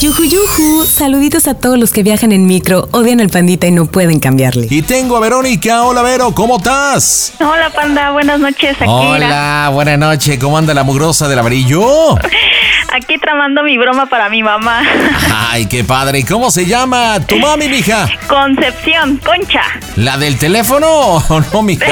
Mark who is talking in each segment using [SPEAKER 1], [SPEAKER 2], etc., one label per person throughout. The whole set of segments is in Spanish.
[SPEAKER 1] Yuju, yuju. Saluditos a todos los que viajan en micro, odian al pandita y no pueden cambiarle.
[SPEAKER 2] Y tengo a Verónica. Hola, Vero, ¿cómo estás?
[SPEAKER 3] Hola, panda. Buenas noches. Aquí
[SPEAKER 2] Hola, buena noche. ¿Cómo anda la mugrosa del amarillo?
[SPEAKER 3] Aquí tramando mi broma para mi mamá.
[SPEAKER 2] Ay, qué padre. ¿Y cómo se llama tu mami, mija?
[SPEAKER 3] Concepción, concha.
[SPEAKER 2] ¿La del teléfono o no, mija?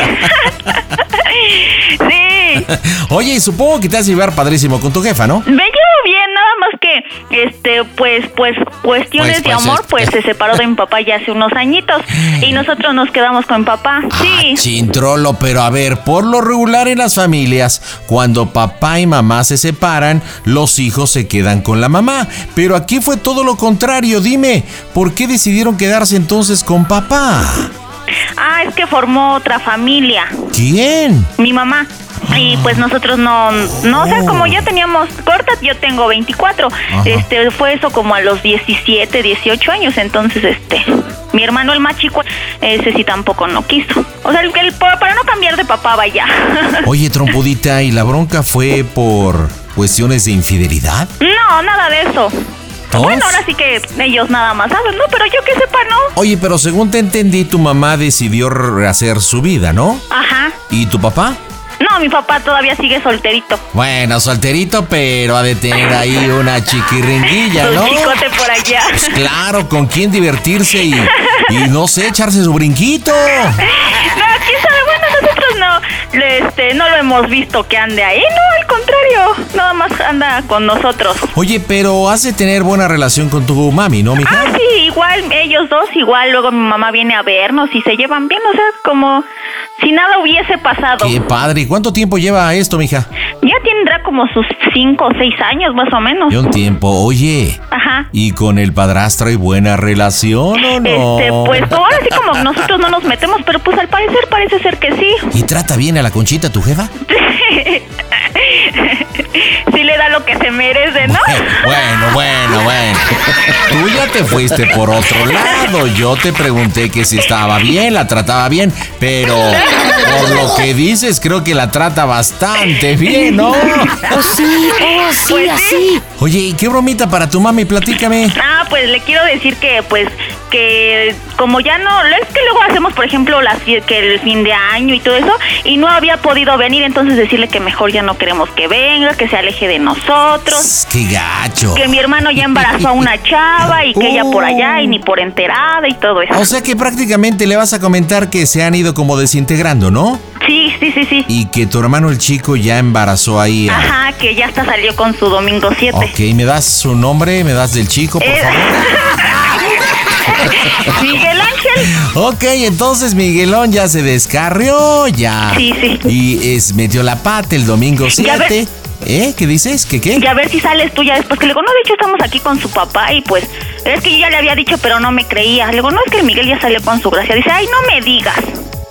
[SPEAKER 3] Sí.
[SPEAKER 2] Oye, y supongo que te has llevar padrísimo con tu jefa, ¿no?
[SPEAKER 3] Me llevo bien, nada más que, este, pues, pues, cuestiones
[SPEAKER 2] Pues, pues,
[SPEAKER 3] de amor,
[SPEAKER 2] es-
[SPEAKER 3] pues se separó de mi papá ya hace unos añitos. Y nosotros nos quedamos con mi papá. Sí.
[SPEAKER 2] Ah, chintrolo, pero a ver, por lo regular en las familias, cuando papá y mamá se separan, los hijos se quedan con la mamá. Pero aquí fue todo lo contrario. Dime, ¿por qué decidieron quedarse entonces con papá?
[SPEAKER 3] Ah, es que formó otra familia.
[SPEAKER 2] ¿Quién?
[SPEAKER 3] Mi mamá. Y pues nosotros no, no, o sea,
[SPEAKER 2] Oh.
[SPEAKER 3] como ya teníamos corta, yo tengo 24.
[SPEAKER 2] Ajá.
[SPEAKER 3] Este, fue eso como a los 17, 18 años. Entonces, este, mi hermano, el más chico, ese sí tampoco no quiso. O sea, el, el- para no cambiar de papá, vaya.
[SPEAKER 2] Oye, trompudita, ¿y la bronca fue por cuestiones de infidelidad?
[SPEAKER 3] no, nada de eso.
[SPEAKER 2] ¿No?
[SPEAKER 3] Bueno, ahora sí que ellos nada más saben, ¿no? Pero yo que sepa, ¿no?
[SPEAKER 2] Oye, pero según te entendí, tu mamá decidió rehacer su vida, ¿no?
[SPEAKER 3] Ajá.
[SPEAKER 2] ¿Y tu papá?
[SPEAKER 3] No, mi papá todavía sigue solterito.
[SPEAKER 2] Bueno, solterito, pero ha de tener ahí una chiquiringuilla,
[SPEAKER 3] Su
[SPEAKER 2] ¿no?
[SPEAKER 3] chicote por allá.
[SPEAKER 2] Pues claro, con quién divertirse y, y no sé, echarse su brinquito.
[SPEAKER 3] No, quién sabe, bueno, nosotros no, le- este, no lo hemos visto que ande ahí, no, al contrario, nada más anda con nosotros.
[SPEAKER 2] Oye, pero has de tener buena relación con tu mami, ¿no,
[SPEAKER 3] Ah,
[SPEAKER 2] mija?
[SPEAKER 3] sí, igual, ellos dos, igual, luego mi mamá viene a vernos y se llevan bien, o sea, como si nada hubiese pasado.
[SPEAKER 2] Qué padre. ¿Y cuánto tiempo lleva esto, mija?
[SPEAKER 3] Ya tendrá como sus cinco o seis años, más o menos.
[SPEAKER 2] Ya un tiempo. Oye,
[SPEAKER 3] Ajá.
[SPEAKER 2] ¿y con el padrastro hay buena relación o Oh, no?
[SPEAKER 3] Este, pues como ahora sí como nosotros no nos metemos, pero pues al parecer parece ser que sí.
[SPEAKER 2] ¿Y trata bien a la conchita tu jefa?
[SPEAKER 3] Sí le da lo que se merece, ¿no?
[SPEAKER 2] Bueno, bueno, bueno. Tú ya te fuiste por otro lado. Yo te pregunté que si estaba bien, la trataba bien, pero por lo que dices, creo que la trata bastante bien, ¿no?
[SPEAKER 4] Oh, sí, oh, sí,
[SPEAKER 3] Pues sí.
[SPEAKER 4] así.
[SPEAKER 2] Oye, ¿y qué bromita para tu mami? Platícame.
[SPEAKER 3] Ah, pues le quiero decir que, pues, que como ya no, es que luego hacemos, por ejemplo, las fie- que el fin de año y todo eso, y no había podido venir, entonces decirle que mejor ya no queremos que venga, que se aleje de nosotros,
[SPEAKER 2] Tss, ¡Qué gacho!
[SPEAKER 3] que mi hermano ya embarazó a una chava y que ella por allá y ni por enterada y todo eso.
[SPEAKER 2] Uh. O sea que prácticamente le vas a comentar que se han ido como desintegrando, ¿no?
[SPEAKER 3] Sí, sí, sí, sí.
[SPEAKER 2] Y que tu hermano el chico ya embarazó ahí a...
[SPEAKER 3] Ajá, que ya hasta salió con su domingo 7.
[SPEAKER 2] Ok, ¿me das su nombre? ¿Me das del chico, por
[SPEAKER 3] Eh.
[SPEAKER 2] favor?
[SPEAKER 3] Miguel Ángel.
[SPEAKER 2] Ok, entonces Miguelón ya se descarrió, ya.
[SPEAKER 3] Sí, sí.
[SPEAKER 2] Y es, metió la pata el domingo
[SPEAKER 3] Ya ver-
[SPEAKER 2] 7. ¿Eh? ¿Qué dices? ¿Qué qué?
[SPEAKER 3] Y a ver si sales tú ya después. Que le digo, no, de hecho estamos aquí con su papá y pues es que yo ya le había dicho, pero no me creía. Le digo, no, es que el Miguel ya salió con su gracia. Dice, ay, no me digas.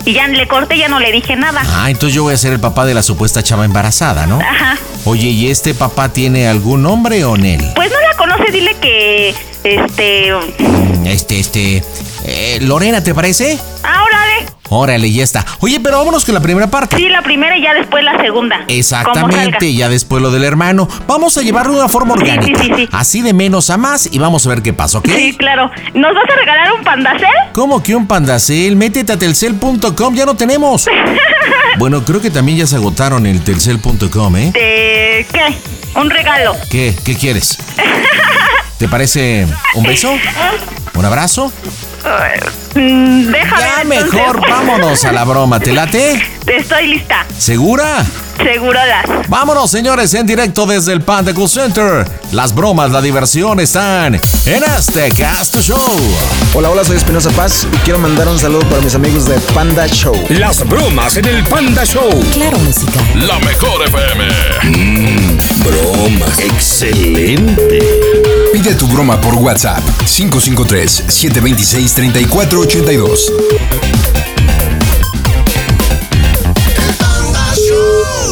[SPEAKER 3] Y ya le corté, ya no le dije nada.
[SPEAKER 2] Ah, entonces yo voy a ser el papá de la supuesta chava embarazada, ¿no?
[SPEAKER 3] Ajá.
[SPEAKER 2] Oye, ¿y este papá tiene algún nombre o Nel?
[SPEAKER 3] Pues no la conoce, dile que, este,
[SPEAKER 2] Mm, Este, este... eh, Lorena, ¿te parece?
[SPEAKER 3] ahora de,
[SPEAKER 2] Órale, ya está. Oye, pero vámonos con la primera parte.
[SPEAKER 3] sí, la primera y ya después la segunda. Como salga.
[SPEAKER 2] Exactamente, ya después lo del hermano. Vamos a llevarlo de una forma
[SPEAKER 3] Sí, sí,
[SPEAKER 2] orgánica.
[SPEAKER 3] sí, sí.
[SPEAKER 2] Así de menos a más y vamos a ver qué pasa, ¿ok?
[SPEAKER 3] Sí, claro. ¿Nos vas a regalar un pandacel?
[SPEAKER 2] ¿Cómo que un pandacel? Métete a telcel.com, ya no tenemos. Bueno, creo que también ya se agotaron el telcel.com, ¿eh?
[SPEAKER 5] Este,
[SPEAKER 3] ¿De qué? Un regalo.
[SPEAKER 2] ¿Qué? ¿Qué quieres? ¿Te parece un beso? ¿Un abrazo?
[SPEAKER 3] Mm, Déjame.
[SPEAKER 2] Ya
[SPEAKER 3] entonces.
[SPEAKER 2] mejor vámonos a la broma, ¿te late?
[SPEAKER 3] Estoy lista.
[SPEAKER 2] ¿Segura?
[SPEAKER 3] Seguro las.
[SPEAKER 2] Vámonos, señores, en directo desde el Panda Cool Center. Las bromas, la diversión están en este Gasto Show.
[SPEAKER 6] Hola, hola, soy Espinosa Paz y quiero mandar un saludo para mis amigos de Panda Show.
[SPEAKER 7] Las bromas en el Panda Show.
[SPEAKER 1] Claro, música.
[SPEAKER 8] La mejor FM.
[SPEAKER 9] Mm,
[SPEAKER 7] Bromas. Excelente.
[SPEAKER 9] Pide tu broma por WhatsApp 553-726-3482.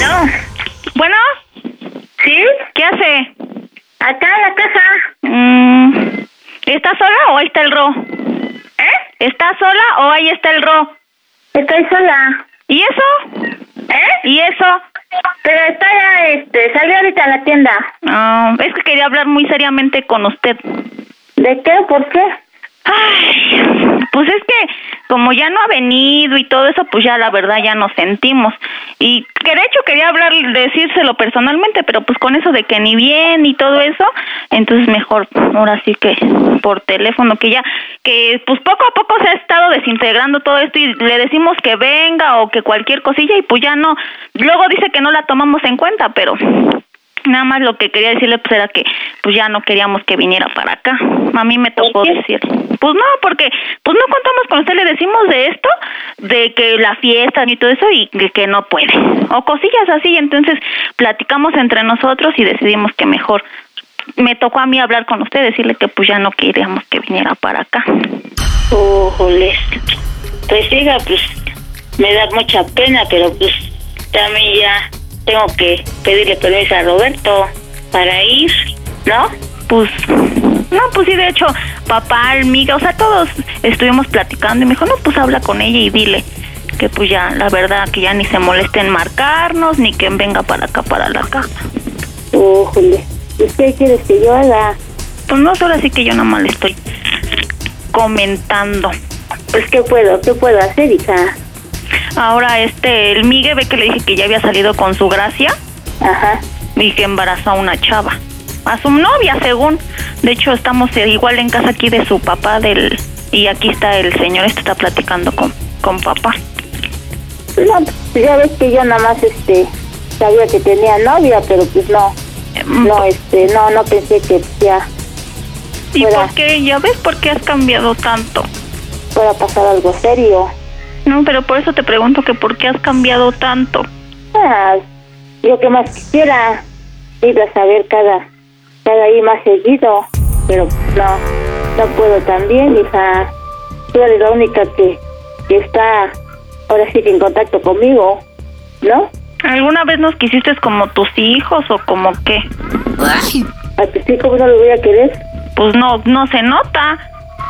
[SPEAKER 3] No. Bueno,
[SPEAKER 10] ¿Sí?
[SPEAKER 3] ¿qué hace?
[SPEAKER 10] Acá en la casa.
[SPEAKER 3] Mm, ¿Estás sola o ahí está el ro?
[SPEAKER 10] ¿Eh?
[SPEAKER 3] ¿Estás sola o ahí está el ro?
[SPEAKER 10] Estoy sola.
[SPEAKER 3] ¿Y eso?
[SPEAKER 10] ¿Eh?
[SPEAKER 3] ¿Y eso?
[SPEAKER 10] Pero estoy, ah, este, salí ahorita a la tienda.
[SPEAKER 3] Ah, es que quería hablar muy seriamente con usted.
[SPEAKER 10] ¿De qué? ¿Por qué?
[SPEAKER 3] Ay, pues es que como ya no ha venido y todo eso, pues ya la verdad ya nos sentimos. Y que de hecho quería hablar, decírselo personalmente, pero pues con eso de que ni bien y todo eso, entonces mejor ahora sí que por teléfono, que ya, que pues poco a poco se ha estado desintegrando todo esto y le decimos que venga o que cualquier cosilla y pues ya no. Luego dice que no la tomamos en cuenta, pero Nada más lo que quería decirle pues era que pues ya no queríamos que viniera para acá. A mí me tocó
[SPEAKER 10] ¿Por qué?
[SPEAKER 3] decir. Pues no, porque pues no contamos con usted, le decimos de esto, de que la fiesta ni todo eso y que, que no puede. O cosillas así, entonces platicamos entre nosotros y decidimos que mejor me tocó a mí hablar con usted, decirle que pues ya no queríamos que viniera para acá.
[SPEAKER 10] Ojoles. Pues diga, pues me da mucha pena, pero pues también ya tengo que pedirle permiso a Roberto para ir, ¿no?
[SPEAKER 3] pues no, pues sí, de hecho, papá, amiga, o sea, todos estuvimos platicando y me dijo, no, pues habla con ella y dile que pues ya, la verdad, que ya ni se moleste en marcarnos, ni que venga para acá, para la casa.
[SPEAKER 10] Ojoles. ¿Y qué quieres que yo haga?
[SPEAKER 3] Pues no, ahora sí que yo nada más le estoy comentando.
[SPEAKER 10] Pues qué puedo, qué puedo hacer, hija.
[SPEAKER 3] Ahora este, el Migue ve que le dije que ya había salido con su gracia
[SPEAKER 10] Ajá.
[SPEAKER 3] y que embarazó a una chava. A su novia, según. De hecho, estamos eh, igual en casa aquí de su papá del... Y aquí está el señor, este está platicando con, con papá.
[SPEAKER 10] No, pues ya ves que yo nada más este sabía que tenía novia, pero pues no, no este, no, no pensé que ya
[SPEAKER 3] ¿Y
[SPEAKER 10] Fuera.
[SPEAKER 3] por qué? ¿Ya ves por qué has cambiado tanto?
[SPEAKER 10] fuera a pasar algo serio.
[SPEAKER 3] No, pero por eso te pregunto que por qué has cambiado tanto.
[SPEAKER 10] Ah, yo que más quisiera ir a saber cada, cada ir más seguido, pero no, no puedo también, hija. Tú eres la única que, que está ahora sí que en contacto conmigo, ¿no?
[SPEAKER 3] ¿Alguna vez nos quisiste como tus hijos o como qué?
[SPEAKER 4] Ay,
[SPEAKER 10] Al principio ¿cómo no lo voy a querer.
[SPEAKER 3] Pues no, no se nota.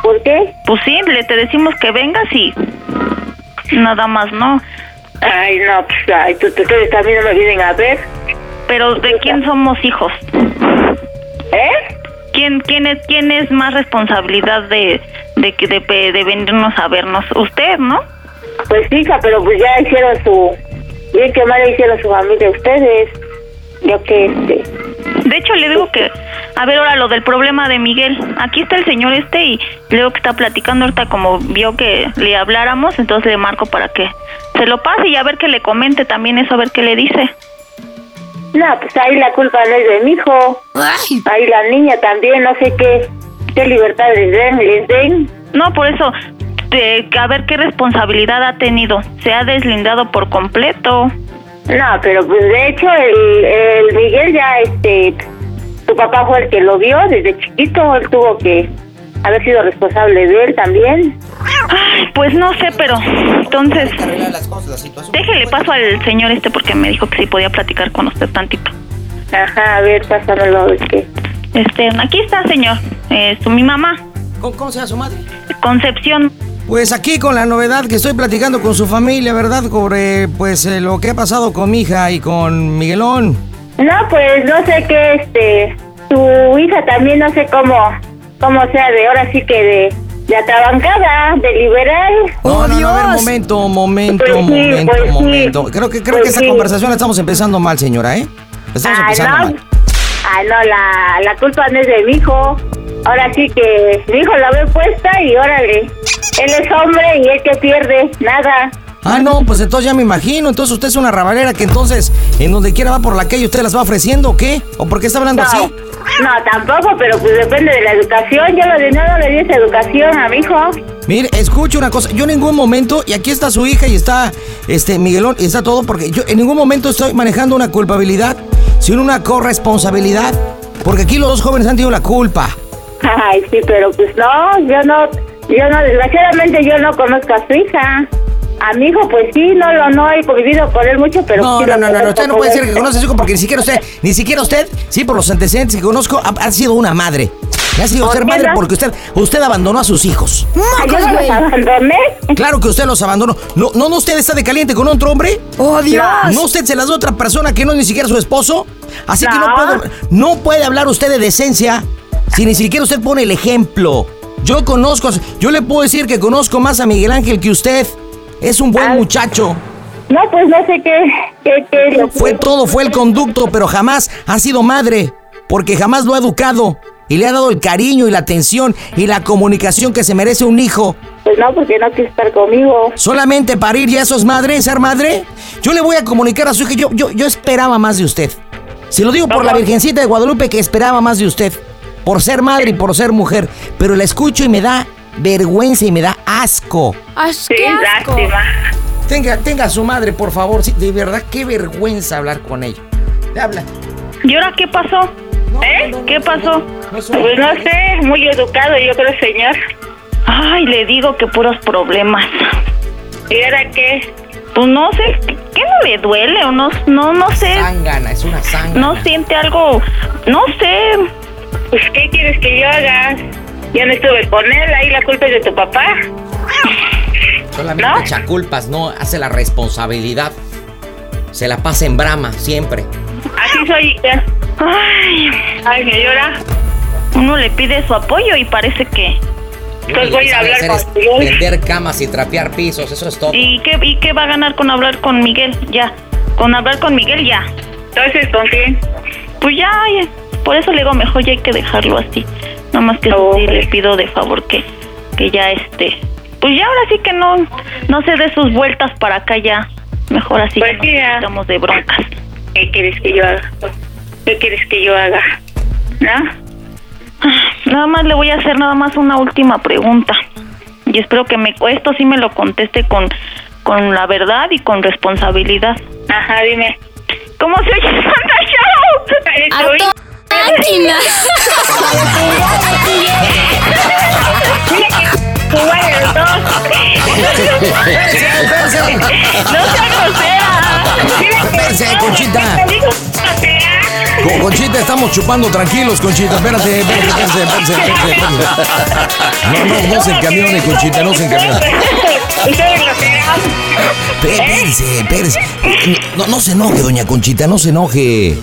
[SPEAKER 10] ¿Por qué?
[SPEAKER 3] Pues sí, le te decimos que vengas y nada más no.
[SPEAKER 10] Ay, no, pues, ay, tú- tú- ustedes también no me vienen a ver,
[SPEAKER 3] Pero ¿de quién somos hijos?
[SPEAKER 10] ¿eh?
[SPEAKER 3] ¿Quién, quién, es, quién es más responsabilidad de, de, que- de, de, de venirnos a vernos? Usted, ¿no?
[SPEAKER 10] Pues hija, pero pues ya hicieron su... Bien que mal hicieron su familia ustedes. Yo que este...
[SPEAKER 3] De hecho, le digo que, a ver, ahora lo del problema de Miguel. Aquí está el señor este y leo que está platicando ahorita como vio que le habláramos, entonces le marco para que se lo pase y a ver que le comente también eso, a ver qué le dice.
[SPEAKER 10] No, pues ahí la culpa no es de mi hijo.
[SPEAKER 4] ay,
[SPEAKER 10] Ahí la niña también, no sé qué... Qué libertad les den, les den.
[SPEAKER 3] No, por eso, te- a ver qué responsabilidad ha tenido. Se ha deslindado por completo.
[SPEAKER 10] No, pero pues de hecho el, el Miguel ya este... Su papá fue el que lo vio desde chiquito. Él tuvo que haber sido responsable de él también.
[SPEAKER 3] Ay, pues no sé, pero entonces, déjele paso al señor este porque me dijo que sí podía platicar con usted tantito.
[SPEAKER 10] Ajá, a ver, pásamelo, es que...
[SPEAKER 3] Este, aquí está, señor. Eh, su, mi mamá,
[SPEAKER 11] ¿Cómo, cómo se llama su madre?
[SPEAKER 3] Concepción.
[SPEAKER 11] Pues aquí con la novedad que estoy platicando con su familia, ¿verdad? Sobre pues eh, lo que ha pasado con mi hija y con Miguelón.
[SPEAKER 10] No, pues no sé qué, este, su hija también no sé cómo, cómo sea de ahora sí que de, de atabancada, de liberal.
[SPEAKER 11] No,
[SPEAKER 4] ¡Oh,
[SPEAKER 11] no, no, a ver,
[SPEAKER 4] Dios!
[SPEAKER 11] momento, momento,
[SPEAKER 10] Pues sí,
[SPEAKER 11] momento,
[SPEAKER 10] pues sí.
[SPEAKER 11] momento. Creo que creo
[SPEAKER 10] Pues
[SPEAKER 11] que esa
[SPEAKER 10] sí.
[SPEAKER 11] conversación la estamos empezando mal, señora, ¿eh? La Estamos
[SPEAKER 10] Ah,
[SPEAKER 11] empezando
[SPEAKER 10] no,
[SPEAKER 11] mal.
[SPEAKER 10] ah, no, la, la culpa no es de mi hijo. Ahora sí que mi hijo la ve puesta y órale. Él es hombre y él que pierde, nada.
[SPEAKER 11] Ah, no, pues entonces ya me imagino. Entonces usted es una rabalera que entonces en donde quiera va por la calle, ¿usted las va ofreciendo o qué? ¿O por qué está hablando
[SPEAKER 10] no,
[SPEAKER 11] así?
[SPEAKER 10] no, tampoco, pero pues depende de la educación. Yo lo de nada le di esa educación a mi hijo.
[SPEAKER 11] Mire, escuche una cosa. Yo en ningún momento, y aquí está su hija y está este Miguelón y está todo, porque yo en ningún momento estoy manejando una culpabilidad, sino una corresponsabilidad. Porque aquí los dos jóvenes han tenido la culpa.
[SPEAKER 10] Ay, sí, pero pues no, yo no, yo no, desgraciadamente yo no conozco a su hija. A mi hijo, pues sí, no lo no he convivido con él mucho, pero
[SPEAKER 11] No,
[SPEAKER 10] sí
[SPEAKER 11] no,
[SPEAKER 10] lo
[SPEAKER 11] no, no, no,
[SPEAKER 10] conozco
[SPEAKER 11] usted no
[SPEAKER 10] con
[SPEAKER 11] puede
[SPEAKER 10] él.
[SPEAKER 11] decir que conoce a su hijo porque ni siquiera usted, ni siquiera usted, sí, por los antecedentes que conozco, ha, ha sido una madre. Ha sido
[SPEAKER 10] ¿Por
[SPEAKER 11] ser
[SPEAKER 10] qué
[SPEAKER 11] madre
[SPEAKER 10] no?
[SPEAKER 11] porque usted, usted abandonó a sus hijos.
[SPEAKER 10] Ay, yo no los abandoné.
[SPEAKER 11] Claro que usted los abandonó. ¿No, no, no usted está de caliente con otro hombre? ¡Oh,
[SPEAKER 10] Dios!
[SPEAKER 11] ¿No usted se las da a otra persona que no es ni siquiera su esposo? Así que no
[SPEAKER 10] No.
[SPEAKER 11] puede, no puede hablar usted de decencia si ni siquiera usted pone el ejemplo. Yo conozco, yo le puedo decir que conozco más a Miguel Ángel que usted. Es un buen muchacho.
[SPEAKER 10] Ah. No, pues no sé qué, qué, qué lo-
[SPEAKER 11] Fue todo, fue el conducto, pero jamás ha sido madre, porque jamás lo ha educado y le ha dado el cariño y la atención y la comunicación que se merece un hijo.
[SPEAKER 10] Pues no, porque no quiso estar conmigo.
[SPEAKER 11] Solamente parir y eso es madre, ser madre. Yo le voy a comunicar a su hija, yo, yo, yo esperaba más de usted. Se lo digo por la Virgencita de Guadalupe que esperaba más de usted, por ser madre y por ser mujer, pero la escucho y me da vergüenza y me da asco.
[SPEAKER 10] Sí, lástima.
[SPEAKER 11] Tenga, tenga a su madre, por favor, sí, de verdad, qué vergüenza hablar con ella. Habla.
[SPEAKER 3] ¿Y ahora Ah, qué pasó?
[SPEAKER 10] ¿Eh?
[SPEAKER 3] ¿Qué pasó?
[SPEAKER 10] Pues no sé, muy educado yo creo, señor.
[SPEAKER 3] Ay, le digo que puros problemas.
[SPEAKER 10] ¿Y ahora qué?
[SPEAKER 3] Pues no sé, ¿qué no le duele? O no, no, no sé.
[SPEAKER 11] Zángana, es una zángana.
[SPEAKER 3] No siente algo, no sé.
[SPEAKER 10] Pues ¿qué quieres que yo haga? Yo no estuve con él, ahí la culpa es de tu papá.
[SPEAKER 11] Solamente
[SPEAKER 10] ¿No?
[SPEAKER 11] echa culpas, no hace la responsabilidad. Se la pasa en brama siempre.
[SPEAKER 10] Así soy. ya.
[SPEAKER 3] Ay,
[SPEAKER 10] Ay, me llora.
[SPEAKER 3] uno le pide su apoyo y parece que.
[SPEAKER 10] Pues voy a ir a hablar con Miguel.
[SPEAKER 11] Vender camas y trapear pisos, eso es todo.
[SPEAKER 3] ¿Y qué, ¿Y qué va a ganar con hablar con Miguel? Ya. Con hablar con Miguel, ya.
[SPEAKER 10] Entonces, ¿con quién?
[SPEAKER 3] Pues ya, ya. por eso le digo, mejor ya hay que dejarlo así. Nada más que eso sí le pido de favor que, que ya esté. Pues ya ahora sí que no, no se dé sus vueltas para acá ya. Mejor así
[SPEAKER 10] Pues sí,
[SPEAKER 3] que
[SPEAKER 10] ya.
[SPEAKER 3] nos quitamos de broncas.
[SPEAKER 10] ¿Qué quieres que yo haga? ¿Qué quieres que yo haga? ¿No?
[SPEAKER 3] Nada más le voy a hacer nada más una última pregunta. Y espero que me esto sí me lo conteste con, con la verdad y con responsabilidad.
[SPEAKER 10] Ajá, dime.
[SPEAKER 3] ¿Cómo se oye Santa Show?
[SPEAKER 10] Estoy- Igual los dos.
[SPEAKER 3] No sea grosera.
[SPEAKER 11] Espérense, Conchita.
[SPEAKER 10] Te digo, o sea,
[SPEAKER 2] Con- Conchita, estamos chupando tranquilos, Conchita. Espérate, espérate, espérate, espérate, espérate, espérate. No, no, no se encamionen, Conchita, no se encamionen.
[SPEAKER 10] Ustedes lo serán.
[SPEAKER 11] Pe- Espérense, espérense. No, no se enoje, doña Conchita, no se enoje.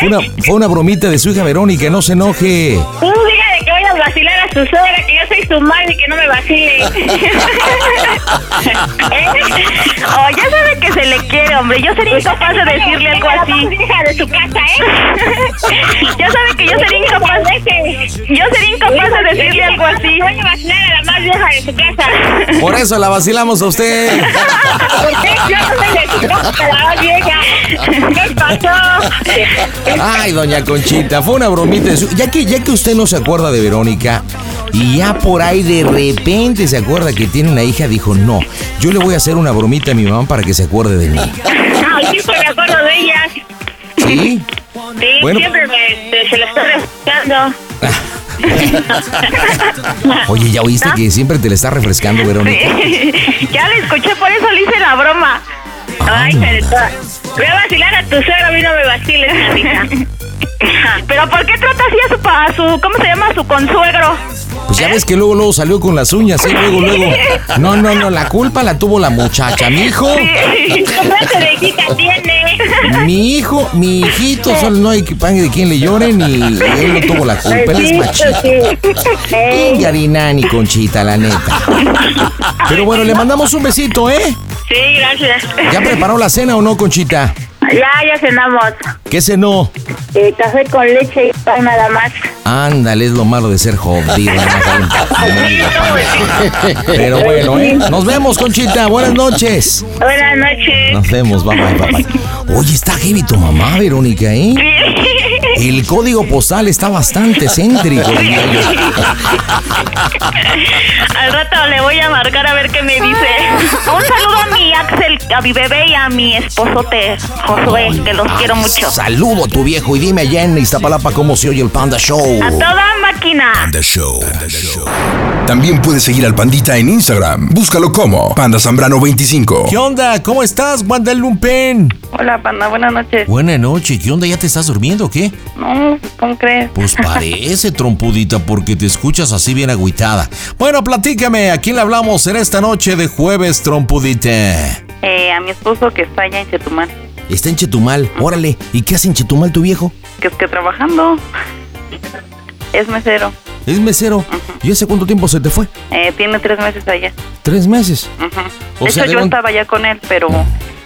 [SPEAKER 11] Fue una, fue una bromita de su hija Verónica, no se enoje.
[SPEAKER 10] Tú dígale que voy a vacilar a su suegra, que yo soy su madre y que no me vacile. ¿Eh?
[SPEAKER 3] Oh, ya sabe que se le quiere, hombre. Yo
[SPEAKER 10] Pues
[SPEAKER 3] sería incapaz de decirle algo así.
[SPEAKER 10] Hija de su casa, ¿eh?
[SPEAKER 3] Ya sabe que yo sería incapaz. Yo sería incapaz de decirle algo así.
[SPEAKER 10] Voy a vacilar a la más vieja de su casa.
[SPEAKER 2] Por eso la vacilamos a usted.
[SPEAKER 10] ¿Por qué? Yo no soy de su casa, la más vieja. ¿Qué pasó?
[SPEAKER 2] Ay, doña Conchita, fue una bromita de su... Ya que, ya que usted no se acuerda de Verónica y ya por ahí de repente se acuerda que tiene una hija, dijo, no, yo le voy a hacer una bromita a mi mamá para que se acuerde de mí.
[SPEAKER 10] No, siempre me acuerdo de ella.
[SPEAKER 2] ¿Sí?
[SPEAKER 10] Sí,
[SPEAKER 2] Bueno.
[SPEAKER 10] siempre me,
[SPEAKER 12] este,
[SPEAKER 10] se la estoy refrescando.
[SPEAKER 2] Oye, ¿ya
[SPEAKER 10] ¿Ah?
[SPEAKER 2] oíste que siempre te le está refrescando, Verónica?
[SPEAKER 3] Ya le escuché, por eso le hice la broma.
[SPEAKER 10] Ay, hija de toda. Voy a vacilar a tu suegra, a mí no me vaciles, hija.
[SPEAKER 3] Pero ¿por qué trata así a su, pa- a su ¿cómo se llama? A su consuegro.
[SPEAKER 2] Pues ya ves que luego, luego salió con las uñas, ¿eh? Luego, luego. No, no, no, la culpa la tuvo la muchacha, mi hijo.
[SPEAKER 10] ¿Qué clase de hijita tiene?
[SPEAKER 2] Mi hijo, mi hijito, solo no hay que pague de quien le lloren y él no tuvo la culpa, él es machito.
[SPEAKER 10] Ey,
[SPEAKER 2] Yarinani, Conchita, la neta. Pero bueno, le mandamos un besito, ¿eh?
[SPEAKER 10] Sí, gracias.
[SPEAKER 2] ¿Ya preparó la cena o no, Conchita?
[SPEAKER 12] Ya, ya cenamos.
[SPEAKER 2] ¿Qué cenó?
[SPEAKER 12] Eh, café con leche y pan nada más.
[SPEAKER 2] Ándale, es lo malo de ser jodido. Pero bueno, ¿eh? Nos vemos, Conchita. Buenas noches.
[SPEAKER 12] Buenas noches.
[SPEAKER 2] Nos vemos, bye bye, bye, bye. Oye, está heavy tu mamá, Verónica, ¿eh? El código postal está bastante céntrico. diría yo.
[SPEAKER 3] Al rato le voy a marcar a ver qué me dice. Un saludo a mi Axel, a mi bebé y a mi esposote Josué, que los quiero mucho.
[SPEAKER 2] Saludo a tu viejo y dime allá en Iztapalapa cómo se oye el Panda Show.
[SPEAKER 3] A toda máquina.
[SPEAKER 9] Show. También puedes seguir al Pandita en Instagram. Búscalo como Panda Zambrano 25.
[SPEAKER 13] ¿Qué onda? ¿Cómo estás, Wanda Lumpen?
[SPEAKER 5] Hola, panda, buenas noches.
[SPEAKER 13] Buenas noches. ¿Qué onda? ¿Ya te estás durmiendo o qué?
[SPEAKER 5] No, ¿cómo crees?
[SPEAKER 13] Pues parece, trompudita, porque te escuchas así bien agüitada. Bueno, platícame, ¿a quién le hablamos en esta noche de jueves, trompudita?
[SPEAKER 5] Eh, a mi esposo que está allá en Chetumal,
[SPEAKER 2] Está en Chetumal, órale. ¿Y qué hace en Chetumal tu viejo?
[SPEAKER 5] que es que trabajando. Es mesero.
[SPEAKER 2] Es mesero. ¿Y hace cuánto tiempo se te fue?
[SPEAKER 5] Eh, tiene tres meses allá.
[SPEAKER 2] Tres meses.
[SPEAKER 5] Ujú.
[SPEAKER 2] O
[SPEAKER 5] de
[SPEAKER 2] sea,
[SPEAKER 5] hecho, yo
[SPEAKER 2] deben-
[SPEAKER 5] estaba allá con él, pero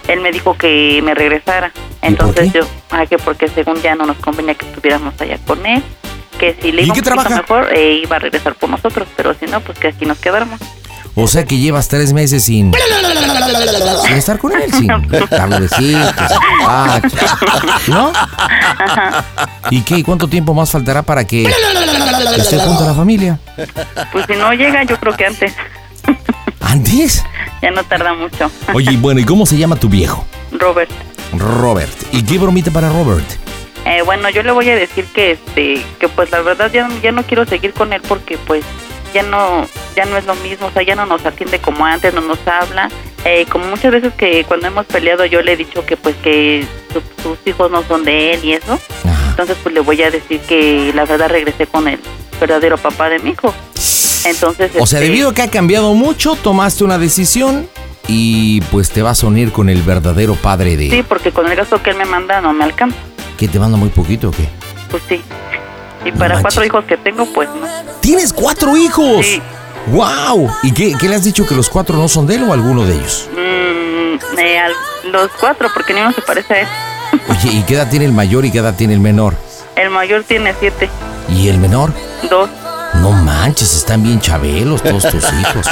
[SPEAKER 5] él me dijo que me regresara. Entonces yo, ah, que porque según ya no nos convenía que estuviéramos allá con él, que si le
[SPEAKER 2] ¿Y en
[SPEAKER 5] iba un
[SPEAKER 2] qué
[SPEAKER 5] poquito
[SPEAKER 2] trabaja?
[SPEAKER 5] mejor, eh, iba a regresar por nosotros, pero si no, pues que aquí nos quedáramos.
[SPEAKER 2] O sea que llevas tres meses sin. sin estar con él, sin darle besitos, apapachos, ¿No? ¿Y qué? ¿Y ¿Cuánto tiempo más faltará para que esté junto a la familia?
[SPEAKER 5] Pues si no llega, yo creo que antes.
[SPEAKER 2] ¿Antes?
[SPEAKER 5] Ya no tarda mucho.
[SPEAKER 2] Oye, bueno, ¿y cómo se llama tu viejo?
[SPEAKER 5] Robert,
[SPEAKER 2] Robert. ¿Y qué bromita para Robert?
[SPEAKER 5] eh, bueno, yo le voy a decir que este que pues la verdad ya, ya no quiero seguir con él porque pues ya no ya no es lo mismo, o sea, ya no nos atiende como antes, no nos habla. Eh, como muchas veces que cuando hemos peleado yo le he dicho que pues que su- sus hijos no son de él y eso. Entonces pues le voy a decir que la verdad regresé con el verdadero papá de mi hijo. Entonces
[SPEAKER 2] O sea,
[SPEAKER 5] este,
[SPEAKER 2] debido a que ha cambiado mucho, tomaste una decisión y pues te vas a unir con el verdadero padre de...
[SPEAKER 5] Sí, porque con el gasto que él me manda no me alcanza,
[SPEAKER 2] ¿Qué te manda muy poquito o qué?
[SPEAKER 5] pues sí. Y para cuatro hijos que tengo, pues no.
[SPEAKER 2] ¡Tienes cuatro hijos! ¡Wow! ¿Y qué, qué le has dicho que los cuatro no son de él o alguno de ellos?
[SPEAKER 5] Mm, eh, al- los cuatro, porque ninguno se parece a él.
[SPEAKER 2] Oye, ¿y qué edad tiene el mayor y qué edad tiene el menor?
[SPEAKER 5] El mayor tiene siete,
[SPEAKER 2] ¿Y el menor?
[SPEAKER 5] dos.
[SPEAKER 2] No manches, están bien chabelos todos tus hijos.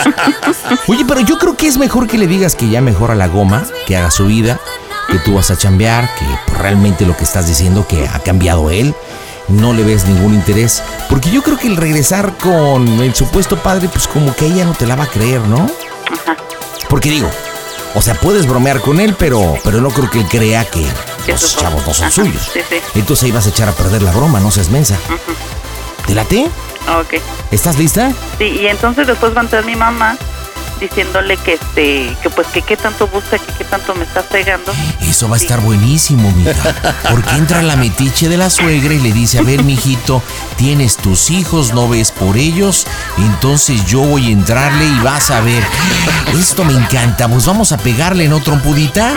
[SPEAKER 2] Oye, pero yo creo que es mejor que le digas que ya mejora la goma, que haga su vida, que tú vas a chambear, que pues, realmente lo que estás diciendo que ha cambiado él, no le ves ningún interés. Porque yo creo que el regresar con el supuesto padre, pues como que ella no te la va a creer, ¿no? Porque digo, o sea, puedes bromear con él, pero, pero no creo que él crea que los chavos no son suyos.
[SPEAKER 5] Sí, sí.
[SPEAKER 2] Entonces ahí vas a echar a perder la broma, no seas mensa. ¿Te late?
[SPEAKER 5] Ok.
[SPEAKER 2] ¿Estás lista?
[SPEAKER 5] Sí, y entonces después va a entrar mi mamá diciéndole que este que pues que qué tanto busca, que qué tanto me está pegando.
[SPEAKER 2] Eso va a estar buenísimo, mija. Porque entra la metiche de la suegra y le dice, a ver, mijito, tienes tus hijos, no ves por ellos, entonces yo voy a entrarle y vas a ver. Esto me encanta, pues vamos a pegarle, ¿no, trompudita?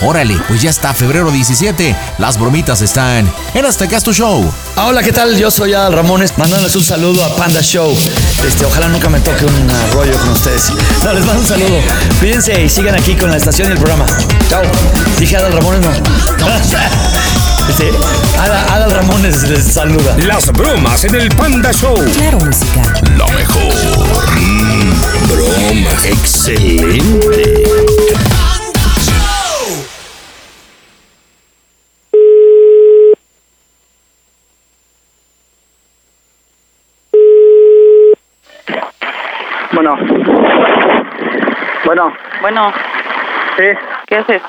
[SPEAKER 2] Órale, pues ya está, febrero 17, las bromitas están en Hasta Acá es tu Show.
[SPEAKER 14] Hola, ¿qué tal? Yo soy Adal Ramones, mandándoles un saludo a Panda Show. Este, ojalá nunca me toque un ah, rollo con ustedes. No, les mando un saludo. Cuídense y sigan aquí con la estación y el programa. Chao. Dije Adal Ramones, no. Este, Adal, Adal Ramones les saluda.
[SPEAKER 7] Las bromas en el Panda Show.
[SPEAKER 15] Claro, música.
[SPEAKER 7] Lo mejor. Mm, bromas. Excelente.
[SPEAKER 5] Bueno. Bueno. Bueno. Sí. ¿Qué haces?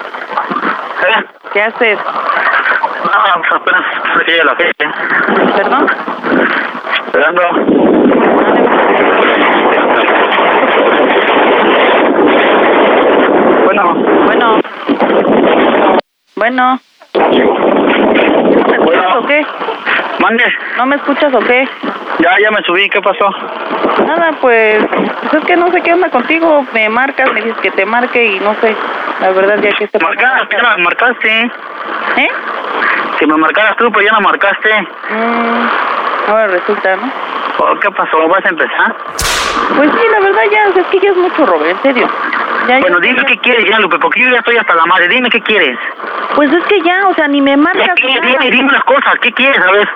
[SPEAKER 5] ¿Qué haces?
[SPEAKER 16] Ah, pues apenas salí de la calle.
[SPEAKER 5] ¿Perdón?
[SPEAKER 16] Esperando.
[SPEAKER 5] Bueno. Bueno. Bueno. ¿No me escuchas o qué? Mande. ¿No me escuchas o qué?
[SPEAKER 16] Ya, ya me subí. ¿Qué pasó?
[SPEAKER 5] Nada, pues, pues es que no sé qué onda contigo. Me marcas, me dices que te marque y no sé. La verdad, ya que se
[SPEAKER 16] Marcaste, ya me marcaste.
[SPEAKER 5] ¿Eh?
[SPEAKER 16] Si me marcaras tú, pues ya no marcaste.
[SPEAKER 5] Mm, ahora resulta, ¿no?
[SPEAKER 16] Oh, ¿Qué pasó? ¿Vas a empezar?
[SPEAKER 5] Pues sí, la verdad, ya, o sea, es que ya es mucho, Robert, en serio.
[SPEAKER 16] bueno, dime qué quieres ya, Lupe, porque yo ya estoy hasta la madre. Dime qué quieres.
[SPEAKER 17] Pues es que ya, o sea, ni me marcas.
[SPEAKER 16] Ya, dime,
[SPEAKER 17] nada.
[SPEAKER 16] dime, dime las cosas, ¿qué quieres? A ver,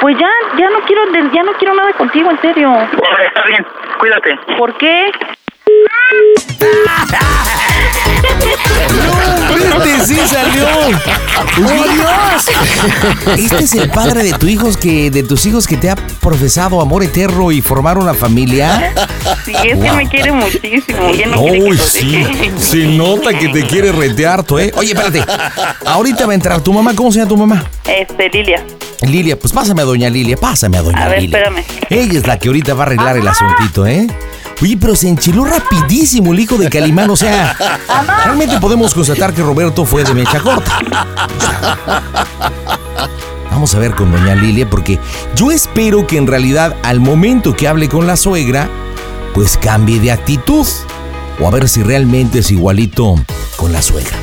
[SPEAKER 17] Pues ya, ya no quiero, de- ya no quiero nada contigo, en serio.
[SPEAKER 16] Bueno, está bien, cuídate.
[SPEAKER 17] ¿Por qué?
[SPEAKER 18] ¡Viste, sí salió! ¡Oh, Dios! Este es el padre de tus hijos que de tus hijos que te ha profesado amor eterno y formar una familia.
[SPEAKER 19] Sí, es que
[SPEAKER 18] Wow.
[SPEAKER 19] me quiere muchísimo. Ya no quiere que
[SPEAKER 2] Uy,
[SPEAKER 19] lo
[SPEAKER 2] sí.
[SPEAKER 19] deje.
[SPEAKER 2] Se nota que te quiere retear, tú, ¿eh? Oye, espérate. Ahorita va a entrar tu mamá. ¿Cómo se llama tu mamá?
[SPEAKER 19] Este, Lilia.
[SPEAKER 2] Lilia, pues pásame a doña Lilia, pásame a doña
[SPEAKER 19] A ver,
[SPEAKER 2] Lilia.
[SPEAKER 19] espérame.
[SPEAKER 2] Ella es la que ahorita va a arreglar el asuntito, ¿eh? Oye, pero se enchiló rapidísimo el hijo de Calimán, o sea, realmente podemos constatar que Roberto fue de mecha corta. Vamos a ver con doña Lilia, porque yo espero que en realidad al momento que hable con la suegra, pues cambie de actitud. O a ver si realmente es igualito con la suegra.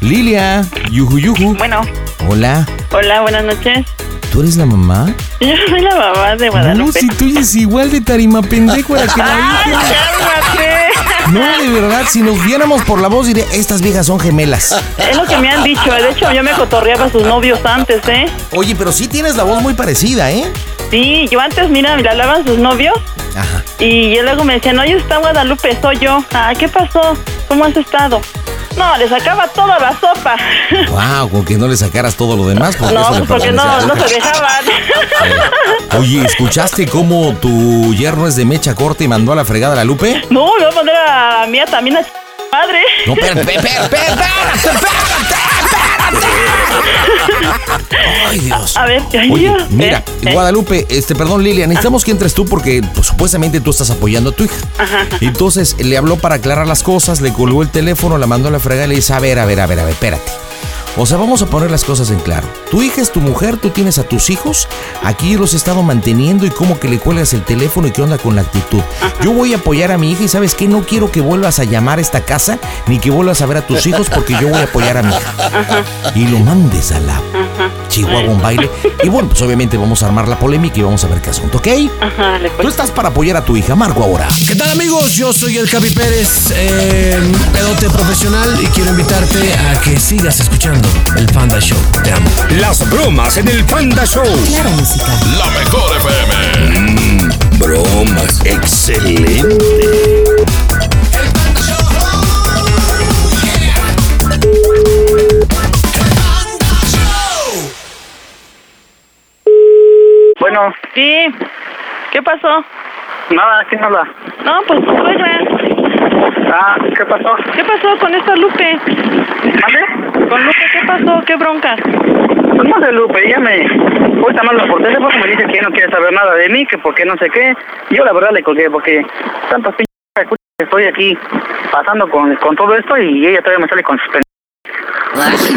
[SPEAKER 2] Lilia, yuju yuju.
[SPEAKER 19] Bueno.
[SPEAKER 2] Hola,
[SPEAKER 19] Hola, buenas noches.
[SPEAKER 2] ¿tú eres la mamá?
[SPEAKER 19] Yo soy la mamá de
[SPEAKER 2] No,
[SPEAKER 19] Guadalupe.
[SPEAKER 2] si tú eres igual de tarima pendejo a la que la
[SPEAKER 19] ¡Ay,
[SPEAKER 2] hija.
[SPEAKER 19] cálmate!
[SPEAKER 2] No, de verdad, si nos viéramos por la voz, diré, estas viejas son gemelas.
[SPEAKER 19] Es lo que me han dicho. eh. De hecho, yo me cotorreaba a sus novios antes, ¿eh?
[SPEAKER 2] Oye, pero sí tienes la voz muy parecida, ¿eh?
[SPEAKER 19] Sí, yo antes, mira, me hablaban sus novios
[SPEAKER 2] Ajá.
[SPEAKER 19] y yo luego me decían, oye, está Guadalupe, soy yo. Ah, ¿qué pasó? ¿Cómo has estado? No, le sacaba toda la sopa.
[SPEAKER 2] Wow, con que no le sacaras todo lo demás. Porque
[SPEAKER 19] No,
[SPEAKER 2] eso le
[SPEAKER 19] pues porque no,
[SPEAKER 2] pertenece a
[SPEAKER 19] no
[SPEAKER 2] Lucas.
[SPEAKER 19] se dejaban.
[SPEAKER 2] Oye, ¿escuchaste cómo tu yerno es de mecha corta y mandó a la fregada a la Lupe?
[SPEAKER 19] No, me voy a poner a la mía también a ch- madre.
[SPEAKER 2] No, espérate, espérate, espérate, Ay, Dios.
[SPEAKER 19] A ver, ay,
[SPEAKER 2] Oye,
[SPEAKER 19] Dios.
[SPEAKER 2] mira,
[SPEAKER 19] ¿Eh?
[SPEAKER 2] Guadalupe, este, perdón, Lilia, necesitamos que entres tú porque pues, supuestamente tú estás apoyando a tu hija.
[SPEAKER 19] Ajá.
[SPEAKER 2] Entonces le habló para aclarar las cosas, le colgó el teléfono, la mandó a la fregada y le dice, a ver, a ver, a ver, a ver, espérate. O sea, vamos a poner las cosas en claro. Tu hija es tu mujer, tú tienes a tus hijos, aquí los he estado manteniendo y como que le cuelgas el teléfono y qué onda con la actitud. Yo voy a apoyar a mi hija y sabes qué, no quiero que vuelvas a llamar a esta casa ni que vuelvas a ver a tus hijos porque yo voy a apoyar a mi hija. Y lo mandes a la Chihuahua un baile. Y bueno, pues obviamente vamos a armar la polémica y vamos a ver qué asunto, ¿ok?
[SPEAKER 19] Ajá, le
[SPEAKER 2] Tú estás para apoyar a tu hija, Marco ahora.
[SPEAKER 15] ¿Qué tal amigos? Yo soy el Javi Pérez, eh, pedote profesional y quiero invitarte a que sigas escuchando el Panda Show. Te amo.
[SPEAKER 7] Las bromas en el Panda Show.
[SPEAKER 20] Claro, música.
[SPEAKER 21] La mejor FM.
[SPEAKER 2] Mm,
[SPEAKER 7] Bromas, excelente.
[SPEAKER 16] Bueno.
[SPEAKER 19] Sí. ¿Qué pasó?
[SPEAKER 16] Nada, ¿quién habla?
[SPEAKER 19] No, pues tu suegra.
[SPEAKER 16] Ah, ¿qué pasó?
[SPEAKER 19] ¿Qué pasó con esta Lupe? Con Lupe, ¿qué pasó? ¿Qué bronca?
[SPEAKER 16] Pues no sé, Lupe, ella me... Ahorita me habla por teléfono, me dice que no quiere saber nada de mí, que por qué no sé qué. Yo la verdad le colgué porque tantas pinches escuchas que estoy aquí pasando con, con todo esto y ella todavía me sale con sus pen-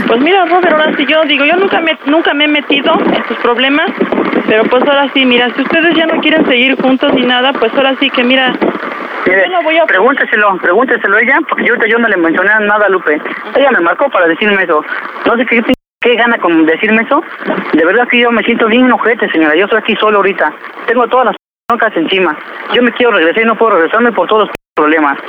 [SPEAKER 19] Pues mira, Robert, ahora sí yo digo, yo nunca me, nunca me he metido en sus problemas, pero pues ahora sí, mira, si ustedes ya no quieren seguir juntos ni nada, pues ahora sí que mira,
[SPEAKER 16] Mire, pregúnteselo, pregúnteselo a ella, porque yo ahorita yo no le mencioné nada a Lupe. Ella me marcó para decirme eso. No sé qué, qué gana con decirme eso. De verdad que yo me siento bien ojete, señora. Yo estoy aquí solo ahorita. Tengo todas las broncas encima. Yo me quiero regresar y no puedo regresarme por todos los problemas.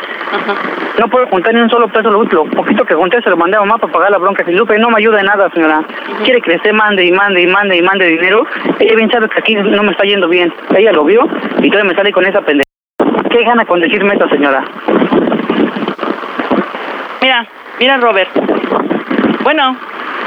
[SPEAKER 16] No puedo juntar ni un solo peso. Lo, lo poquito que junté se lo mandé a mamá para pagar la bronca. Si Lupe no me ayuda en nada, señora. Quiere que le esté mande y mande y mande y mande dinero. Ella bien sabe que aquí no me está yendo bien. Ella lo vio y todavía me sale con esa pendeja. ¿Qué gana con decirme eso, señora?
[SPEAKER 19] mira, mira, Robert. Bueno,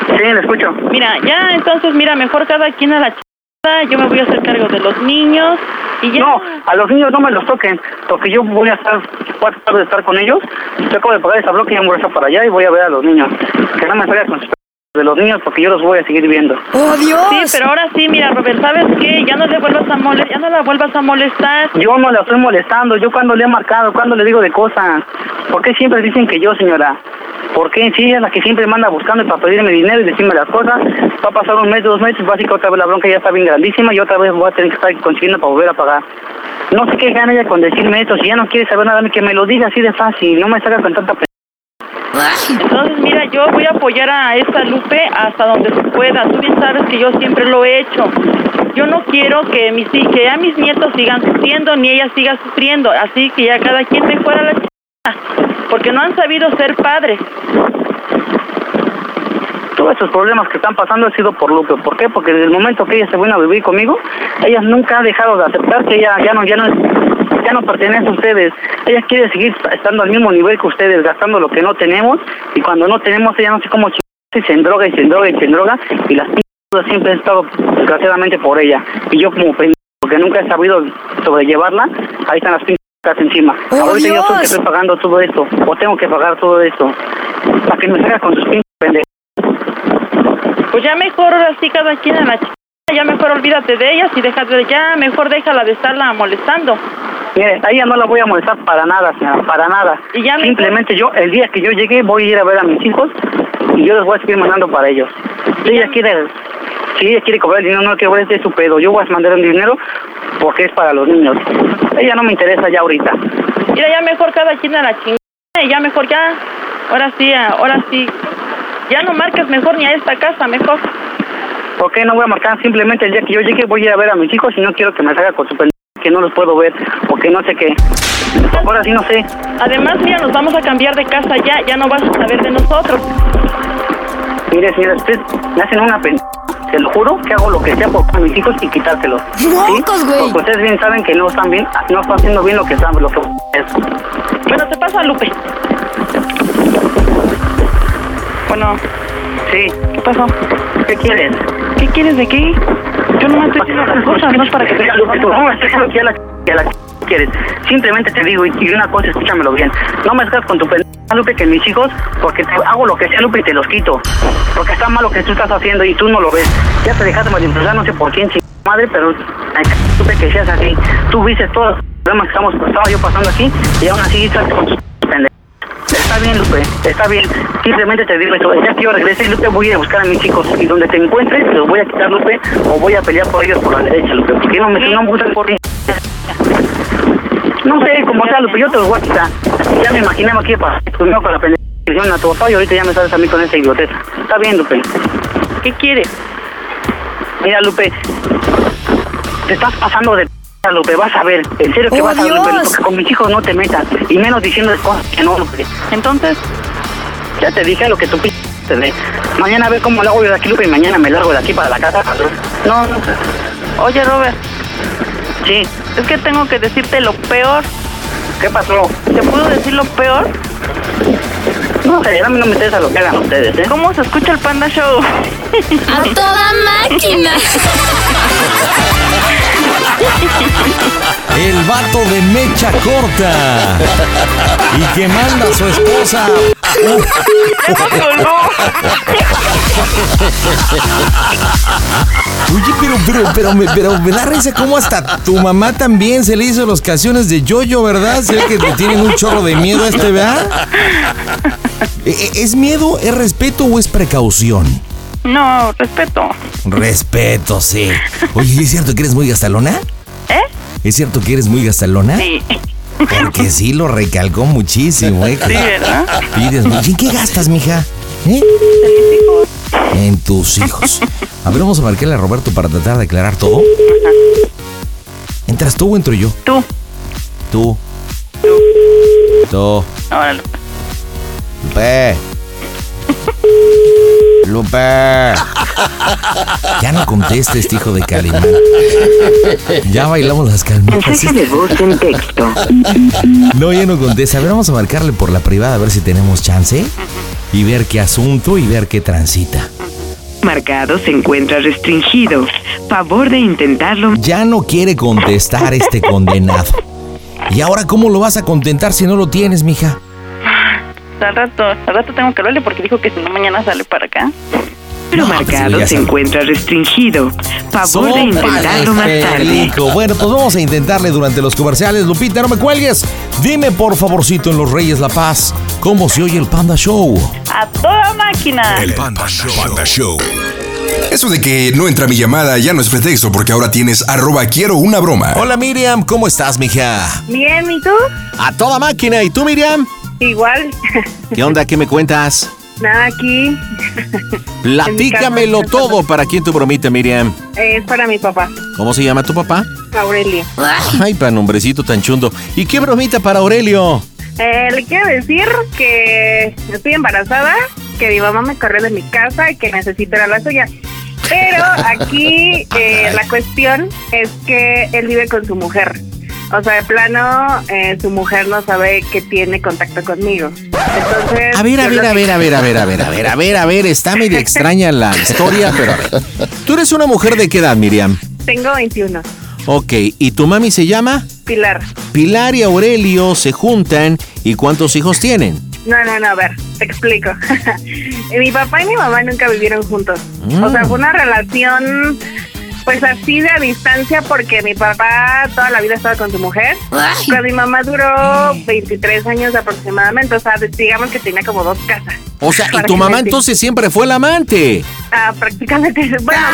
[SPEAKER 16] Sí, le escucho.
[SPEAKER 19] mira, ya entonces, mira, mejor cada quien a la chingada, yo me voy a hacer cargo de los niños y ya.
[SPEAKER 16] No, a los niños no me los toquen, porque yo voy a estar, voy a tratar de estar con ellos. Yo acabo de pagar esa bloque y ya me voy a estar para allá y voy a ver a los niños. Que no me salga con sus p- de los niños porque yo los voy a seguir viendo.
[SPEAKER 19] ¡Oh, Dios! Sí, pero ahora sí, mira, Robert, ¿sabes qué? Ya no le vuelvas a molestar, ya no la vuelvas a molestar.
[SPEAKER 16] Yo no la estoy molestando, yo cuando le he marcado, cuando le digo de cosas. ¿Por qué siempre dicen que yo, señora? ¿Por qué sí ella es la que siempre manda buscando para pedirme dinero y decirme las cosas? Va a pasar un mes, dos meses, básico otra vez la bronca ya está bien grandísima y otra vez voy a tener que estar consiguiendo para volver a pagar. No sé qué gana ella con decirme esto, si ya no quiere saber nada, de mí, que me lo diga así de fácil, no me salga con tanta p-
[SPEAKER 19] Entonces, mira, yo voy a apoyar a esta Lupe hasta donde se pueda. Tú bien sabes que yo siempre lo he hecho. Yo no quiero que mis hi- que ya mis nietos sigan sufriendo ni ella siga sufriendo. Así que ya cada quien mejora la ch... porque no han sabido ser padres.
[SPEAKER 16] todos estos problemas que están pasando ha sido por Lupe. ¿Por qué? Porque desde el momento que ella se vino a vivir conmigo, ella nunca ha dejado de aceptar que ella ya no, ya no es- ya no pertenece a ustedes. Ella quiere seguir estando al mismo nivel que ustedes, gastando lo que no tenemos y cuando no tenemos ella no sé cómo chingarse, se endroga y se endroga y se endroga y las dudas siempre han estado desgraciadamente por ella. Y yo como pendejo, porque nunca he sabido sobrellevarla, ahí están las pinches putas encima.
[SPEAKER 4] ¡Oh,
[SPEAKER 16] Ahorita yo soy el que
[SPEAKER 4] Dios!
[SPEAKER 16] estoy pagando todo esto, o tengo que pagar todo esto, para que me salga con sus pinches pendejos.
[SPEAKER 19] Pues ya mejor así cada quien a la chica, ya mejor olvídate de ellas y déjate, ya mejor déjala de estarla molestando.
[SPEAKER 16] Mire, a ella no la voy a molestar para nada, señora, para nada.
[SPEAKER 19] Y ya me-
[SPEAKER 16] Simplemente yo, el día que yo llegue, voy a ir a ver a mis hijos y yo les voy a seguir mandando para ellos. Si ella quiere, si ella quiere cobrar el dinero, no que cobrar este es su pedo. Yo voy a mandar el dinero porque es para los niños. Ella no me interesa ya ahorita.
[SPEAKER 19] Mira, ya mejor cada quien a la chingada, y ya mejor ya, ahora sí, ahora sí. Ya no marcas mejor ni a esta casa, mejor.
[SPEAKER 16] Ok, no voy a marcar, simplemente el día que yo llegue voy a ir a ver a mis hijos y no quiero que me salga con su pendejo, que no los puedo ver, porque no sé qué. Ahora sí no sé.
[SPEAKER 19] Además, mira, nos vamos a cambiar de casa ya, ya no vas a saber de nosotros.
[SPEAKER 16] Mire, señora, usted me hacen una pen... Te lo juro que hago lo que sea por mis hijos y quitárselos. ¿Sí? Porque ustedes bien saben que no están bien, no están haciendo bien lo que están, lo que es.
[SPEAKER 19] Bueno, te pasa, Lupe. Bueno.
[SPEAKER 16] Sí.
[SPEAKER 19] ¿Qué pasó?
[SPEAKER 16] ¿Qué quieres?
[SPEAKER 19] ¿Qué quieres de qué? Yo no me estoy diciendo las cosas, no es para que te...
[SPEAKER 16] Mira, lo que tú- no me estás diciendo que a la, que a la quieres. Simplemente te digo, y, y una cosa, escúchamelo bien. No me salgas con tu pendeja, Lupe, que mis hijos, porque te hago lo que sea, Lupe, y te los quito. Porque está mal lo que tú estás haciendo y tú no lo ves. Ya te dejaste manipular, no sé por quién, chingada madre, pero ay, Lupe, que seas así. Tú viste todos los problemas que estamos, estaba yo pasando aquí, y aún así estás con tus pendejas. Está bien, Lupe, está bien. Simplemente te digo eso. El día que yo regrese, Lupe, voy a ir a buscar a mis chicos. Y donde te encuentres, los voy a quitar, Lupe, o voy a pelear por ellos por la derecha, Lupe. Porque no me, no me gustan por ti. No sé, como sea, Lupe, yo te los voy a quitar. Ya me imaginaba que iba a pasar pues, primero con la pendeja que hicieron a tu papá y ahorita ya me sales a mí con esa idioteza. Está bien, Lupe.
[SPEAKER 19] ¿Qué quieres?
[SPEAKER 16] Mira, Lupe, te estás pasando de p- Lupe, vas a ver. En serio que
[SPEAKER 19] ¡Oh,
[SPEAKER 16] vas a ver, Lupe,
[SPEAKER 19] Dios!
[SPEAKER 16] porque con mis hijos no te metas. Y menos diciendo cosas que no, Lupe.
[SPEAKER 19] Entonces,
[SPEAKER 16] ya te dije lo que tú p- te dé. Mañana a ver cómo lo hago yo de aquí, Lupe, y mañana me largo de aquí para la casa. No, no.
[SPEAKER 19] Oye, Robert.
[SPEAKER 16] Sí.
[SPEAKER 19] Es que tengo que decirte lo peor.
[SPEAKER 16] ¿Qué pasó?
[SPEAKER 19] ¿Te puedo decir lo peor?
[SPEAKER 16] No, sé, a mí no me interesa lo que hagan ustedes, ¿eh?
[SPEAKER 19] ¿Cómo se escucha el Panda Show?
[SPEAKER 4] A toda máquina.
[SPEAKER 2] El vato de mecha corta. Y que manda a su esposa.
[SPEAKER 11] Oye, pero, pero, pero, me, pero me da risa cómo hasta
[SPEAKER 2] Tu mamá también se le hizo los canciones de Yoyo, ¿verdad? Se ve que te tienen un chorro de miedo a este, ¿verdad? E- e- ¿Es miedo, es respeto o es precaución?
[SPEAKER 19] No, respeto.
[SPEAKER 2] Respeto, sí. Oye, ¿es cierto que eres muy gastalona?
[SPEAKER 19] ¿Eh?
[SPEAKER 2] ¿Es cierto que eres muy gastalona?
[SPEAKER 19] Sí.
[SPEAKER 2] Porque sí lo recalcó muchísimo, ¿eh?
[SPEAKER 19] Sí, ¿verdad?
[SPEAKER 2] Pides mucho. ¿En qué gastas, mija? ¿Eh? En tus hijos. A ver, vamos a marcarle a Roberto para tratar de aclarar todo. ¿Entras tú o entro yo?
[SPEAKER 19] Tú.
[SPEAKER 2] Tú. Tú.
[SPEAKER 19] Órale.
[SPEAKER 2] Lupe. Lupe. Ya no contesta este hijo de Calimán. Ya bailamos las calmitas.
[SPEAKER 4] de voz en texto.
[SPEAKER 2] No, ya no contesta. A ver, vamos a marcarle por la privada a ver si tenemos chance y ver qué asunto y ver qué transita.
[SPEAKER 22] Marcado se encuentra restringido. Favor de intentarlo.
[SPEAKER 2] Ya no quiere contestar este condenado. ¿Y ahora cómo lo vas a contentar si no lo tienes, mija?
[SPEAKER 19] Al rato, al rato tengo que hablarle porque dijo que si no mañana sale para acá.
[SPEAKER 22] Pero
[SPEAKER 2] pues,
[SPEAKER 22] marcado
[SPEAKER 2] ya
[SPEAKER 22] se
[SPEAKER 2] sabe.
[SPEAKER 22] encuentra restringido. Favor de
[SPEAKER 2] Sópale,
[SPEAKER 22] intentarlo más tarde.
[SPEAKER 2] perico. Bueno, pues vamos a intentarle durante los comerciales. Lupita, no me cuelgues. Dime, por favorcito, en Los Reyes La Paz, ¿cómo se oye el Panda Show?
[SPEAKER 19] A toda máquina.
[SPEAKER 9] Panda Show. Eso de que no entra mi llamada ya no es pretexto porque ahora tienes arroba quiero una broma.
[SPEAKER 2] Hola Miriam, ¿cómo estás, mija?
[SPEAKER 18] Bien, ¿y tú?
[SPEAKER 2] A toda máquina. ¿Y tú, Miriam?
[SPEAKER 18] Igual.
[SPEAKER 2] ¿Qué onda? ¿Qué me cuentas?
[SPEAKER 18] Nada aquí.
[SPEAKER 2] Platícamelo todo. ¿Para quién tu bromita, Miriam?
[SPEAKER 18] eh, Es para mi papá,
[SPEAKER 2] ¿Cómo se llama tu papá?
[SPEAKER 18] Aurelio.
[SPEAKER 2] Ay, pan, hombrecito tan chundo. ¿Y qué bromita para Aurelio?
[SPEAKER 18] Eh, le quiero decir que estoy embarazada, que que mi mamá me corrió de mi casa y que necesito era la suya. Pero aquí eh, la cuestión es que él vive con su mujer. O sea, de plano, eh, su mujer no sabe que tiene contacto conmigo. Entonces.
[SPEAKER 2] A ver,
[SPEAKER 18] Pues,
[SPEAKER 2] a
[SPEAKER 18] yo
[SPEAKER 2] ver,
[SPEAKER 18] lo
[SPEAKER 2] a
[SPEAKER 18] que-
[SPEAKER 2] ver, a ver, a ver, a ver, a ver, a ver, a ver, está medio extraña la historia, pero a ver. Tú eres una mujer de qué edad, Miriam?
[SPEAKER 18] Tengo 21.
[SPEAKER 2] Ok, ¿y tu mami se llama?
[SPEAKER 18] Pilar.
[SPEAKER 2] Pilar y Aurelio se juntan y ¿cuántos hijos tienen?
[SPEAKER 18] No, no, no, a ver, te explico. mi papá y mi mamá nunca vivieron juntos.
[SPEAKER 2] Mm.
[SPEAKER 18] O sea, fue una relación, pues así de a distancia, porque mi papá toda la vida estaba con su mujer. Pero mi mamá duró 23 años aproximadamente. O sea, digamos que tenía como dos casas.
[SPEAKER 2] O sea, ¿y
[SPEAKER 18] Para
[SPEAKER 2] tu
[SPEAKER 18] que
[SPEAKER 2] mamá
[SPEAKER 18] me-
[SPEAKER 2] entonces siempre fue la amante?
[SPEAKER 18] Ah, prácticamente. Bueno,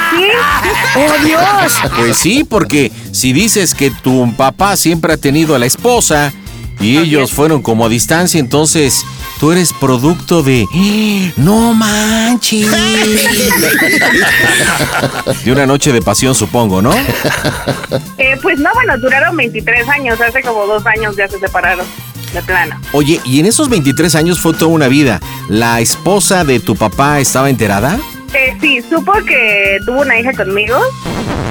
[SPEAKER 18] sí. ¡Oh,
[SPEAKER 2] Pues sí, porque si dices que tu papá siempre ha tenido a la esposa y ellos fueron como a distancia, entonces tú eres producto de... ¡No manches! De una noche de pasión, supongo, ¿no?
[SPEAKER 18] Eh, pues no, bueno, duraron 23 años. Hace como dos años ya se separaron, de plano.
[SPEAKER 2] Oye, ¿y en esos 23 años fue toda una vida? ¿La esposa de tu papá estaba enterada?
[SPEAKER 18] Eh, sí, supo que tuvo una hija conmigo.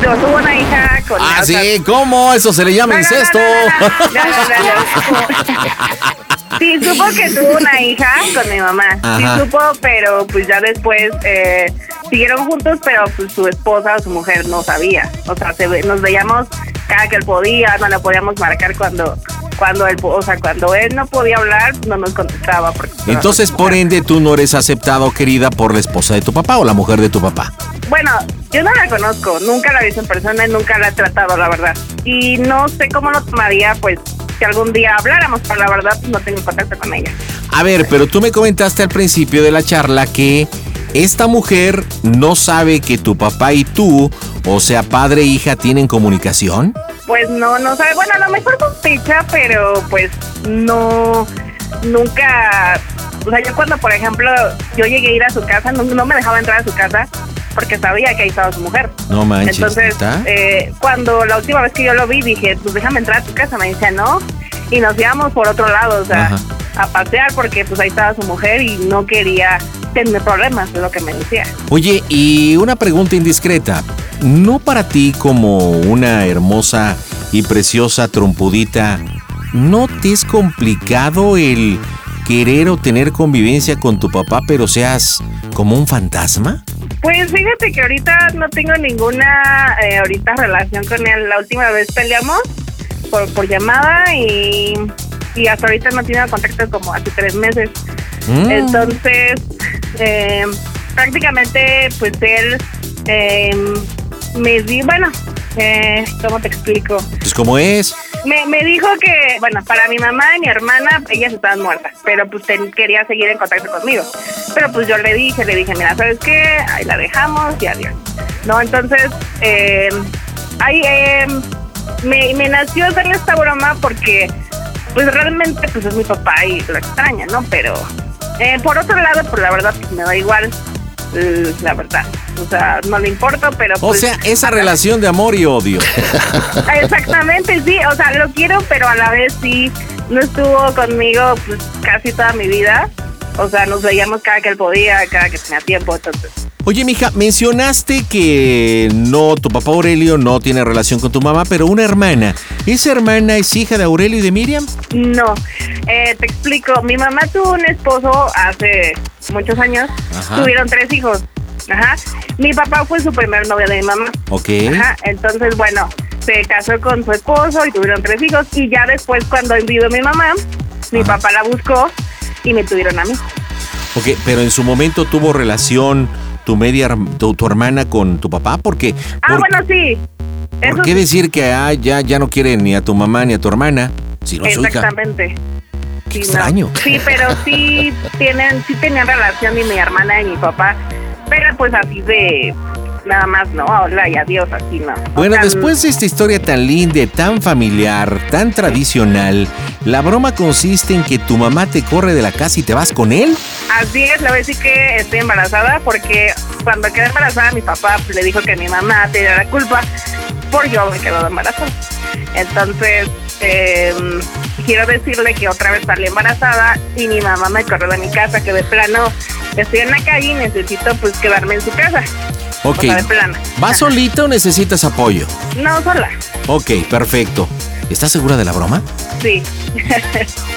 [SPEAKER 18] No, tuvo una hija con...
[SPEAKER 2] Ah, sí, ¿cómo? Eso se le llama incesto.
[SPEAKER 18] No, no, no, no. Sí, supo que tuvo una hija con mi mamá.
[SPEAKER 2] Ajá.
[SPEAKER 18] Sí, supo, pero pues ya después eh, siguieron juntos, pero pues su esposa o su mujer no sabía. O sea, se ve- nos veíamos cada que él podía, no le podíamos marcar cuando cuando él, po- o sea, cuando él no podía hablar, no nos contestaba. porque-
[SPEAKER 2] Entonces, por ende, tú no eres aceptado, querida, por la esposa de tu papá o la mujer de tu papá.
[SPEAKER 18] Bueno, yo no la conozco, nunca la he visto en persona y nunca la he tratado, la verdad. Y no sé cómo lo tomaría, pues, si algún día habláramos, pero la verdad pues, no tengo contacto con ella.
[SPEAKER 2] A ver, pero tú me comentaste al principio de la charla que esta mujer no sabe que tu papá y tú, o sea, padre e hija, tienen comunicación.
[SPEAKER 18] Pues no, no sabe. Bueno, a lo mejor sospecha, pero pues no, nunca. O sea, yo cuando, por ejemplo, yo llegué a ir a su casa, no, no me dejaba entrar a su casa porque sabía que ahí estaba su mujer.
[SPEAKER 2] No manches,
[SPEAKER 18] Entonces,
[SPEAKER 2] ¿neta?
[SPEAKER 18] eh, cuando la última vez que yo lo vi, dije, pues déjame entrar a tu casa. Me decía, no. Y nos íbamos por otro lado, o sea,
[SPEAKER 2] Ajá.
[SPEAKER 18] a pasear porque pues ahí estaba su mujer y no quería tener problemas, es lo que me decía.
[SPEAKER 2] Oye, y una pregunta indiscreta. ¿No para ti como una hermosa y preciosa trompudita, no te es complicado el querer o tener convivencia con tu papá, pero seas como un fantasma?
[SPEAKER 18] Pues fíjate que ahorita no tengo ninguna eh, ahorita relación con él. La última vez peleamos por, por llamada y, y hasta ahorita no tiene contacto como hace tres meses.
[SPEAKER 23] Mm.
[SPEAKER 18] Entonces, eh, prácticamente pues él eh, me di, bueno, eh, ¿cómo te explico?
[SPEAKER 2] Pues como es.
[SPEAKER 18] Me, me dijo que, bueno, para mi mamá y mi hermana, ellas estaban muertas, pero pues ten- quería seguir en contacto conmigo. Pero pues yo le dije, le dije, mira, ¿sabes qué? Ahí la dejamos y adiós. No, entonces, eh, ahí, eh, me, me nació hacerle esta broma porque, pues realmente, pues es mi papá y lo extraña, ¿no? Pero, eh, por otro lado, pues la verdad, pues me da igual, eh, la verdad. O sea, no le importa, pero
[SPEAKER 2] O
[SPEAKER 18] pues,
[SPEAKER 2] sea, esa relación de amor y odio.
[SPEAKER 18] Exactamente, sí, o sea, lo quiero, pero a la vez sí, no estuvo conmigo pues, casi toda mi vida. O sea, nos veíamos cada que él podía, cada que tenía tiempo, entonces.
[SPEAKER 2] Oye, mija, mencionaste que no, tu papá Aurelio no tiene relación con tu mamá, pero una hermana. ¿Esa hermana es hija de Aurelio y de Miriam?
[SPEAKER 18] No, Eh, te explico, mi mamá tuvo un esposo hace muchos años,
[SPEAKER 2] Ajá.
[SPEAKER 18] tuvieron tres hijos. Ajá. Mi papá fue su primer novio de mi mamá.
[SPEAKER 2] Ok.
[SPEAKER 18] Ajá, entonces, bueno, se casó con su esposo y tuvieron tres hijos. Y ya después, cuando envió mi mamá, mi papá la buscó y me tuvieron a mí.
[SPEAKER 2] Ok, pero en su momento tuvo relación tu media herm- tu, tu hermana con tu papá, porque
[SPEAKER 18] Ah, bueno, sí.
[SPEAKER 2] ¿por qué decir que ah, ya, ya no quiere ni a tu mamá ni a tu hermana? Si no es su hija.
[SPEAKER 18] Exactamente. Sí, no.
[SPEAKER 2] extraño.
[SPEAKER 18] Sí, pero sí tienen, sí tenían relación y mi hermana y mi papá, pero pues así de nada más, ¿no? Hola y adiós, así no. O
[SPEAKER 2] Bueno,
[SPEAKER 18] sea, mm.
[SPEAKER 2] después de esta historia tan linda, tan familiar, tan tradicional, la broma consiste en que tu mamá te corre de la casa y te vas con él.
[SPEAKER 18] Así es, le voy a decir que estoy embarazada porque cuando quedé embarazada mi papá pues, le dijo que mi mamá tenía la culpa por yo me quedado embarazada. Entonces, eh, quiero decirle que otra vez salí embarazada y mi mamá me corrió de mi casa, que de plano estoy en la calle y necesito pues quedarme en su casa.
[SPEAKER 2] Ok.
[SPEAKER 18] O sea, de plana.
[SPEAKER 2] ¿Vas solita o necesitas apoyo?
[SPEAKER 18] No, sola.
[SPEAKER 2] Ok, perfecto. ¿Estás segura de la broma?
[SPEAKER 18] Sí.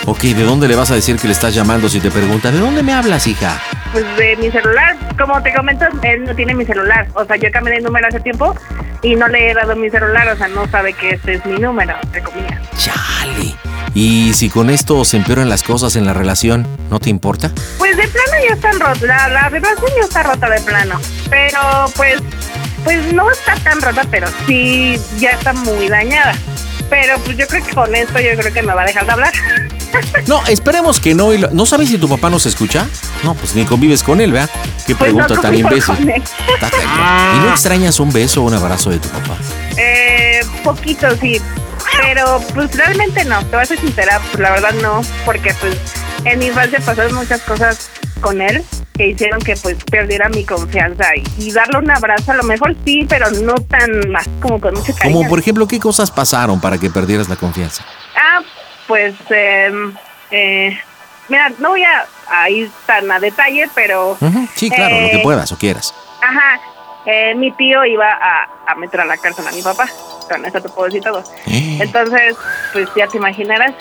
[SPEAKER 2] Ok, ¿de dónde le vas a decir que le estás llamando si te pregunta, ¿de dónde me hablas, hija?
[SPEAKER 18] pues de mi celular, como te comento, él no tiene mi celular. O sea, yo cambié de número hace tiempo y no le he dado mi celular, o sea, no sabe que este es mi número, entre comillas.
[SPEAKER 2] Chale. ¿Y si con esto se empeoran las cosas en la relación, no te importa?
[SPEAKER 18] Pues de plano ya están rotas, la, la relación ya está rota de plano. Pero pues, pues no está tan rota, pero sí ya está muy dañada. Pero pues yo creo que con esto yo creo que me va a dejar de hablar.
[SPEAKER 2] No, esperemos que no. y lo- ¿No sabes si tu papá nos escucha? No, pues ni convives con él, ¿verdad? Qué
[SPEAKER 18] Pues no
[SPEAKER 2] pregunta tan
[SPEAKER 18] convivo
[SPEAKER 2] imbécil.
[SPEAKER 18] con él.
[SPEAKER 2] Está cañón. ¿Y no extrañas un beso o un abrazo de tu papá?
[SPEAKER 18] Eh, poquito, sí. Pero pues realmente no, te voy a ser sincera, pues la verdad no, porque pues en mi infancia pasaron muchas cosas con él que hicieron que pues perdiera mi confianza y, y darle un abrazo a lo mejor sí, pero no tan más como con mucho cariño.
[SPEAKER 2] Como por ejemplo, ¿qué cosas pasaron para que perdieras la confianza?
[SPEAKER 18] Ah, pues, em, eh, mira, no voy a, a ir tan a detalle, pero...
[SPEAKER 2] Ujú, Sí, claro, lo que
[SPEAKER 18] eh,
[SPEAKER 2] puedas o quieras.
[SPEAKER 18] Ajá. Eh, mi tío iba a, a meter a la cárcel a mi papá. Con eso te puedo decir todo.
[SPEAKER 2] Eh.
[SPEAKER 18] Entonces, pues ya te imaginarás.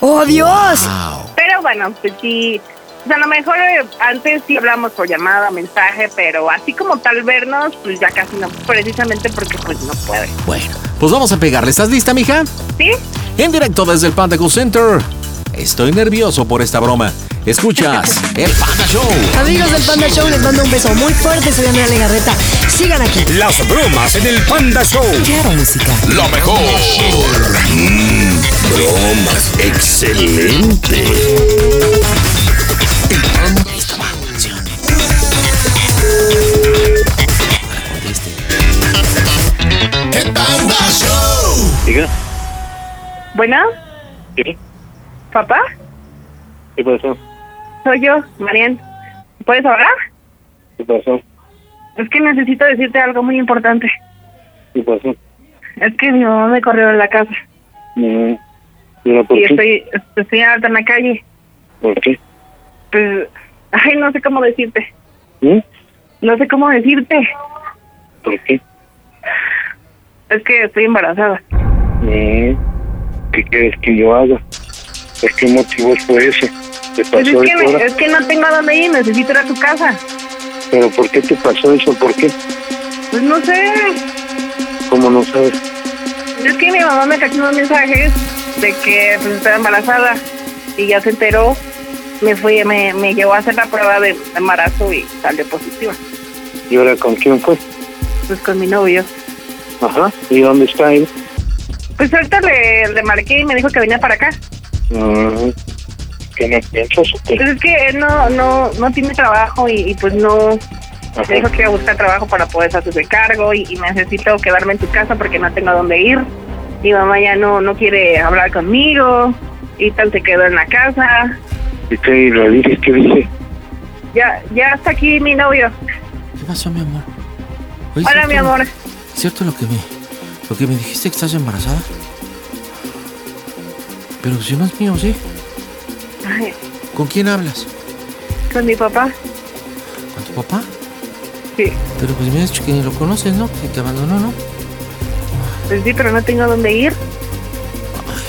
[SPEAKER 23] ¡Oh, Dios!
[SPEAKER 18] Pero bueno, pues sí. pues, a lo mejor eh, antes sí hablamos por llamada, mensaje, pero así como tal vernos, pues ya casi no. Precisamente porque pues no puede.
[SPEAKER 2] Bueno, pues vamos a pegarle. ¿Estás lista, mija?
[SPEAKER 18] ¿Sí?
[SPEAKER 2] En directo desde el Panda Call Center. Estoy nervioso por esta broma. Escuchas el Panda Show.
[SPEAKER 23] Amigos del Panda Show, les mando un beso muy fuerte. Soy Andrea Legarreta. Sigan aquí.
[SPEAKER 7] Las bromas en el Panda Show.
[SPEAKER 23] Claro, música.
[SPEAKER 7] Lo mejor. bromas. Excelente.
[SPEAKER 8] ¡El Panda Show!
[SPEAKER 15] Diga,
[SPEAKER 18] Bueno,
[SPEAKER 15] ¿sí? pues,
[SPEAKER 18] papá,
[SPEAKER 15] ¿Qué pasó?
[SPEAKER 18] soy yo, Marian. ¿Puedes hablar?
[SPEAKER 15] ¿Qué pasó?
[SPEAKER 18] Es que necesito decirte algo muy importante.
[SPEAKER 15] ¿Qué pasó?
[SPEAKER 18] Es que mi mamá me corrió de la casa
[SPEAKER 15] No. Mira, Ah, ¿por
[SPEAKER 18] y
[SPEAKER 15] qué?
[SPEAKER 18] estoy, estoy alta en la calle.
[SPEAKER 15] ¿Por qué?
[SPEAKER 18] Pues, ay, no sé cómo decirte.
[SPEAKER 15] ¿Mm?
[SPEAKER 18] No sé cómo decirte.
[SPEAKER 15] ¿Por qué?
[SPEAKER 18] Es que estoy embarazada.
[SPEAKER 15] Mm. ¿Qué quieres que yo haga? ¿Por qué motivos fue ese? ¿Te
[SPEAKER 18] Pues es
[SPEAKER 15] pasó
[SPEAKER 18] que,
[SPEAKER 15] eso?
[SPEAKER 18] me-
[SPEAKER 15] ahora?
[SPEAKER 18] es que no tengo a dónde ir, necesito ir a tu casa.
[SPEAKER 15] ¿Pero por qué te pasó eso? ¿Por qué?
[SPEAKER 18] Pues no sé,
[SPEAKER 15] ¿Cómo no sabes?
[SPEAKER 18] es que mi mamá me cachó unos mensajes de que pues, estaba embarazada y ya se enteró. Me fui, me, me llevó a hacer la prueba de embarazo y salió positiva.
[SPEAKER 15] ¿Y ahora con quién fue?
[SPEAKER 18] Pues con mi novio.
[SPEAKER 15] Ajá. ¿Y dónde está él?
[SPEAKER 18] Pues ahorita le, le marqué y me dijo que venía para acá.
[SPEAKER 15] Mm. ¿Qué no piensas o qué?
[SPEAKER 18] Pues es que él no, no, no tiene trabajo y, y, pues no.
[SPEAKER 15] Ajá.
[SPEAKER 18] Me dijo que iba a buscar trabajo para poder hacerse cargo y, y necesito quedarme en tu casa porque no tengo a dónde ir. Mi mamá ya no, no quiere hablar conmigo y tal se quedó en la casa.
[SPEAKER 15] ¿Y qué le dices? ¿Qué dice?
[SPEAKER 18] Ya, ya está aquí mi novio.
[SPEAKER 2] ¿Qué pasó, mi amor? Oye,
[SPEAKER 18] Hola,
[SPEAKER 2] ¿cierto?
[SPEAKER 18] mi amor.
[SPEAKER 2] ¿Cierto lo que me, lo que me dijiste que estás embarazada? Pero si no es mío, ¿sí?
[SPEAKER 18] Ay,
[SPEAKER 2] ¿Con quién hablas?
[SPEAKER 18] con mi papá.
[SPEAKER 2] ¿Con tu papá?
[SPEAKER 18] Sí,
[SPEAKER 2] Pero pues me has dicho que ni lo conoces, ¿no? Que te abandonó, ¿no?
[SPEAKER 18] pues sí, pero no tengo a dónde ir.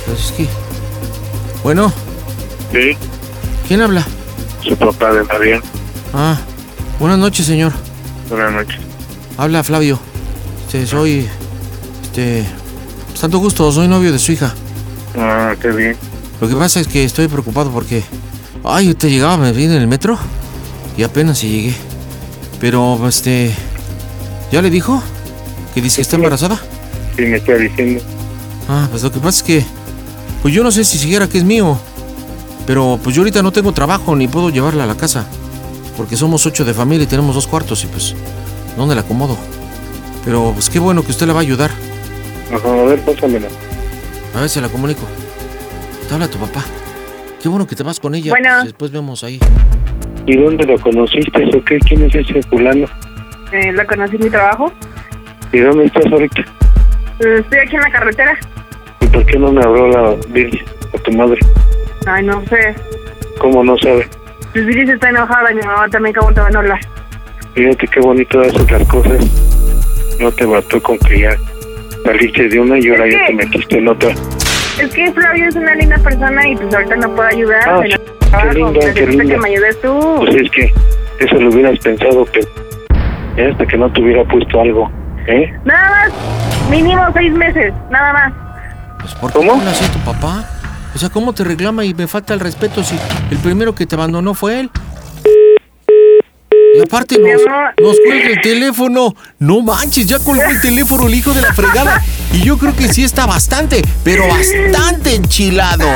[SPEAKER 2] Pues es que... Bueno,
[SPEAKER 15] Sí,
[SPEAKER 2] ¿quién habla?
[SPEAKER 15] su papá de Mariana.
[SPEAKER 2] Ah, buenas noches, señor.
[SPEAKER 15] Buenas noches.
[SPEAKER 2] Habla Flavio. Este, soy... Este... pues, Tanto gusto, soy novio de su hija.
[SPEAKER 15] Ah, qué bien.
[SPEAKER 2] Lo que pasa es que estoy preocupado porque... Ay, usted llegaba, me vine en el metro y apenas si llegué. Pero, este... ¿Ya le dijo? ¿Que dice que está embarazada?
[SPEAKER 15] Sí, me está diciendo.
[SPEAKER 2] Ah, pues lo que pasa es que... Pues yo no sé si siquiera que es mío. Pero pues yo ahorita no tengo trabajo ni puedo llevarla a la casa. Porque somos ocho de familia y tenemos dos cuartos y pues... ¿Dónde la acomodo? Pero pues qué bueno que usted la va a ayudar.
[SPEAKER 15] Ajá, a ver, pásamela.
[SPEAKER 2] A ver, se la comunico. Te habla tu papá. Qué bueno que te vas con ella.
[SPEAKER 18] Bueno.
[SPEAKER 2] pues, después vemos ahí.
[SPEAKER 15] ¿Y dónde lo conociste o qué? ¿Quién es ese fulano?
[SPEAKER 18] Eh, lo conocí en mi trabajo.
[SPEAKER 15] ¿Y dónde estás ahorita?
[SPEAKER 18] Eh, Estoy aquí en la carretera.
[SPEAKER 15] ¿Y por qué no me habló la Virgen o tu madre?
[SPEAKER 18] Ay, no sé.
[SPEAKER 15] ¿Cómo no sabe?
[SPEAKER 18] Pues Viri está enojada y mi mamá también, ¿cómo te van a hablar?
[SPEAKER 24] Fíjate qué bonito das otras cosas. No te bastó con que ya saliste de una y ahora ya te metiste en otra.
[SPEAKER 18] Es que Flavio es una linda persona y pues ahorita no puedo ayudar.
[SPEAKER 24] Ah,
[SPEAKER 18] pero
[SPEAKER 24] sí, qué linda, qué
[SPEAKER 18] necesito que
[SPEAKER 24] linda.
[SPEAKER 18] me ayudes tú.
[SPEAKER 24] Pues es que eso lo hubieras pensado, pero ya hasta que no te hubiera puesto algo, ¿eh?
[SPEAKER 18] Nada más, mínimo seis meses, nada más.
[SPEAKER 2] ¿Cómo? así tu papá? O sea, ¿cómo te reclama y me falta el respeto si el primero que te abandonó fue él? Y aparte nos, nos cuelga el teléfono. No manches, ya colgó el teléfono el hijo de la fregada. Y yo creo que sí está bastante, pero bastante enchilado.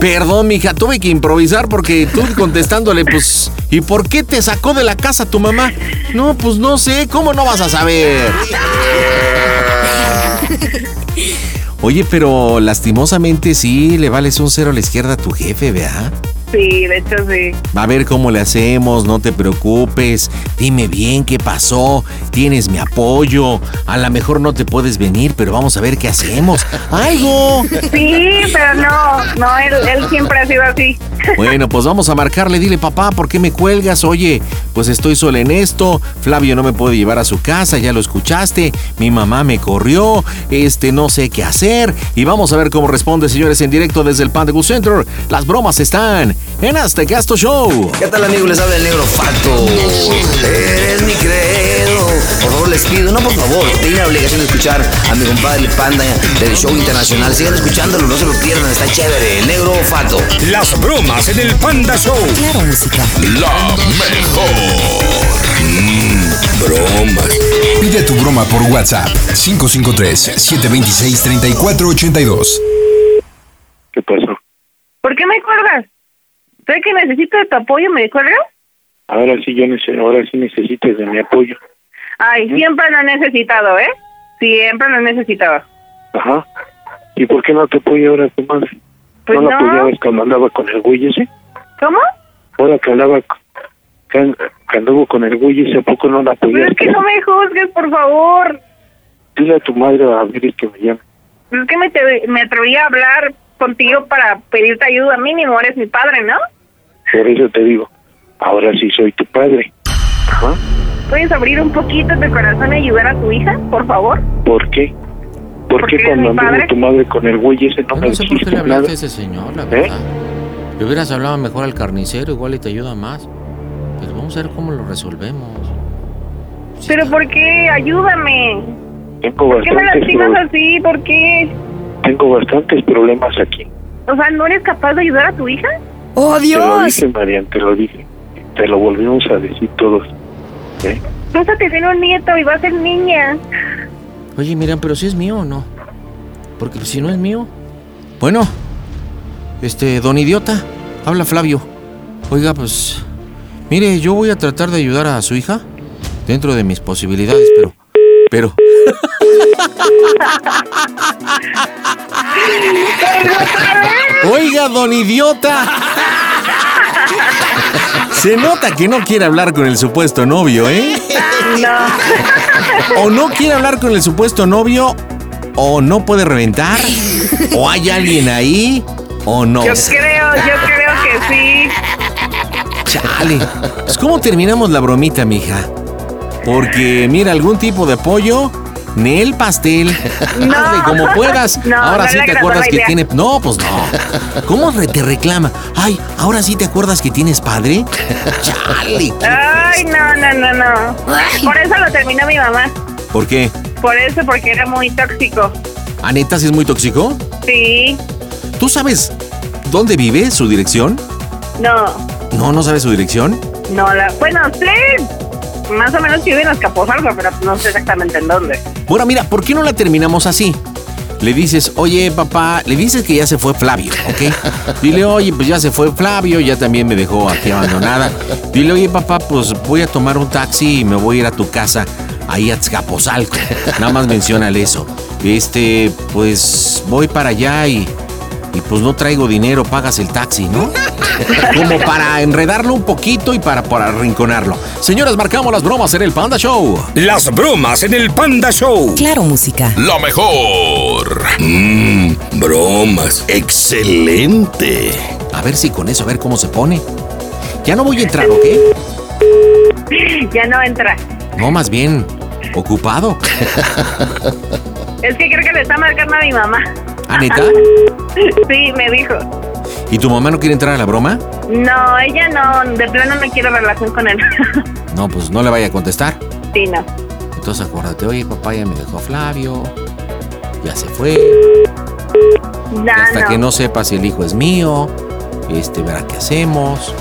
[SPEAKER 2] Perdón, mija, tuve que improvisar porque tú contestándole, pues, ¿y por qué te sacó de la casa tu mamá? No, pues no sé, ¿cómo no vas a saber? Oye, pero lastimosamente sí, le vales un cero a la izquierda a tu jefe, ¿verdad?
[SPEAKER 18] Sí, de hecho sí.
[SPEAKER 11] Va a ver cómo le hacemos, no te preocupes. Dime bien qué pasó. Tienes mi apoyo. A lo mejor no te puedes venir, pero vamos a ver qué hacemos. ¡Algo!
[SPEAKER 18] Sí, pero no, no, él, él siempre ha sido así.
[SPEAKER 11] Bueno, pues vamos a marcarle. Dile, papá, ¿por qué me cuelgas? Oye, pues estoy sola en esto. Flavio no me puede llevar a su casa, ya lo escuchaste. Mi mamá me corrió. Este, no sé qué hacer. Y vamos a ver cómo responde, señores, en directo desde el Panda Good Center. Las bromas están en Azteca Gasto Show.
[SPEAKER 15] ¿Qué tal amigos? Les habla el negro Fato. Eres mi credo. Por favor, les pido, no por favor, tienen la obligación de escuchar a mi compadre el Panda del show internacional. Sigan escuchándolo, no se lo pierdan, está chévere. El negro Fato.
[SPEAKER 7] Las bromas en el Panda Show. Claro, música. La mejor.
[SPEAKER 9] Bromas. Pide tu broma por WhatsApp 553-726-3482.
[SPEAKER 24] ¿Qué pasó?
[SPEAKER 18] ¿Por qué me cuelgas? ¿Sabes que necesito de tu apoyo? ¿Me cuelgas?
[SPEAKER 24] Ahora sí, yo nece- ahora sí necesitas de mi apoyo.
[SPEAKER 18] Ay, siempre lo he necesitado, ¿eh? Siempre lo he necesitado.
[SPEAKER 24] Ajá. ¿Y por qué no te apoya ahora tu madre?
[SPEAKER 18] Pues
[SPEAKER 24] ¿No la
[SPEAKER 18] no.
[SPEAKER 24] apoyabas cuando andaba con el güey ese?
[SPEAKER 18] ¿Cómo?
[SPEAKER 24] Ahora que andaba, c- que, an- que anduvo con el güey ese, ¿a poco no la
[SPEAKER 18] Pero
[SPEAKER 24] apoyaste?
[SPEAKER 18] Pues es que no me juzgues, por favor.
[SPEAKER 24] Dile a tu madre a ver que me llame.
[SPEAKER 18] Es que me, te- me atreví a hablar contigo para pedirte ayuda mínimo. Eres mi padre, ¿no?
[SPEAKER 24] Por eso te digo, ahora sí soy tu padre. Ajá.
[SPEAKER 18] ¿Puedes abrir un poquito tu corazón y ayudar a tu hija, por favor?
[SPEAKER 24] ¿Por qué? ¿Por
[SPEAKER 18] Porque
[SPEAKER 24] qué
[SPEAKER 18] eres
[SPEAKER 24] cuando
[SPEAKER 18] mi
[SPEAKER 24] anduvo
[SPEAKER 18] padre.
[SPEAKER 24] tu madre con el güey ese no me
[SPEAKER 2] No sé por qué
[SPEAKER 24] dijiste
[SPEAKER 2] le hablaste
[SPEAKER 24] nada? ¿Eh?
[SPEAKER 2] a ese señor, la verdad. Le hubieras hablado mejor al carnicero, igual y te ayuda más. Pero vamos a ver cómo lo resolvemos.
[SPEAKER 18] ¿Pero por qué? Ayúdame.
[SPEAKER 24] Tengo
[SPEAKER 18] ¿Por qué me
[SPEAKER 24] bastantes,
[SPEAKER 18] lastimas
[SPEAKER 24] pro-
[SPEAKER 18] así? ¿Por qué?
[SPEAKER 24] tengo bastantes problemas aquí.
[SPEAKER 18] O sea, ¿no eres capaz de ayudar a tu hija?
[SPEAKER 15] ¡Oh,
[SPEAKER 24] Te lo dije, Marian, te lo dije. Te lo volvimos a decir todos. ¿eh?
[SPEAKER 18] Vas a tener un nieto y va a ser niña.
[SPEAKER 2] Oye, miran, pero si es mío o no. Porque si no es mío. Bueno, este, don idiota, habla Flavio. Oiga, pues. Mire, yo voy a tratar de ayudar a su hija dentro de mis posibilidades, pero. Pero. Oiga, don idiota. Se nota que no quiere hablar con el supuesto novio, ¿eh? o no quiere hablar con el supuesto novio, o no puede reventar, o hay alguien ahí, o no.
[SPEAKER 18] Yo creo, yo creo que sí.
[SPEAKER 2] Chale. Pues, ¿Cómo terminamos la bromita, mija? Porque, mira, algún tipo de apoyo, ni el pastel.
[SPEAKER 11] No.
[SPEAKER 2] Hazle como puedas.
[SPEAKER 11] No,
[SPEAKER 2] ahora
[SPEAKER 11] no
[SPEAKER 2] sí
[SPEAKER 11] le
[SPEAKER 2] te
[SPEAKER 11] agradó
[SPEAKER 2] acuerdas
[SPEAKER 11] la
[SPEAKER 2] que
[SPEAKER 11] idea.
[SPEAKER 2] tiene. No, pues no. ¿Cómo re- te reclama? Ay, ahora sí te acuerdas que tienes padre. Chale.
[SPEAKER 18] Ay, no, no, no, no. Por eso lo terminó mi mamá.
[SPEAKER 2] ¿Por qué?
[SPEAKER 18] Por eso, porque era muy tóxico.
[SPEAKER 2] ¿Aneta si es muy tóxico?
[SPEAKER 18] Sí.
[SPEAKER 2] ¿Tú sabes dónde vive su dirección?
[SPEAKER 18] No,
[SPEAKER 2] No, no sabes su dirección.
[SPEAKER 18] no. La, bueno, sí. Más o menos vive en Escapozalco, pero no sé exactamente en dónde.
[SPEAKER 2] Bueno, mira, ¿por qué no la terminamos así? Le dices, oye, papá, le dices que ya se fue Flavio, ¿ok? Dile, oye, pues ya se fue Flavio, ya también me dejó aquí abandonada. Dile, oye, papá, pues voy a tomar un taxi y me voy a ir a tu casa, ahí a Tzcapozalco. Nada más mencionale eso. Este, pues voy para allá y Y pues no traigo dinero, pagas el taxi, ¿no? Como para enredarlo un poquito y para, para arrinconarlo. Señores, marcamos las bromas en el Panda Show.
[SPEAKER 7] Las bromas en el Panda Show.
[SPEAKER 1] Claro, música.
[SPEAKER 7] Lo mejor. Mmm, bromas. Excelente.
[SPEAKER 2] A ver si con eso, a ver cómo se pone. Ya no voy a entrar, ¿ok?
[SPEAKER 18] Ya no entra.
[SPEAKER 2] No, más bien, ocupado.
[SPEAKER 18] Es que creo que le está marcando a mi mamá.
[SPEAKER 2] ¿Ah, neta?
[SPEAKER 18] Sí, me dijo.
[SPEAKER 2] ¿Y tu mamá no quiere entrar a la broma?
[SPEAKER 18] No, ella no, de plano no quiere relación con él.
[SPEAKER 2] No, pues no le vaya a contestar.
[SPEAKER 18] Sí, no.
[SPEAKER 2] Entonces acuérdate, oye, papá ya me dejó a Flavio, ya se fue.
[SPEAKER 18] Ya
[SPEAKER 2] Hasta
[SPEAKER 18] no.
[SPEAKER 2] que no sepa si el hijo es mío, este verá qué hacemos.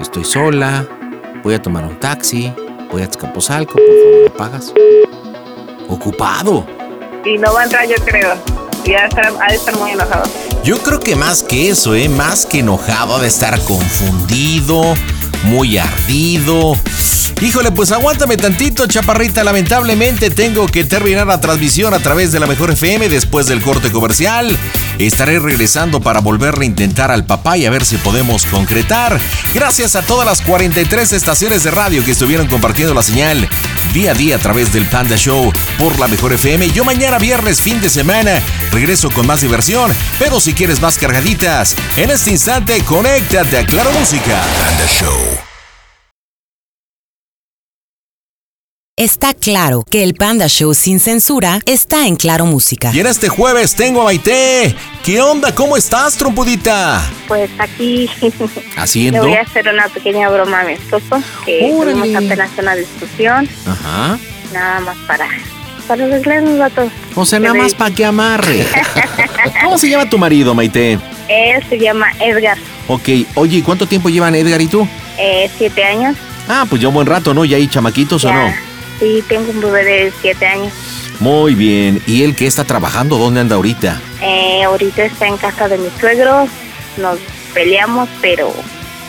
[SPEAKER 2] Estoy sola, voy a tomar un taxi, voy a Escaposalco, por favor, ¿me pagas? Ocupado.
[SPEAKER 18] Y no va a entrar, yo creo. Ya está, ha de estar muy enojado.
[SPEAKER 2] Yo creo que más que eso, ¿eh? Más que enojado de estar confundido, muy ardido. Híjole, pues aguántame tantito, chaparrita. Lamentablemente tengo que terminar la transmisión a través de la Mejor FM después del corte comercial. Estaré regresando para volverle a intentar al papá y a ver si podemos concretar. Gracias a todas las 43 estaciones de radio que estuvieron compartiendo la señal día a día a través del Panda Show por la Mejor FM. Yo mañana viernes, fin de semana, regreso con más diversión, pero si quieres más cargaditas, en este instante conéctate a Claro Música. Panda Show.
[SPEAKER 1] Está claro que el Panda Show sin censura está en Claro Música.
[SPEAKER 2] Y en este jueves tengo a Maite. ¿Qué onda? ¿Cómo estás, trompudita?
[SPEAKER 25] Pues aquí le
[SPEAKER 2] Haciendo.
[SPEAKER 25] voy a hacer una pequeña broma a mi esposo, que
[SPEAKER 2] Órale.
[SPEAKER 25] tuvimos apenas una discusión,
[SPEAKER 2] Ajá.
[SPEAKER 25] nada más para, para arreglarnos vato.
[SPEAKER 2] O sea, nada más para que amarre. ¿Cómo se llama tu marido, Maite?
[SPEAKER 25] Él se llama Edgar,
[SPEAKER 2] Ok, oye, ¿y cuánto tiempo llevan Edgar y tú?
[SPEAKER 25] eh, siete años.
[SPEAKER 2] Ah, pues ya un buen rato, ¿no? ¿Ya ahí chamaquitos o
[SPEAKER 25] Ya.
[SPEAKER 2] no?
[SPEAKER 25] Sí, tengo un bebé de siete años.
[SPEAKER 2] Muy bien. ¿Y él que está trabajando? ¿Dónde anda ahorita?
[SPEAKER 25] Eh, ahorita está en casa de mis suegros, nos peleamos, pero